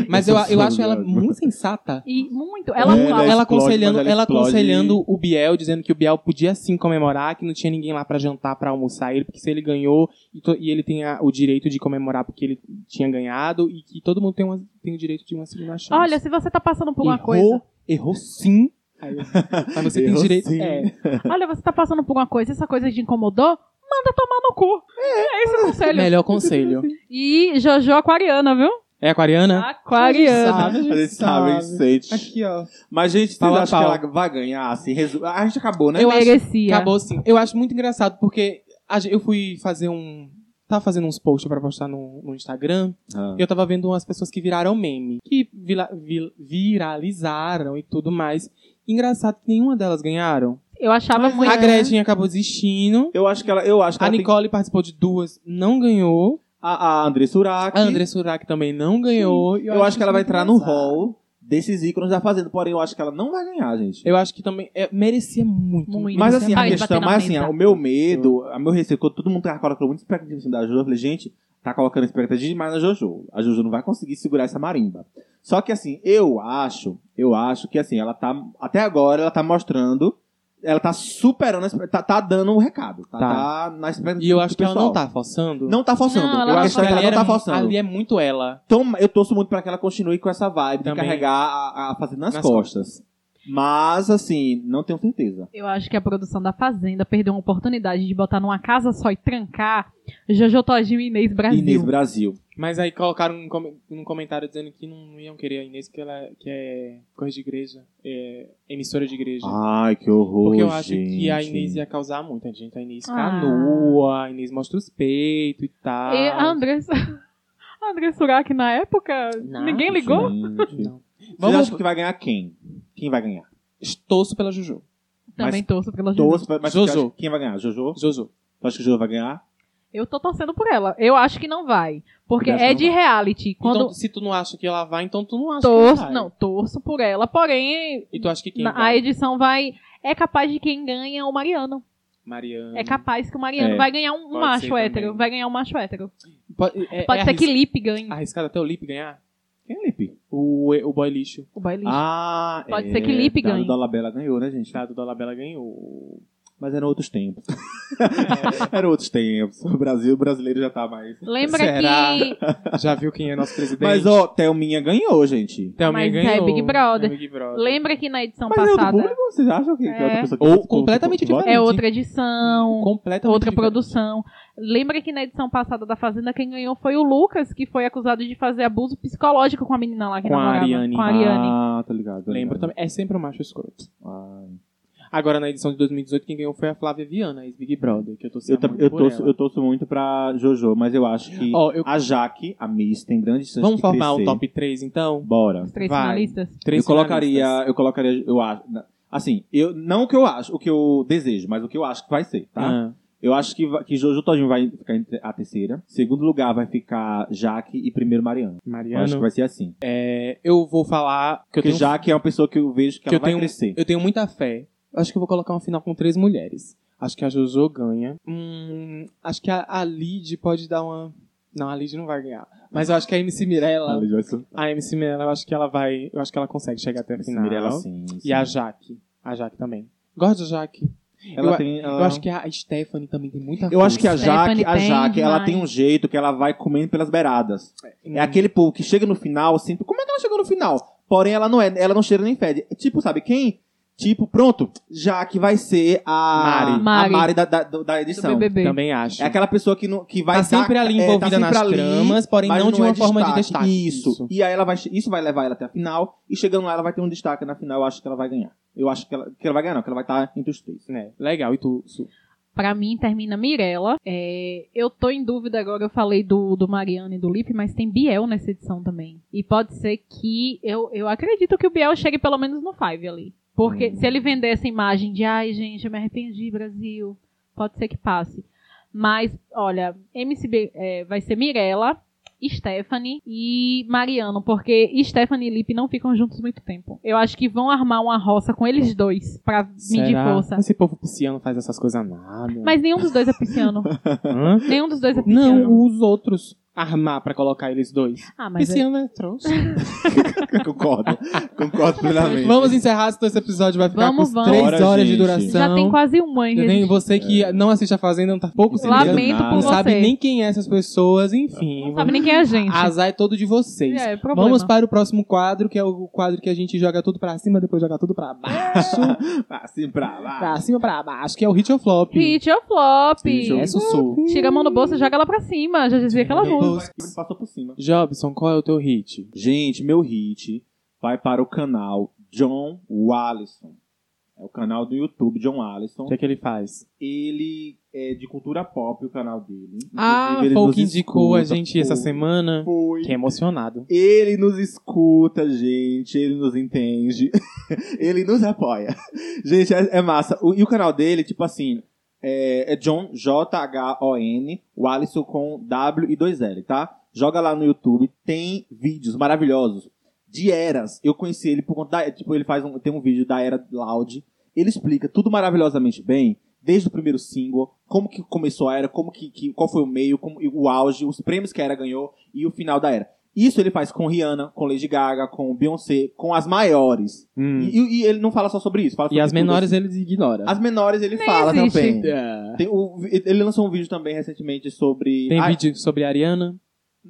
Speaker 3: Mas eu,
Speaker 2: Essa
Speaker 3: eu
Speaker 2: sua
Speaker 3: acho ela
Speaker 2: viagem.
Speaker 3: muito sensata.
Speaker 4: E muito.
Speaker 2: É,
Speaker 4: Ela fala.
Speaker 2: né?
Speaker 3: ela
Speaker 2: explode,
Speaker 3: aconselhando,
Speaker 2: mas ela
Speaker 3: ela
Speaker 2: explode
Speaker 3: aconselhando o Biel, dizendo que o Biel podia sim comemorar, que não tinha ninguém lá pra jantar, pra almoçar ele, porque se ele ganhou e, to- e ele tem a- o direito de comemorar porque ele tinha ganhado e que todo mundo tem, uma- tem o direito de uma segunda chance.
Speaker 4: Olha, se você tá passando por uma
Speaker 3: errou,
Speaker 4: coisa.
Speaker 3: errou sim. Aí eu- [LAUGHS]
Speaker 2: [LAUGHS]
Speaker 3: Mas você tem
Speaker 2: Errou
Speaker 3: direito.
Speaker 2: sim.
Speaker 3: É,
Speaker 4: Olha, você tá passando por uma coisa, essa coisa te incomodou? Manda tomar no cu. É, esse o conselho.
Speaker 3: melhor conselho.
Speaker 4: E Jojo Aquariana, viu?
Speaker 3: É aquariana?
Speaker 4: Aquariana.
Speaker 3: Sabe, né?
Speaker 2: A gente sabe, a gente sente.
Speaker 3: Aqui, ó.
Speaker 2: Mas, gente, vocês
Speaker 3: Pau a
Speaker 2: acham
Speaker 3: pau.
Speaker 2: que ela vai ganhar? Assim, resu... A gente acabou, né?
Speaker 3: Eu acho-
Speaker 4: Merecia.
Speaker 3: Acabou sim. Eu acho muito engraçado porque a gen- eu fui fazer um. Tava fazendo uns posts pra postar no, no Instagram.
Speaker 2: Ah.
Speaker 3: E eu tava vendo umas pessoas que viraram meme. Que vila- vil- viralizaram e tudo mais. Engraçado que nenhuma delas ganharam.
Speaker 4: Eu achava muito.
Speaker 3: a Gretchen acabou desistindo.
Speaker 2: Eu acho que ela. Eu acho que
Speaker 3: A
Speaker 2: ela tem-
Speaker 3: Nicole participou de duas, não ganhou.
Speaker 2: a, a André Surak.
Speaker 3: A André Surak também não ganhou. E
Speaker 2: Eu acho que ela vai
Speaker 3: isso é
Speaker 2: entrar no
Speaker 3: engraçado.
Speaker 2: hall desses ícones da Fazenda. Porém, eu acho que ela não vai ganhar, gente.
Speaker 3: Eu acho que também. é, merecia muito.
Speaker 4: Muito.
Speaker 2: Mas
Speaker 3: merecia
Speaker 2: assim, a
Speaker 4: Ai,
Speaker 2: questão,
Speaker 4: bater na
Speaker 2: mas assim,
Speaker 4: mesa.
Speaker 2: o meu medo, o meu receio, quando todo mundo tá colocando muita expectativa em cima da Jojo, eu falei, gente, tá colocando expectativa demais na Jojo. A Jojo não vai conseguir segurar essa marimba. Só que assim, eu acho, eu acho que assim, ela tá, até agora, ela tá mostrando, ela tá superando, a expe- tá, tá dando o recado, tá,
Speaker 3: Tá.
Speaker 2: tá na expectativa
Speaker 3: E eu acho
Speaker 2: do
Speaker 3: que ela
Speaker 2: pessoal.
Speaker 3: não tá forçando.
Speaker 2: Não tá forçando.
Speaker 4: Não, ela
Speaker 2: eu
Speaker 4: não
Speaker 2: acho que ela
Speaker 3: ali
Speaker 2: não tá
Speaker 3: era-
Speaker 2: forçando.
Speaker 3: Ali é muito ela.
Speaker 2: Então, eu torço muito pra que ela continue com essa vibe de
Speaker 3: Também.
Speaker 2: carregar a, a fazenda nas,
Speaker 3: Nas
Speaker 2: costas. Mas, assim, não tenho certeza.
Speaker 4: Eu acho que a produção da Fazenda perdeu uma oportunidade de botar numa casa só e trancar Jojo Todinho e Inês Brasil.
Speaker 2: Inês Brasil.
Speaker 3: Mas aí colocaram um, com- um comentário dizendo que não iam querer a Inês, que ela que é coisa de igreja, é emissora de igreja.
Speaker 2: Ai, que horror.
Speaker 3: Porque eu acho que a
Speaker 2: gente.
Speaker 3: Inês é- ia causar muita gente. A Inês
Speaker 4: Ah.
Speaker 3: canoa, a Inês mostra os peitos e tal.
Speaker 4: E ah, a Andressa. [LAUGHS] A Andressa Surak na época.
Speaker 3: Não,
Speaker 4: ninguém ligou?
Speaker 3: [LAUGHS]
Speaker 2: Gente.
Speaker 3: Não.
Speaker 2: Vocês
Speaker 3: Vamos, Uhum.
Speaker 2: acham que vai ganhar quem? Quem vai ganhar?
Speaker 3: torço pela Jojo.
Speaker 4: Também torço pela Jojo.
Speaker 2: Doce, mas
Speaker 3: Jojo.
Speaker 2: você acha que Quem vai ganhar? Jojo?
Speaker 3: Jojo.
Speaker 2: Tu acha que o Jojo vai ganhar?
Speaker 4: Eu tô torcendo por ela. Eu acho que não vai. Porque
Speaker 2: Eu acho
Speaker 4: é
Speaker 2: que
Speaker 4: de
Speaker 2: não
Speaker 4: reality. Quando
Speaker 3: Então, se tu não acha que ela vai, então tu não acha que
Speaker 4: torço.
Speaker 3: ela vai.
Speaker 4: Não, torço por ela. Porém,
Speaker 3: E tu acha que quem
Speaker 4: na- a
Speaker 3: vai?
Speaker 4: edição vai. É capaz de quem ganha é o Mariano.
Speaker 3: Mariana.
Speaker 4: É capaz que o Mariano
Speaker 2: É.
Speaker 4: vai ganhar um
Speaker 3: Hum. Pode ser
Speaker 4: macho
Speaker 3: também.
Speaker 4: hétero. Vai ganhar um macho hétero.
Speaker 3: Pode, é-
Speaker 4: Pode
Speaker 3: é
Speaker 4: ser que
Speaker 3: arris-
Speaker 4: Lipe ganhe.
Speaker 3: Arriscado até o Lip ganhar?
Speaker 2: Quem é Lipe?
Speaker 3: O, o boy lixo.
Speaker 4: O baile.
Speaker 2: Ah,
Speaker 4: Pode
Speaker 2: é,
Speaker 4: ser que Lipe
Speaker 2: Dado
Speaker 4: ganhe.
Speaker 2: Dolabella ganhou, né, gente?
Speaker 3: Tá, do Dolabella ganhou.
Speaker 2: Mas eram outros tempos.
Speaker 3: [LAUGHS]
Speaker 4: É.
Speaker 2: eram outros tempos. O Brasil o brasileiro já tá mais...
Speaker 4: Lembra
Speaker 2: [LAUGHS]
Speaker 3: Será?
Speaker 4: que.
Speaker 3: [LAUGHS] Já viu quem é nosso presidente?
Speaker 2: Mas, ó, Thelminha ganhou, gente.
Speaker 3: Thelminha
Speaker 4: Mas é
Speaker 3: ganhou.
Speaker 4: Big Brother.
Speaker 3: É Big Brother.
Speaker 4: Lembra que na edição
Speaker 2: Mas é outro
Speaker 4: passada.
Speaker 2: público? Vocês acham que, que é outra
Speaker 4: É.
Speaker 2: pessoa que
Speaker 3: Ou
Speaker 2: participou,
Speaker 3: completamente
Speaker 2: que participou?
Speaker 3: diferente.
Speaker 4: é outra edição.
Speaker 3: Completamente
Speaker 4: outra
Speaker 3: diferente.
Speaker 4: produção. Lembra que na edição passada da Fazenda quem ganhou foi o Lucas, que foi acusado de fazer abuso psicológico com a menina lá que
Speaker 3: Com a
Speaker 4: namorava.
Speaker 3: Ariane.
Speaker 4: Com a Ariane.
Speaker 2: Ah, tá ligado. tá
Speaker 3: Lembro
Speaker 2: ligado.
Speaker 3: também. É sempre o macho escroto.
Speaker 2: Ah,
Speaker 3: Agora, na edição de 2018, quem ganhou foi a Flávia Viana, ex-Big Brother, que eu tô
Speaker 2: eu, tam-
Speaker 3: muito
Speaker 2: eu,
Speaker 3: por
Speaker 2: torço,
Speaker 3: ela.
Speaker 2: eu torço muito pra Jojo, mas eu acho que
Speaker 3: Ó, eu-
Speaker 2: a Jaque, a Miss, tem grandes chances
Speaker 3: Vamos
Speaker 2: de
Speaker 3: formar
Speaker 2: crescer.
Speaker 3: o top 3, então?
Speaker 2: Bora.
Speaker 4: Os três
Speaker 3: Vai.
Speaker 4: finalistas.
Speaker 3: Três
Speaker 2: eu colocaria,
Speaker 3: finalistas.
Speaker 2: eu colocaria, eu acho, assim, eu, não o que eu acho, o que eu desejo, mas o que eu acho que vai ser, tá?
Speaker 3: Ah,
Speaker 2: Eu acho que, va- que Jojo Todinho vai ficar entre a terceira. Segundo lugar vai ficar Jaque e primeiro Mariana. Eu acho que
Speaker 3: Mariano,
Speaker 2: vai ser assim.
Speaker 3: é, eu vou falar que eu
Speaker 2: Porque
Speaker 3: tenho, um
Speaker 2: Jaque é uma pessoa que eu vejo que,
Speaker 3: que eu
Speaker 2: ela vai
Speaker 3: tenho, um
Speaker 2: crescer.
Speaker 3: eu tenho muita fé. Eu acho que eu vou colocar uma final com três mulheres. Acho que a Jojo ganha. Hum, acho que a, a Lid pode dar uma... Não, a Lid não vai ganhar. Mas eu acho que a MC Mirella...
Speaker 2: Ela já vai ser-
Speaker 3: A MC Mirella, eu acho que ela vai... Eu acho que ela consegue chegar até a
Speaker 2: Esse
Speaker 3: final.
Speaker 2: Mirella, sim. sim.
Speaker 3: E a Jaque. A Jaque também. Gosto da Jaque.
Speaker 2: Ela
Speaker 3: eu-
Speaker 2: tem, ela-
Speaker 3: Eu acho que a Stephanie também tem muita
Speaker 2: Eu acho que a
Speaker 4: Stephanie
Speaker 2: Jaque, a
Speaker 4: tem
Speaker 2: Jaque, ela
Speaker 4: demais.
Speaker 2: tem um jeito que ela vai comendo pelas beiradas. É aquele povo que chega no final, assim, como é que ela chegou no final? Porém, ela não é, ela não cheira nem fede. É Tipo, sabe quem? Tipo, pronto, Jaque vai ser a
Speaker 3: Mari.
Speaker 2: a
Speaker 4: Mari.
Speaker 2: Mari da, da, da edição.
Speaker 4: Do BBB.
Speaker 3: Também acho.
Speaker 2: É aquela pessoa que, não, que vai
Speaker 3: tá
Speaker 2: dar-
Speaker 3: sempre ali
Speaker 2: é, tá
Speaker 3: envolvida
Speaker 2: sempre
Speaker 3: nas
Speaker 2: ali,
Speaker 3: tramas, porém
Speaker 2: mas é
Speaker 3: não é de tá? uma forma de
Speaker 2: destaque.
Speaker 3: destaque.
Speaker 2: Isso. E aí ela vai, isso vai levar ela até a final e chegando lá ela vai ter um destaque na final, eu acho que ela vai ganhar. Eu acho que ela, que ela vai ganhar, não, que ela vai estar entre os três. né?
Speaker 3: [LAUGHS] É, legal, e tu, Su?
Speaker 4: Pra mim, termina Mirella. É, eu tô em dúvida agora, eu falei do, do Mariano e do Lipe, mas tem Biel nessa edição também. E pode ser que. Eu, eu acredito que o Biel chegue pelo menos no Five ali. Porque
Speaker 2: Hum.
Speaker 4: se ele vender essa imagem de ai, gente, eu me arrependi, Brasil, pode ser que passe. Mas, olha, MCB é, vai ser Mirella, Stephanie e Mariano, porque Stephanie e Lipe não ficam juntos muito tempo. Eu acho que vão armar uma roça com eles dois pra medir
Speaker 3: Será?
Speaker 4: força.
Speaker 3: Esse povo pisciano faz essas coisas nada.
Speaker 4: Mas nenhum dos dois é [LAUGHS] pisciano.
Speaker 3: Hã?
Speaker 4: Nenhum dos dois é pisciano.
Speaker 3: Não, os outros. Armar pra colocar eles dois.
Speaker 4: Ah, mas é-
Speaker 3: Pisciano é
Speaker 4: [LAUGHS]
Speaker 3: trouxa.
Speaker 2: concordo,
Speaker 3: [LAUGHS]
Speaker 2: concordo plenamente.
Speaker 3: Vamos encerrar, senão esse episódio vai ficar
Speaker 4: Vamos,
Speaker 3: com
Speaker 4: vamos.
Speaker 3: três
Speaker 2: Bora,
Speaker 3: horas de
Speaker 2: gente.
Speaker 3: duração.
Speaker 4: já tem quase um ano.
Speaker 3: Eu tenho você que não assiste a Fazenda, não tá pouco se ligando.
Speaker 4: Lamento
Speaker 2: nada.
Speaker 4: por
Speaker 3: Não
Speaker 4: você.
Speaker 3: sabe nem quem é essas pessoas, enfim.
Speaker 4: Não sabe nem quem é a gente.
Speaker 3: Azar é todo de vocês.
Speaker 4: É, problema.
Speaker 3: Vamos para o próximo quadro, que é o quadro que a gente joga tudo pra cima, depois joga tudo pra baixo.
Speaker 2: Assim pra lá.
Speaker 3: pra cima, pra baixo, que é o hit ou flop.
Speaker 4: Hit ou flop?
Speaker 2: Hit ou
Speaker 3: É sussurro.
Speaker 4: Tira a mão no bolso e joga ela pra cima. Já dizia aquela
Speaker 3: Tira a mão no
Speaker 4: música.
Speaker 3: bolso.
Speaker 2: Passou por cima.
Speaker 3: Jobson, qual é o teu hit?
Speaker 2: Gente, meu hit vai para o canal John Wallison. É o canal do YouTube, John Allison.
Speaker 3: O que é que ele faz?
Speaker 2: Ele é de cultura pop, o canal dele.
Speaker 3: Ah,
Speaker 2: Inclusive, ele
Speaker 3: foi o
Speaker 2: nos
Speaker 3: que indicou a
Speaker 2: escuta.
Speaker 3: gente essa
Speaker 2: Foi.
Speaker 3: semana.
Speaker 2: Foi.
Speaker 3: Que emocionado.
Speaker 2: Ele nos escuta, gente. Ele nos entende. [LAUGHS] ele nos apoia. Gente, é, é massa. O- e o canal dele, tipo assim, é, é John J-H-O-N, o Alisson com W e dois L, tá? Joga lá no YouTube, tem vídeos maravilhosos de eras. Eu conheci ele por conta da. Tipo, ele faz um, tem um vídeo da era Loud. Ele explica tudo maravilhosamente bem, desde o primeiro single, como que começou a era, como que, que- qual foi o meio, como, e o auge, os prêmios que a era ganhou e o final da era. Isso ele faz com Rihanna, com Lady Gaga, com Beyoncé, com as maiores. E, e- e ele não fala só sobre isso. fala
Speaker 3: Hum. E
Speaker 2: sobre
Speaker 3: as
Speaker 2: tudo,
Speaker 3: menores
Speaker 2: assim.
Speaker 3: ele ignora.
Speaker 2: As menores ele fala
Speaker 4: existe.
Speaker 2: também.
Speaker 3: É.
Speaker 2: Tem o- ele lançou um vídeo também recentemente sobre.
Speaker 3: Tem
Speaker 2: Ah,
Speaker 3: vídeo sobre a Ariana.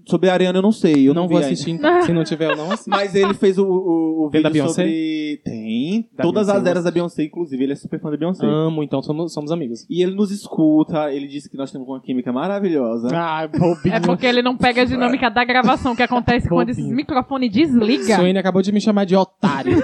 Speaker 2: Sobre a Ariana, eu não sei. Eu
Speaker 3: Eu
Speaker 2: não,
Speaker 3: não
Speaker 2: vi
Speaker 3: vou
Speaker 2: ainda.
Speaker 3: assistir, então. Se não tiver, eu não
Speaker 2: [LAUGHS]
Speaker 3: assisto.
Speaker 2: Mas ele fez o, o, o
Speaker 3: Tem da
Speaker 2: vídeo
Speaker 3: Beyoncé?
Speaker 2: sobre. Tem.
Speaker 3: Da
Speaker 2: todas
Speaker 3: Beyoncé,
Speaker 2: as eras da Beyoncé, inclusive. Ele é super fã da Beyoncé.
Speaker 3: Amo, então somos, somos amigos.
Speaker 2: E ele nos escuta, ele disse que nós temos uma química maravilhosa.
Speaker 3: Ah, [LAUGHS] bobinho.
Speaker 4: É porque ele não pega a dinâmica da gravação que acontece quando esses
Speaker 3: Bobinho.
Speaker 4: microfones desligam.
Speaker 3: Suene acabou de me chamar de otário.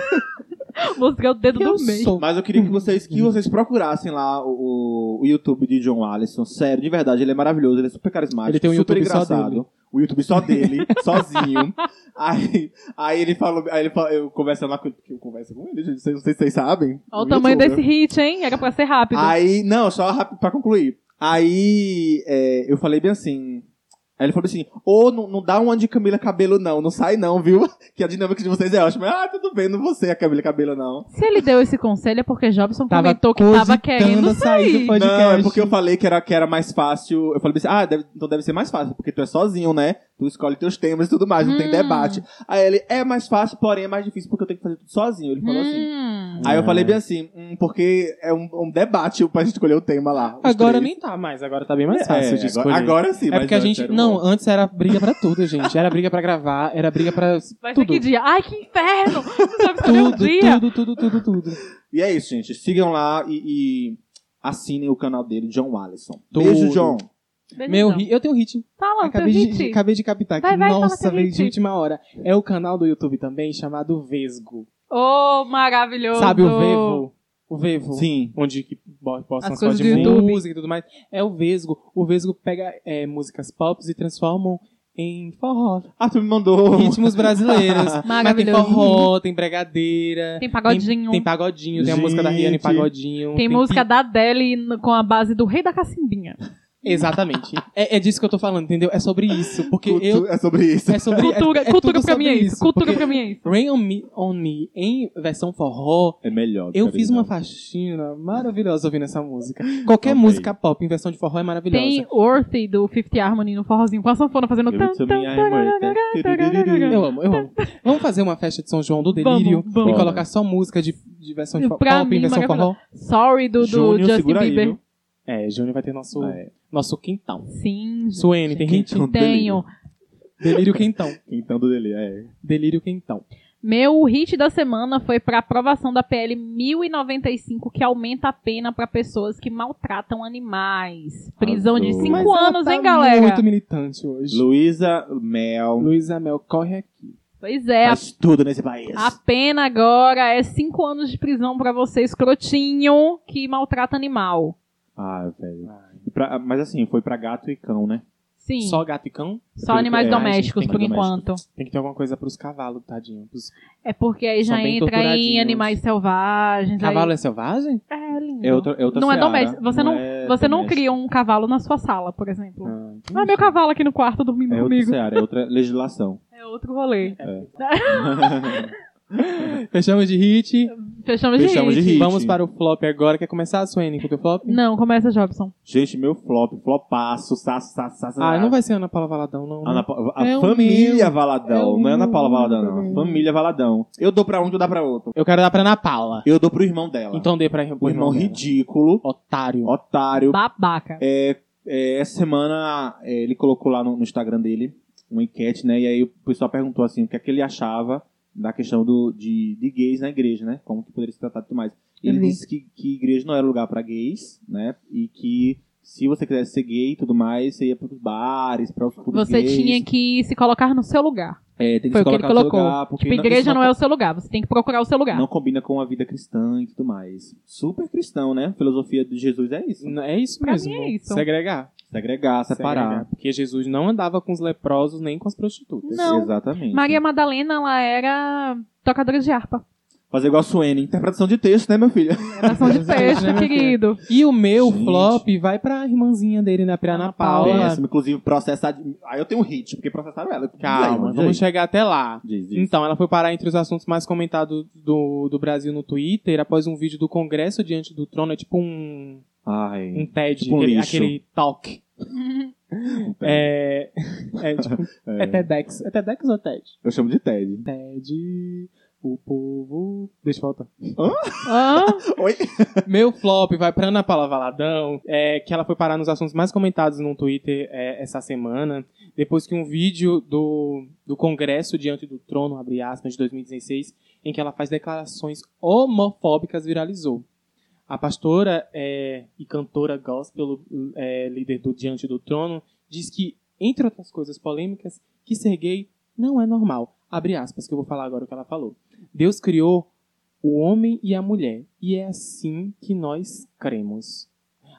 Speaker 4: Mostrei o dedo
Speaker 3: eu
Speaker 4: do meio.
Speaker 3: sou.
Speaker 2: Mas eu queria que vocês, que
Speaker 3: Uhum.
Speaker 2: vocês procurassem lá o, o- o YouTube de John Allison. Sério, de verdade, ele é maravilhoso, ele é super carismático,
Speaker 3: Ele tem um
Speaker 2: super
Speaker 3: YouTube só
Speaker 2: engraçado.
Speaker 3: dele.
Speaker 2: O YouTube só
Speaker 3: [LAUGHS]
Speaker 2: dele, sozinho. Aí, aí ele falou, aí ele falou, eu conversando lá com ele, porque eu converso com ele, gente, vocês, vocês, vocês sabem.
Speaker 4: Olha o
Speaker 2: No
Speaker 4: tamanho
Speaker 2: YouTube,
Speaker 4: desse hit, hein? Era pra ser rápido.
Speaker 2: Aí, não, só rápido pra concluir. Aí é, eu falei bem assim. Aí ele falou assim: Ô, não, não dá um ano de Camila Cabelo, não, não sai não, viu? [LAUGHS] Que a dinâmica de vocês é ótima. Ah, tudo bem, não vou ser a Camila Cabelo, não.
Speaker 4: Se ele deu esse conselho é porque Jobson
Speaker 3: Tava
Speaker 4: comentou que tava
Speaker 3: cogitando
Speaker 4: querendo
Speaker 3: sair do
Speaker 4: sair.
Speaker 3: podcast.
Speaker 2: Não, é porque eu falei que era, que era mais fácil. Eu falei assim: ah, deve- então deve ser mais fácil, porque tu é sozinho, né? Tu escolhe teus temas e tudo mais, não tem
Speaker 4: Hum.
Speaker 2: debate. Aí ele é mais fácil, porém é mais difícil porque eu tenho que fazer tudo sozinho. Ele falou assim.
Speaker 4: Hum.
Speaker 2: Aí eu
Speaker 3: É.
Speaker 2: falei bem assim, hum, porque é um, um debate pra gente escolher o tema lá. os
Speaker 3: Agora
Speaker 2: três.
Speaker 3: nem tá mais, agora tá bem mais fácil de
Speaker 2: é,
Speaker 3: escolher.
Speaker 2: agora, agora sim,
Speaker 3: é
Speaker 2: mas
Speaker 3: porque a
Speaker 2: antes
Speaker 3: gente.
Speaker 2: era um
Speaker 3: Não, antes era briga pra tudo, gente. Era briga pra gravar, era briga pra.
Speaker 4: Mas é
Speaker 3: tudo.
Speaker 4: que dia? Ai, que inferno! [LAUGHS] Não sabe escolher um
Speaker 3: Tudo,
Speaker 4: dia.
Speaker 3: tudo, tudo, tudo, tudo.
Speaker 2: E é isso, gente. Sigam lá e, e assinem o canal dele, John Allison.
Speaker 3: Tudo.
Speaker 2: Beijo, John.
Speaker 4: Beijo,
Speaker 3: Meu,
Speaker 4: então.
Speaker 3: ri- eu tenho hit.
Speaker 4: Fala,
Speaker 3: Acabei
Speaker 4: teu
Speaker 3: de,
Speaker 4: hit.
Speaker 3: de- acabei de captar
Speaker 4: Vai,
Speaker 3: que,
Speaker 4: vai, fala
Speaker 3: nossa,
Speaker 4: teu
Speaker 3: veio
Speaker 4: hit.
Speaker 3: de última hora. É o canal do YouTube também chamado Vesgo.
Speaker 4: Ô, maravilhoso.
Speaker 3: Sabe o Vevo? O Vevo.
Speaker 2: Sim.
Speaker 3: Onde que bo- postam
Speaker 4: As
Speaker 3: as fotos
Speaker 4: coisas
Speaker 3: de
Speaker 4: do YouTube.
Speaker 3: música e tudo mais. É o Vesgo. O Vesgo pega é, músicas pop e transformam em forró.
Speaker 2: Ah, tu me mandou.
Speaker 3: Ritmos
Speaker 4: [LAUGHS]
Speaker 3: brasileiros. Mas tem
Speaker 4: Maravilhoso.
Speaker 3: forró, tem bregadeira.
Speaker 4: Tem pagodinho.
Speaker 3: Tem
Speaker 4: Tem,
Speaker 3: pagodinho, tem a música da Rihanna e
Speaker 2: Gente.
Speaker 3: Pagodinho.
Speaker 4: música da Adele no- com a base do Rei da Cacimbinha.
Speaker 3: Exatamente. é, é disso que eu tô falando, entendeu? É sobre isso. Porque
Speaker 2: Cultu-
Speaker 3: eu.
Speaker 2: É sobre isso.
Speaker 3: É sobre, é-
Speaker 4: Cultura,
Speaker 3: é, tudo
Speaker 4: cultura pra
Speaker 3: sobre
Speaker 4: mim é isso. Cultura
Speaker 3: porque
Speaker 4: pra mim é isso.
Speaker 3: Rain on me, on me em versão forró.
Speaker 2: É melhor.
Speaker 3: Eu
Speaker 2: cara,
Speaker 3: fiz
Speaker 2: não.
Speaker 3: uma faxina maravilhosa ouvindo essa música. Qualquer
Speaker 2: Amei.
Speaker 3: música pop em versão de forró é maravilhosa.
Speaker 4: Tem Worthy do Fifth Harmony no forrozinho com a sanfona fazendo.
Speaker 2: Eu vou te amar, amor.
Speaker 3: Eu amo, eu amo. Vamos fazer uma festa de São João do Delírio
Speaker 4: Vamos, vamos.
Speaker 3: e colocar só música de, de versão de
Speaker 4: Pra
Speaker 3: pop
Speaker 4: mim,
Speaker 3: em versão forró?
Speaker 4: Sorry do, do
Speaker 2: Júnior,
Speaker 4: Justin
Speaker 2: segura aí,
Speaker 4: Bieber.
Speaker 2: viu?
Speaker 3: É, Júnior vai ter nosso,
Speaker 2: Ah, é.
Speaker 3: nosso quintão.
Speaker 4: Sim,
Speaker 3: Suene, tem hit?
Speaker 2: Quintão.
Speaker 4: tenho.
Speaker 3: Delírio quintão.
Speaker 2: Então do dele, é.
Speaker 3: Delírio quintão.
Speaker 4: Meu hit da semana foi para aprovação da PL 1095, que aumenta a pena para pessoas que maltratam animais. Prisão de
Speaker 2: Arrasou.
Speaker 4: 5
Speaker 2: Mas
Speaker 4: anos,
Speaker 3: ela tá
Speaker 4: hein, galera?
Speaker 3: muito militante hoje.
Speaker 2: Luísa Mel.
Speaker 3: Luísa Mel, corre aqui.
Speaker 4: Pois é, a,
Speaker 2: Faz tudo nesse país.
Speaker 4: a pena agora é 5 anos de prisão para você, escrotinho, que maltrata animal.
Speaker 2: Ah, velho. E pra- mas assim, foi pra gato e cão, né?
Speaker 4: Sim, só,
Speaker 3: Só gato e cão?
Speaker 4: animais
Speaker 2: é, a gente
Speaker 4: domésticos,
Speaker 3: tem
Speaker 4: por
Speaker 2: animais
Speaker 4: enquanto.
Speaker 3: Tem que ter alguma coisa pros cavalos, tadinho. Pros...
Speaker 4: É porque aí
Speaker 3: São
Speaker 4: já
Speaker 3: bem
Speaker 4: entra em
Speaker 3: torturadinhos.
Speaker 4: animais selvagens.
Speaker 3: Cavalo
Speaker 4: aí...
Speaker 3: é selvagem?
Speaker 4: É, lindo.
Speaker 2: É outra, é outra
Speaker 4: Não é
Speaker 2: seara.
Speaker 4: doméstico. Você não-
Speaker 2: é
Speaker 4: Você não
Speaker 2: doméstico.
Speaker 4: cria um cavalo na sua sala, por exemplo.
Speaker 3: Ah,
Speaker 4: Ah, meu cavalo aqui no quarto dormindo
Speaker 2: É outra
Speaker 4: comigo.
Speaker 2: seara, é outra legislação.
Speaker 4: É outro rolê.
Speaker 3: Fechamos de hit.
Speaker 4: Fechamos de
Speaker 2: Fechamos de
Speaker 4: hit.
Speaker 2: hit.
Speaker 3: Vamos para o flop agora. Quer começar, Suene, com o teu flop?
Speaker 4: Não, começa, Jobson.
Speaker 2: Gente, meu flop, flopaço, sa, sa, sa, sa.
Speaker 3: Ah, não vai ser Ana Paula Valadão, não. né?
Speaker 2: Ana Pa- a
Speaker 3: É o
Speaker 2: família
Speaker 3: meu. É
Speaker 2: Valadão,
Speaker 3: o
Speaker 2: não é Ana Paula
Speaker 3: meu.
Speaker 2: Valadão, não. Família Valadão. Eu dou pra um, tu dá pra outro.
Speaker 3: Eu quero dar pra Ana Paula.
Speaker 2: Eu dou pro irmão dela.
Speaker 3: Então dê pra
Speaker 2: o irmão
Speaker 3: dela.
Speaker 2: ridículo,
Speaker 3: Otário.
Speaker 2: otário.
Speaker 4: Babaca.
Speaker 2: É, essa semana é, ele colocou lá no, no Instagram dele uma enquete, né? E aí o pessoal perguntou assim o que é que ele achava da questão do, de, de gays na igreja, né? Como que poderia ser tratado e tudo mais. E
Speaker 4: Eu
Speaker 2: ele
Speaker 4: vi.
Speaker 2: disse que, que igreja não era lugar pra gays, né? E que se você quisesse ser gay e tudo mais, você ia pros bares, pra os clubes
Speaker 4: Você
Speaker 2: gays.
Speaker 4: tinha que se colocar no seu lugar.
Speaker 2: É, tem que
Speaker 4: Foi
Speaker 2: se
Speaker 4: o que ele
Speaker 2: colocar no seu
Speaker 4: colocou.
Speaker 2: lugar, porque
Speaker 4: Tipo,
Speaker 2: não-
Speaker 4: igreja
Speaker 2: isso
Speaker 4: não é o seu lugar. Você tem que procurar o seu lugar.
Speaker 2: não combina com a vida cristã e tudo mais. Super cristão, né? Filosofia de Jesus é isso.
Speaker 3: Não, É isso
Speaker 4: Pra
Speaker 3: mesmo.
Speaker 4: mim é isso.
Speaker 3: Segregar.
Speaker 2: Segregar, separar.
Speaker 3: Segregar. Porque Jesus não andava com os leprosos nem com as prostitutas.
Speaker 4: Não.
Speaker 2: Exatamente.
Speaker 4: Maria Madalena, ela era tocadora de harpa.
Speaker 2: Fazer igual a Suene, interpretação de texto, né, meu [LAUGHS] filho?
Speaker 4: Relação de peixe,
Speaker 3: Exatamente. Né,
Speaker 4: querido.
Speaker 3: E o meu
Speaker 2: Gente.
Speaker 3: flop vai pra irmãzinha dele, né? Pra Ana
Speaker 4: Ana
Speaker 3: Paula.
Speaker 2: Péssimo, inclusive processar. Aí eu tenho um hit, porque processaram ela. Diz aí,
Speaker 3: Calma,
Speaker 2: mano,
Speaker 3: vamos
Speaker 2: diz aí.
Speaker 3: chegar até lá.
Speaker 2: Diz, diz.
Speaker 3: Então, ela foi parar entre os assuntos mais comentados do, do Brasil no Twitter após um vídeo do Congresso diante do trono. É tipo um,
Speaker 2: Ai.
Speaker 3: um TED,
Speaker 2: Tipo um
Speaker 3: aquele,
Speaker 2: lixo.
Speaker 3: aquele talk. É, [LAUGHS] é, tipo,
Speaker 2: É.
Speaker 3: é TEDx. É TEDx ou TED?
Speaker 2: Eu chamo de Ted.
Speaker 3: TED, o povo... Deixa eu voltar.
Speaker 4: Hã?
Speaker 2: Oi?
Speaker 3: Meu flop vai pra Ana Paula Valadão, é, que ela foi parar nos assuntos mais comentados no Twitter é, essa semana, depois que um vídeo do, do Congresso diante do trono, abre aspas, de 2016, em que ela faz declarações homofóbicas viralizou. A pastora é, e cantora gospel, é, líder do Diante do Trono, diz que, entre outras coisas polêmicas, que ser gay não é normal. Abre aspas, que eu vou falar agora o que ela falou. Deus criou o homem e a mulher. E é assim que nós cremos.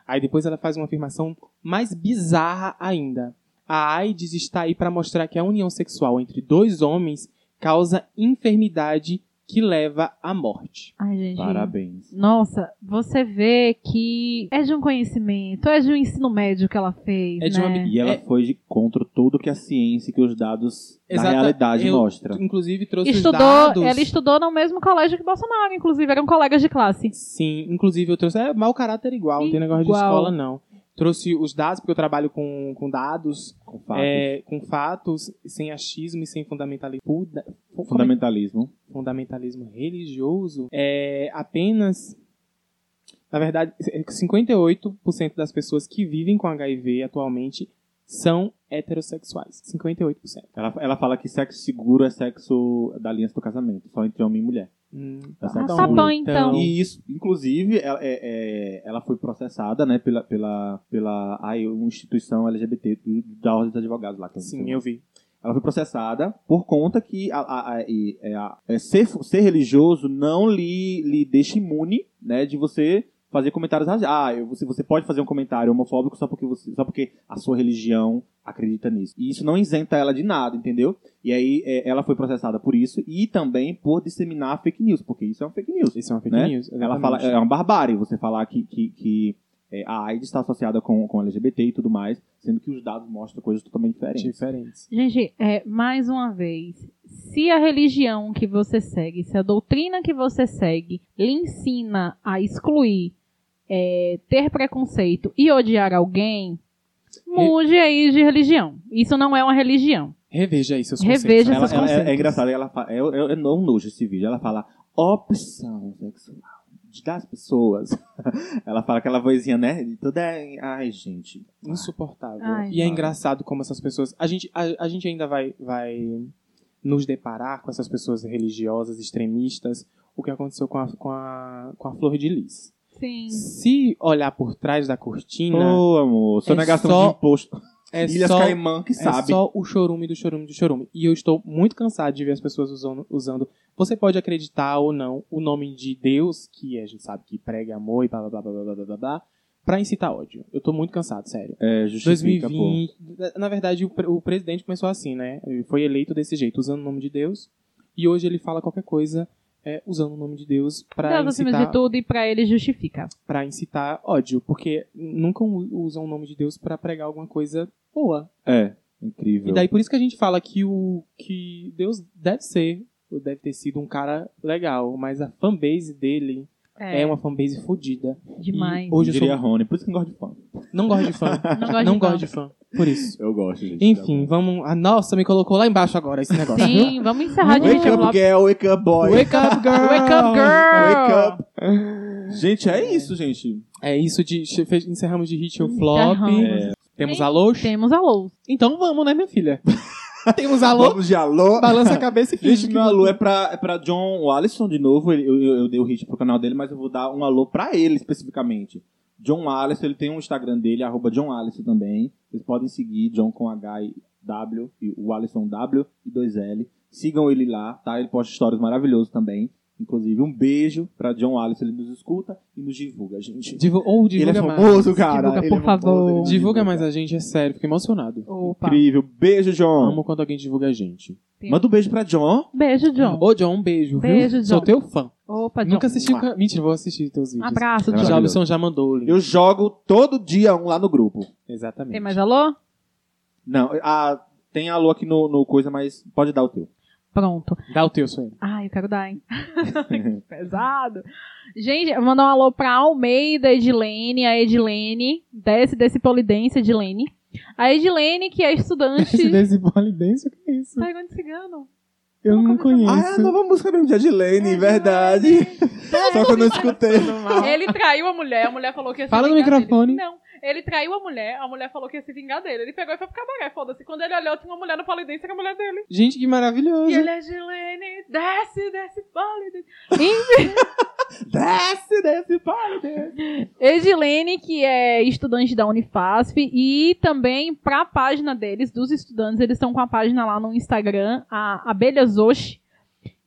Speaker 3: Aí depois ela faz uma afirmação mais bizarra ainda. A AIDS está aí para mostrar que a união sexual entre dois homens causa enfermidade que leva à morte.
Speaker 4: Ai, gente.
Speaker 2: Parabéns.
Speaker 4: Nossa, você vê que é de um conhecimento, é de um ensino médio que ela fez,
Speaker 3: É de uma
Speaker 4: né?
Speaker 3: menina.
Speaker 2: E ela
Speaker 3: É.
Speaker 2: foi de contra tudo que a ciência e que os dados da
Speaker 3: Exata-
Speaker 2: realidade
Speaker 3: eu-
Speaker 2: mostra.
Speaker 3: Inclusive trouxe
Speaker 4: Estudou,
Speaker 3: os dados.
Speaker 4: ela estudou no mesmo colégio que Bolsonaro, inclusive, eram colegas de classe.
Speaker 3: Sim, inclusive eu trouxe. É mau caráter igual, não tem negócio de
Speaker 4: Igual.
Speaker 3: escola, não. Trouxe os dados, porque eu trabalho com, com dados,
Speaker 2: Com fatos.
Speaker 3: é, com fatos, sem achismo e sem fundamentalismo. Funda- como é
Speaker 2: Fundamentalismo.
Speaker 3: fundamentalismo religioso, é apenas. Na verdade, 58% das pessoas que vivem com HIV atualmente são heterossexuais. 58%.
Speaker 2: Ela, ela fala que sexo seguro é sexo da aliança do casamento, só entre homem e mulher.
Speaker 3: Hum,
Speaker 2: É
Speaker 4: Ah,
Speaker 2: sexo
Speaker 4: tá
Speaker 2: seguro.
Speaker 4: bom, então.
Speaker 2: E isso, inclusive, ela, é- é- ela foi processada, né, pela, pela, pela ai, uma instituição LGBT do- da Ordem dos Advogados lá. Que eu não sei o
Speaker 3: Sim, eu vi.
Speaker 2: Ela foi processada por conta que a- a- a- e- é, a- é, ser, ser religioso não lhe, lhe deixa imune, né, de você fazer comentários racistas. Ah, eu- você, você pode fazer um comentário homofóbico só porque, você, só porque a sua religião acredita nisso. E isso não isenta ela de nada, entendeu? E aí é, ela foi processada por isso e também por disseminar fake news, porque isso é uma fake news.
Speaker 3: Isso é uma fake
Speaker 2: Né?
Speaker 3: news.
Speaker 2: Ela
Speaker 3: exatamente.
Speaker 2: fala, é uma barbárie você falar que, que, que, é, a AIDS está associada com, com LGBT e tudo mais, sendo que os dados mostram coisas totalmente diferentes.
Speaker 3: diferentes.
Speaker 4: Gente, é, mais uma vez, se a religião que você segue, se a doutrina que você segue lhe ensina a excluir, é, ter preconceito e odiar alguém, mude aí de religião. Isso não é uma religião.
Speaker 3: Reveja aí seus
Speaker 4: Reveja
Speaker 3: conceitos.
Speaker 2: Ela-
Speaker 4: essas
Speaker 2: ela- é,
Speaker 4: conceitos.
Speaker 2: é engraçado, ela fa- é, é, é não nojo esse vídeo. Ela fala opção sexual de- das pessoas. [LAUGHS] ela fala aquela vozinha, né? de Toda. Ai, gente.
Speaker 3: insuportável.
Speaker 4: Ai.
Speaker 3: e é engraçado como essas pessoas. A gente, a, a gente ainda vai, vai nos deparar com essas pessoas religiosas, extremistas, o que aconteceu com a, com a, com a Flor de Lis.
Speaker 4: Sim.
Speaker 3: Se olhar por trás da
Speaker 2: Ô,
Speaker 3: cortina,
Speaker 2: amor, sua
Speaker 3: É
Speaker 2: negação
Speaker 3: só-
Speaker 2: de imposto.
Speaker 3: é,
Speaker 2: Ilhas
Speaker 3: só, é
Speaker 2: Caimã que sabe.
Speaker 3: só o chorume do chorume do chorume. E eu estou muito cansado de ver as pessoas usando. usando você pode acreditar ou não o nome de Deus, que a gente sabe que prega amor e blá blá blá blá blá blá blá, blá pra incitar ódio. Eu tô muito cansado, sério.
Speaker 2: É, justifica, pô.
Speaker 3: 2020. Na verdade, o, pre- o presidente começou assim, né? Ele foi eleito desse jeito, usando o nome de Deus. E hoje ele fala qualquer coisa é, usando o nome de Deus pra
Speaker 4: Deus acima
Speaker 3: incitar,
Speaker 4: de tudo e pra ele justifica.
Speaker 3: pra incitar ódio. Porque nunca u- usam o nome de Deus pra pregar alguma coisa boa.
Speaker 2: É,
Speaker 3: E
Speaker 2: incrível.
Speaker 3: daí por isso que a gente fala que, o, que Deus deve ser, ou deve ter sido um cara legal. Mas a fanbase dele é,
Speaker 4: É,
Speaker 3: uma fanbase fodida.
Speaker 4: demais.
Speaker 3: e hoje- eu
Speaker 2: diria
Speaker 3: sou-
Speaker 2: Rony, por isso que eu gosto de fã.
Speaker 3: Não gosto de fã.
Speaker 4: [LAUGHS] Não gosto
Speaker 3: Não
Speaker 4: de
Speaker 3: gosto
Speaker 4: fã.
Speaker 3: de fã. Por isso.
Speaker 2: Eu gosto, gente.
Speaker 3: Enfim, vamos. Ah, nossa, me colocou lá embaixo agora esse negócio. viu?
Speaker 4: Sim, vamos encerrar de
Speaker 2: Wake up, girl, wake up, boy.
Speaker 3: Wake up, Uhum. girl!
Speaker 4: Wake up, girl!
Speaker 2: Wake up. Gente, é isso, gente.
Speaker 3: É isso de. che- fe- Encerramos de hit ou flop.
Speaker 4: Encerramos.
Speaker 3: Temos alô.
Speaker 4: Temos a Lou.
Speaker 3: Então vamos, né, minha filha? [LAUGHS] Temos alô.
Speaker 2: Vamos de alô.
Speaker 3: Balança a cabeça e
Speaker 2: Gente,
Speaker 3: finge que
Speaker 2: meu alô é pra, é pra John Allison de novo. Ele- eu, eu, eu dei o hit pro canal dele, mas eu vou dar um alô pra ele especificamente. John Allison, ele tem um Instagram dele, arroba John Allison também. Vocês podem seguir, John com H e W, e o Allison W e 2L. Sigam ele lá, tá? Ele posta histórias maravilhosas também. Inclusive, um beijo pra John Allison. Ele nos escuta e nos divulga, gente.
Speaker 3: Divu- Ou
Speaker 2: ele
Speaker 3: divulga
Speaker 2: é
Speaker 3: mais.
Speaker 2: famoso, cara.
Speaker 4: Divulga,
Speaker 2: Ele
Speaker 4: por
Speaker 2: é famoso,
Speaker 4: favor.
Speaker 2: ele
Speaker 3: Divulga mais a gente, é sério, fiquei emocionado.
Speaker 4: Opa.
Speaker 2: Incrível. Beijo, John.
Speaker 3: Amo quando alguém divulga a gente.
Speaker 2: Manda um beijo pra John.
Speaker 4: Beijo, John.
Speaker 3: Ô, John, um beijo, viu?
Speaker 4: Beijo, John.
Speaker 3: Sou teu fã.
Speaker 4: Opa, John.
Speaker 3: Nunca assisti.
Speaker 2: Mua.
Speaker 3: Mentira, vou assistir teus vídeos.
Speaker 4: Abraço,
Speaker 3: O
Speaker 4: John.
Speaker 2: Maravilhoso.
Speaker 3: Jobson já mandou o link.
Speaker 2: Eu jogo todo dia um lá no grupo.
Speaker 3: Exatamente.
Speaker 4: Tem mais alô?
Speaker 2: Não, a, tem alô aqui no, no coisa, mas pode dar o teu.
Speaker 4: Pronto.
Speaker 3: Dá o teu,
Speaker 4: [LAUGHS]
Speaker 3: sonho.
Speaker 4: Ah, eu quero dar, hein?
Speaker 3: [LAUGHS]
Speaker 4: Que Pesado. Gente, eu vou mandar um alô pra Almeida Edilene, a Edilene, desce desse Polidência, Edilene. A Edilene, que é
Speaker 3: Esse
Speaker 4: estudante. Tá
Speaker 3: desibolidense, o que é isso?
Speaker 4: Pagando cigano.
Speaker 3: Eu não conheço.
Speaker 2: Ah, é a nova música mesmo de Adilene,
Speaker 4: É,
Speaker 2: verdade. Só que eu não escutei.
Speaker 4: Ele traiu a mulher, a mulher falou que ia se
Speaker 3: Fala no
Speaker 4: vingar dele.
Speaker 3: microfone.
Speaker 4: Não. Ele traiu a mulher, a mulher falou que ia se vingar dele. Ele pegou e foi pro cabaré, foda-se. Quando ele olhou, tinha uma mulher no Polidência que é a mulher dele.
Speaker 3: Gente, que
Speaker 4: E
Speaker 3: maravilhoso.
Speaker 4: ele é Edilene, desce desse Polidência.
Speaker 2: Desce, desce, pá.
Speaker 4: Edilene, que é estudante da Unifasf, e também pra página deles, dos estudantes, eles estão com a página lá no Instagram, a Abelhas Oxi.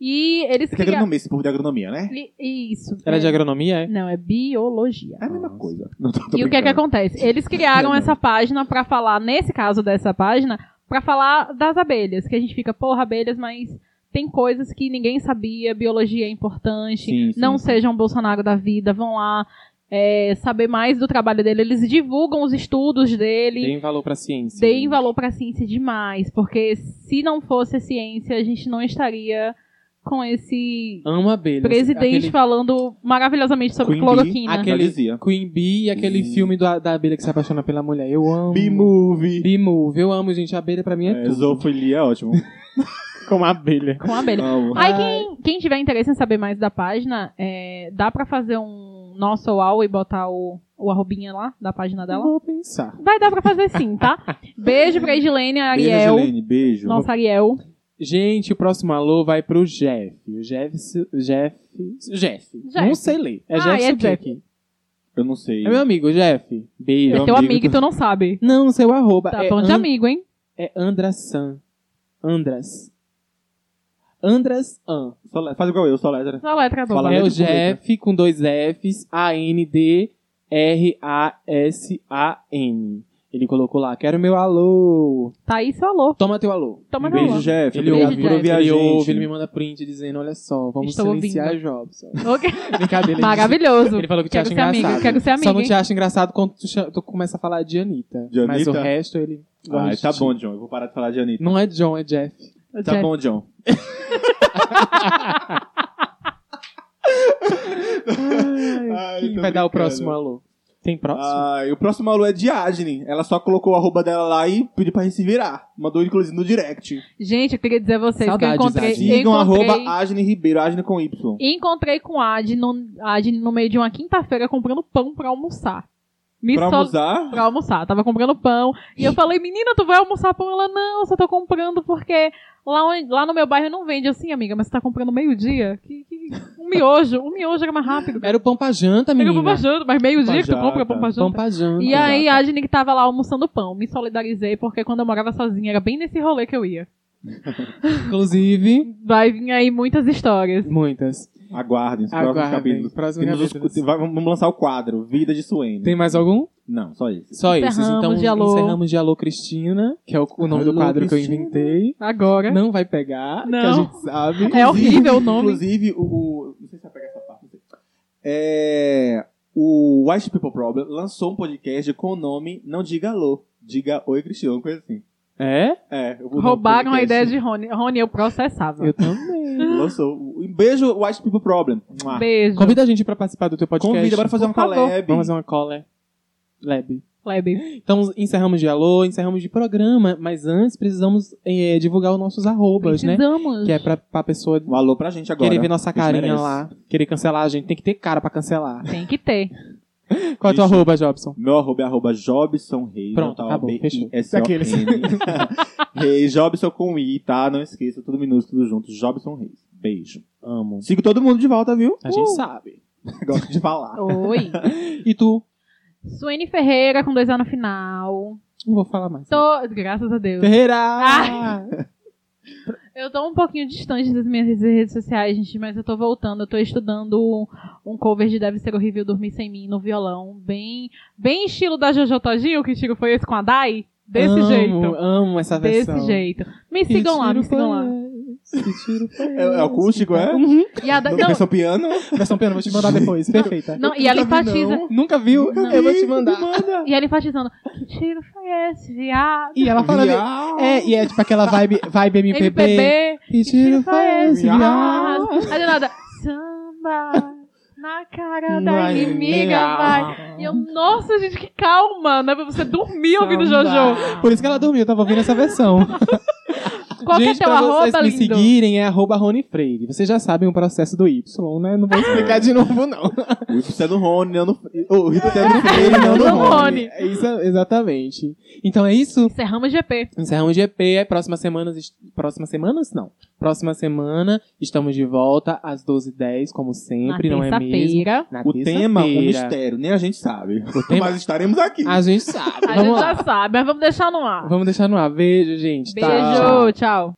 Speaker 4: E eles
Speaker 2: Que
Speaker 4: criaram.
Speaker 2: agronomia, esse povo de agronomia, né?
Speaker 4: E- Isso.
Speaker 3: Ela é de
Speaker 4: é-
Speaker 3: agronomia, é?
Speaker 4: Não, é biologia.
Speaker 2: É a mesma coisa. Não, tô- tô
Speaker 4: E o que é que
Speaker 2: brincando.
Speaker 4: acontece? Eles criaram essa página pra falar, nesse caso dessa página, pra falar das abelhas, que a gente fica, porra, abelhas, mas tem coisas que ninguém sabia, biologia é importante,
Speaker 2: Sim, sim,
Speaker 4: não
Speaker 2: sim.
Speaker 4: sejam Bolsonaro da vida, vão lá é, saber mais do trabalho dele, eles divulgam os estudos dele,
Speaker 3: Deem valor pra ciência.
Speaker 4: deem valor pra ciência demais, porque se não fosse a ciência, a gente não estaria com esse
Speaker 3: Amo abelhas.
Speaker 4: presidente falando maravilhosamente sobre
Speaker 2: Queen Bee,
Speaker 4: cloroquina.
Speaker 2: aquele- Já dizia.
Speaker 3: aquele Hum. Queen Bee e aquele
Speaker 2: Sim.
Speaker 3: filme do- da abelha que se apaixona pela mulher. Eu amo.
Speaker 2: B-movie.
Speaker 3: B-Move. Eu amo, gente. A abelha pra mim é,
Speaker 2: É,
Speaker 3: tudo.
Speaker 2: zoofilia é ótimo.
Speaker 3: Como a abelha.
Speaker 4: Com a abelha.
Speaker 2: Amo.
Speaker 4: Aí quem, quem tiver interesse em saber mais da página, é, dá pra fazer um nosso uau e botar o, o arrobinha lá da página dela?
Speaker 3: Vou pensar.
Speaker 4: Vai dar pra fazer sim, tá? Beijo pra Edilene,
Speaker 2: Beijo,
Speaker 4: é Ariel.
Speaker 2: Adilene, beijo.
Speaker 4: Nossa, Ariel.
Speaker 3: Gente, o próximo alô vai pro Jeff. O Jeff... Su- Jeff... Jeff. Não sei ler. É
Speaker 4: Ah,
Speaker 3: Jeff
Speaker 4: é
Speaker 3: Subject.
Speaker 2: Eu não sei.
Speaker 3: É meu amigo, Jeff. Beijo.
Speaker 4: É teu amigo e tu não sabe.
Speaker 3: Não, seu arroba.
Speaker 4: Tá
Speaker 3: é
Speaker 4: falando de
Speaker 3: An-
Speaker 4: amigo, hein?
Speaker 3: É Andrasan. Andras. Andres An.
Speaker 2: Só le- Faz igual eu, só letra.
Speaker 4: Só letra
Speaker 2: Fala
Speaker 4: dupla.
Speaker 2: aí.
Speaker 3: É o
Speaker 2: letra por letra.
Speaker 3: Jeff com dois Fs, A-N-D-R-A-S-A-N. Ele colocou lá, quero meu alô.
Speaker 4: Tá aí seu alô.
Speaker 3: Toma teu alô.
Speaker 4: Toma
Speaker 2: Um
Speaker 4: meu
Speaker 2: beijo,
Speaker 4: alô.
Speaker 2: Jeff.
Speaker 3: Ele
Speaker 4: Beijo,
Speaker 2: Obrigado por
Speaker 3: ouve,
Speaker 2: ouvir a
Speaker 3: ele, ouve, ele me
Speaker 2: gente.
Speaker 3: manda print dizendo, olha só, vamos
Speaker 4: Estou
Speaker 3: silenciar Jobson.
Speaker 4: Ok.
Speaker 3: Brincadeira. ele
Speaker 4: Maravilhoso.
Speaker 3: disse- Ele falou que te
Speaker 4: Quero
Speaker 3: acha
Speaker 4: ser amigo,
Speaker 3: engraçado.
Speaker 4: quero ser
Speaker 3: Só não
Speaker 4: amigo.
Speaker 3: te
Speaker 4: hein?
Speaker 3: acha engraçado quando tu, cha- tu começa a falar de Anitta.
Speaker 2: De
Speaker 3: Mas o
Speaker 2: Anitta?
Speaker 3: resto ele...
Speaker 2: Ai,
Speaker 3: gosta.
Speaker 2: tá bom, John. Eu vou parar de falar de Anitta.
Speaker 3: Não é John, é Jeff.
Speaker 2: Tá
Speaker 4: Jeff.
Speaker 2: bom, John. Ai,
Speaker 3: Quem
Speaker 2: tô
Speaker 3: vai dar o
Speaker 2: brincando.
Speaker 3: próximo alô? Tem próximo?
Speaker 2: Ah, e o próximo alô é Diagene. Ela só colocou o arroba dela lá e pediu pra gente se virar. Mandou, inclusive, no direct.
Speaker 4: Gente, eu queria dizer a vocês
Speaker 3: Saudades,
Speaker 4: que eu encontrei.
Speaker 3: Adi.
Speaker 4: eu
Speaker 2: Sigam
Speaker 4: encontrei...
Speaker 2: arroba Agne Ribeiro, Agne com Y.
Speaker 4: Encontrei com a Ad no, a Ad no meio de uma quinta-feira comprando pão pra almoçar. Me
Speaker 2: pra
Speaker 4: só-
Speaker 2: almoçar,
Speaker 4: pra almoçar. Tava comprando pão. E eu falei, menina, tu vai almoçar pão? Ela, não, eu só tô comprando porque lá, onde- lá no meu bairro não vende assim, amiga, mas você tá comprando meio-dia? Que- que- Um miojo. Um miojo era mais rápido.
Speaker 3: Era o pão pra janta,
Speaker 4: Pega
Speaker 3: menina.
Speaker 4: pão pra janta, mas meio-dia que tu
Speaker 2: janta.
Speaker 4: compra pão pra
Speaker 3: Pão
Speaker 4: janta.
Speaker 3: pra janta.
Speaker 4: E aí,
Speaker 3: Exato.
Speaker 4: a Adne que tava lá almoçando pão, me solidarizei, porque quando eu morava sozinha, era bem nesse rolê que eu ia.
Speaker 3: Inclusive...
Speaker 4: Vai vir aí muitas histórias.
Speaker 3: Muitas.
Speaker 2: aguardem os próximos
Speaker 3: Aguardem.
Speaker 2: capítulos.
Speaker 4: é
Speaker 3: Próximo
Speaker 2: Temos os-
Speaker 3: capítulo.
Speaker 2: vai- vamos lançar o quadro, Vida de Suene.
Speaker 3: Tem mais algum?
Speaker 2: Não, só isso.
Speaker 3: Só esses. Então
Speaker 4: Encerramos de alô.
Speaker 3: encerramos de Alô Cristina, que é o, o nome do
Speaker 2: Alô,
Speaker 3: quadro que eu
Speaker 2: Cristina.
Speaker 3: inventei.
Speaker 4: Agora.
Speaker 3: Não vai pegar, que a
Speaker 4: É? Não.
Speaker 3: gente sabe.
Speaker 4: É horrível o nome.
Speaker 2: Inclusive, o, o- Não sei se vai pegar essa parte. não sei. É, o White People Problem lançou um podcast com o nome Não Diga Alô, Diga Oi Cristiano, coisa assim.
Speaker 3: É?
Speaker 2: É, o nome do
Speaker 4: Roubaram a
Speaker 2: podcast.
Speaker 4: ideia de Rony. Rony, eu processava.
Speaker 3: Eu também.
Speaker 2: Lançou. Um beijo, White People Problem. Mua.
Speaker 4: Beijo.
Speaker 3: Convida a gente pra participar do teu podcast.
Speaker 2: Convida, bora fazer uma
Speaker 4: Uhum. Por favor.
Speaker 2: collab.
Speaker 3: Vamos fazer uma cola. Lab.
Speaker 4: Lebe.
Speaker 3: Então encerramos de alô, encerramos de programa, mas antes precisamos eh, divulgar os nossos arrobas, né?
Speaker 4: Precisamos.
Speaker 3: Que é pra, pra pessoa
Speaker 2: Um alô pra gente agora.
Speaker 3: querer ver nossa
Speaker 2: A gente
Speaker 3: carinha
Speaker 2: merece.
Speaker 3: lá, querer cancelar a gente. Tem que ter cara pra cancelar.
Speaker 4: Tem
Speaker 3: [LAUGHS]
Speaker 4: que ter.
Speaker 3: Qual é o teu
Speaker 2: Isso.
Speaker 3: arroba, Jobson?
Speaker 2: Meu arroba é arroba Jobson Reis.
Speaker 3: Pronto,
Speaker 2: tá?
Speaker 3: acabou, fechou. Daqueles. [LAUGHS]
Speaker 2: Aqueles. Reis, Jobson com I, tá? Não esqueça, tudo minuto, tudo junto. Jobson Reis. Beijo.
Speaker 3: Amo.
Speaker 2: Sigo todo mundo de volta, viu?
Speaker 3: A gente
Speaker 2: Uh,
Speaker 3: sabe.
Speaker 2: Gosto de falar.
Speaker 4: Oi.
Speaker 3: E tu?
Speaker 4: Suene Ferreira, com dois anos final.
Speaker 3: Não vou falar mais.
Speaker 4: Tô... Graças a Deus.
Speaker 3: Ferreira!
Speaker 4: Ah! Eu tô um pouquinho distante das minhas redes sociais, gente, mas eu tô voltando. Eu tô estudando um cover de Deve Ser Horrível Dormir Sem Mim no violão. Bem, bem estilo da Jojo Todinho, que tiro foi esse com a Dai. Desse
Speaker 3: amo,
Speaker 4: jeito.
Speaker 3: Amo essa versão.
Speaker 4: Desse jeito. Me sigam lá, me sigam lá.
Speaker 2: É, é acústico, é?
Speaker 4: E a da...
Speaker 2: Não,
Speaker 4: Não,
Speaker 2: versão piano?
Speaker 3: Versão Pena, vou te mandar depois. Perfeita.
Speaker 4: não, e ela
Speaker 2: Nunca vi,
Speaker 4: enfatiza.
Speaker 2: não.
Speaker 3: Nunca viu?
Speaker 4: Não.
Speaker 3: Eu vou te mandar.
Speaker 4: E ela enfatizando. Que tiro foi esse, viado?
Speaker 3: E ela fala. ali-
Speaker 2: Viau.
Speaker 3: É, e é tipo aquela vibe, vibe MPB.
Speaker 4: MPB.
Speaker 3: E tiro
Speaker 4: é
Speaker 3: foi esse,
Speaker 2: viado?
Speaker 3: viado?
Speaker 4: Aí do Ah, nada, samba na cara da
Speaker 3: Vai,
Speaker 4: inimiga, vai. E eu, nossa, gente, que calma, né? Pra você dormir ouvindo Jojo.
Speaker 3: Por isso que ela dormiu, eu tava ouvindo essa versão.
Speaker 4: Qual que é
Speaker 3: Gente,
Speaker 4: teu
Speaker 3: pra vocês
Speaker 4: arroba,
Speaker 3: me
Speaker 4: lindo?
Speaker 3: seguirem é arroba Rony Freire. Vocês já sabem o processo do Y, né?
Speaker 4: [LAUGHS]
Speaker 3: Não vou explicar de novo, não.
Speaker 2: O Rito é do Rony, não do... O Rito é
Speaker 3: [LAUGHS]
Speaker 2: do Freire, não do
Speaker 4: Não,
Speaker 2: Rony.
Speaker 4: Rony.
Speaker 3: É Isso, exatamente. Então é isso.
Speaker 4: Encerramos GP.
Speaker 3: Encerramos o GP. aí Próxima semana. Próxima semana? Não. Próxima semana estamos de volta às 12h10, como
Speaker 4: Na
Speaker 3: sempre, não é mesmo?
Speaker 4: terça-feira.
Speaker 3: Na
Speaker 2: O tema, um
Speaker 3: terça-feira.
Speaker 2: mistério, nem a gente sabe.
Speaker 3: tema-
Speaker 2: Mas estaremos aqui.
Speaker 3: A gente sabe.
Speaker 4: A
Speaker 3: Vamos
Speaker 4: gente
Speaker 3: lá.
Speaker 4: já sabe, mas vamos deixar no ar.
Speaker 3: Vamos deixar no ar. Beijo, gente. Tá?
Speaker 4: Beijo, tchau.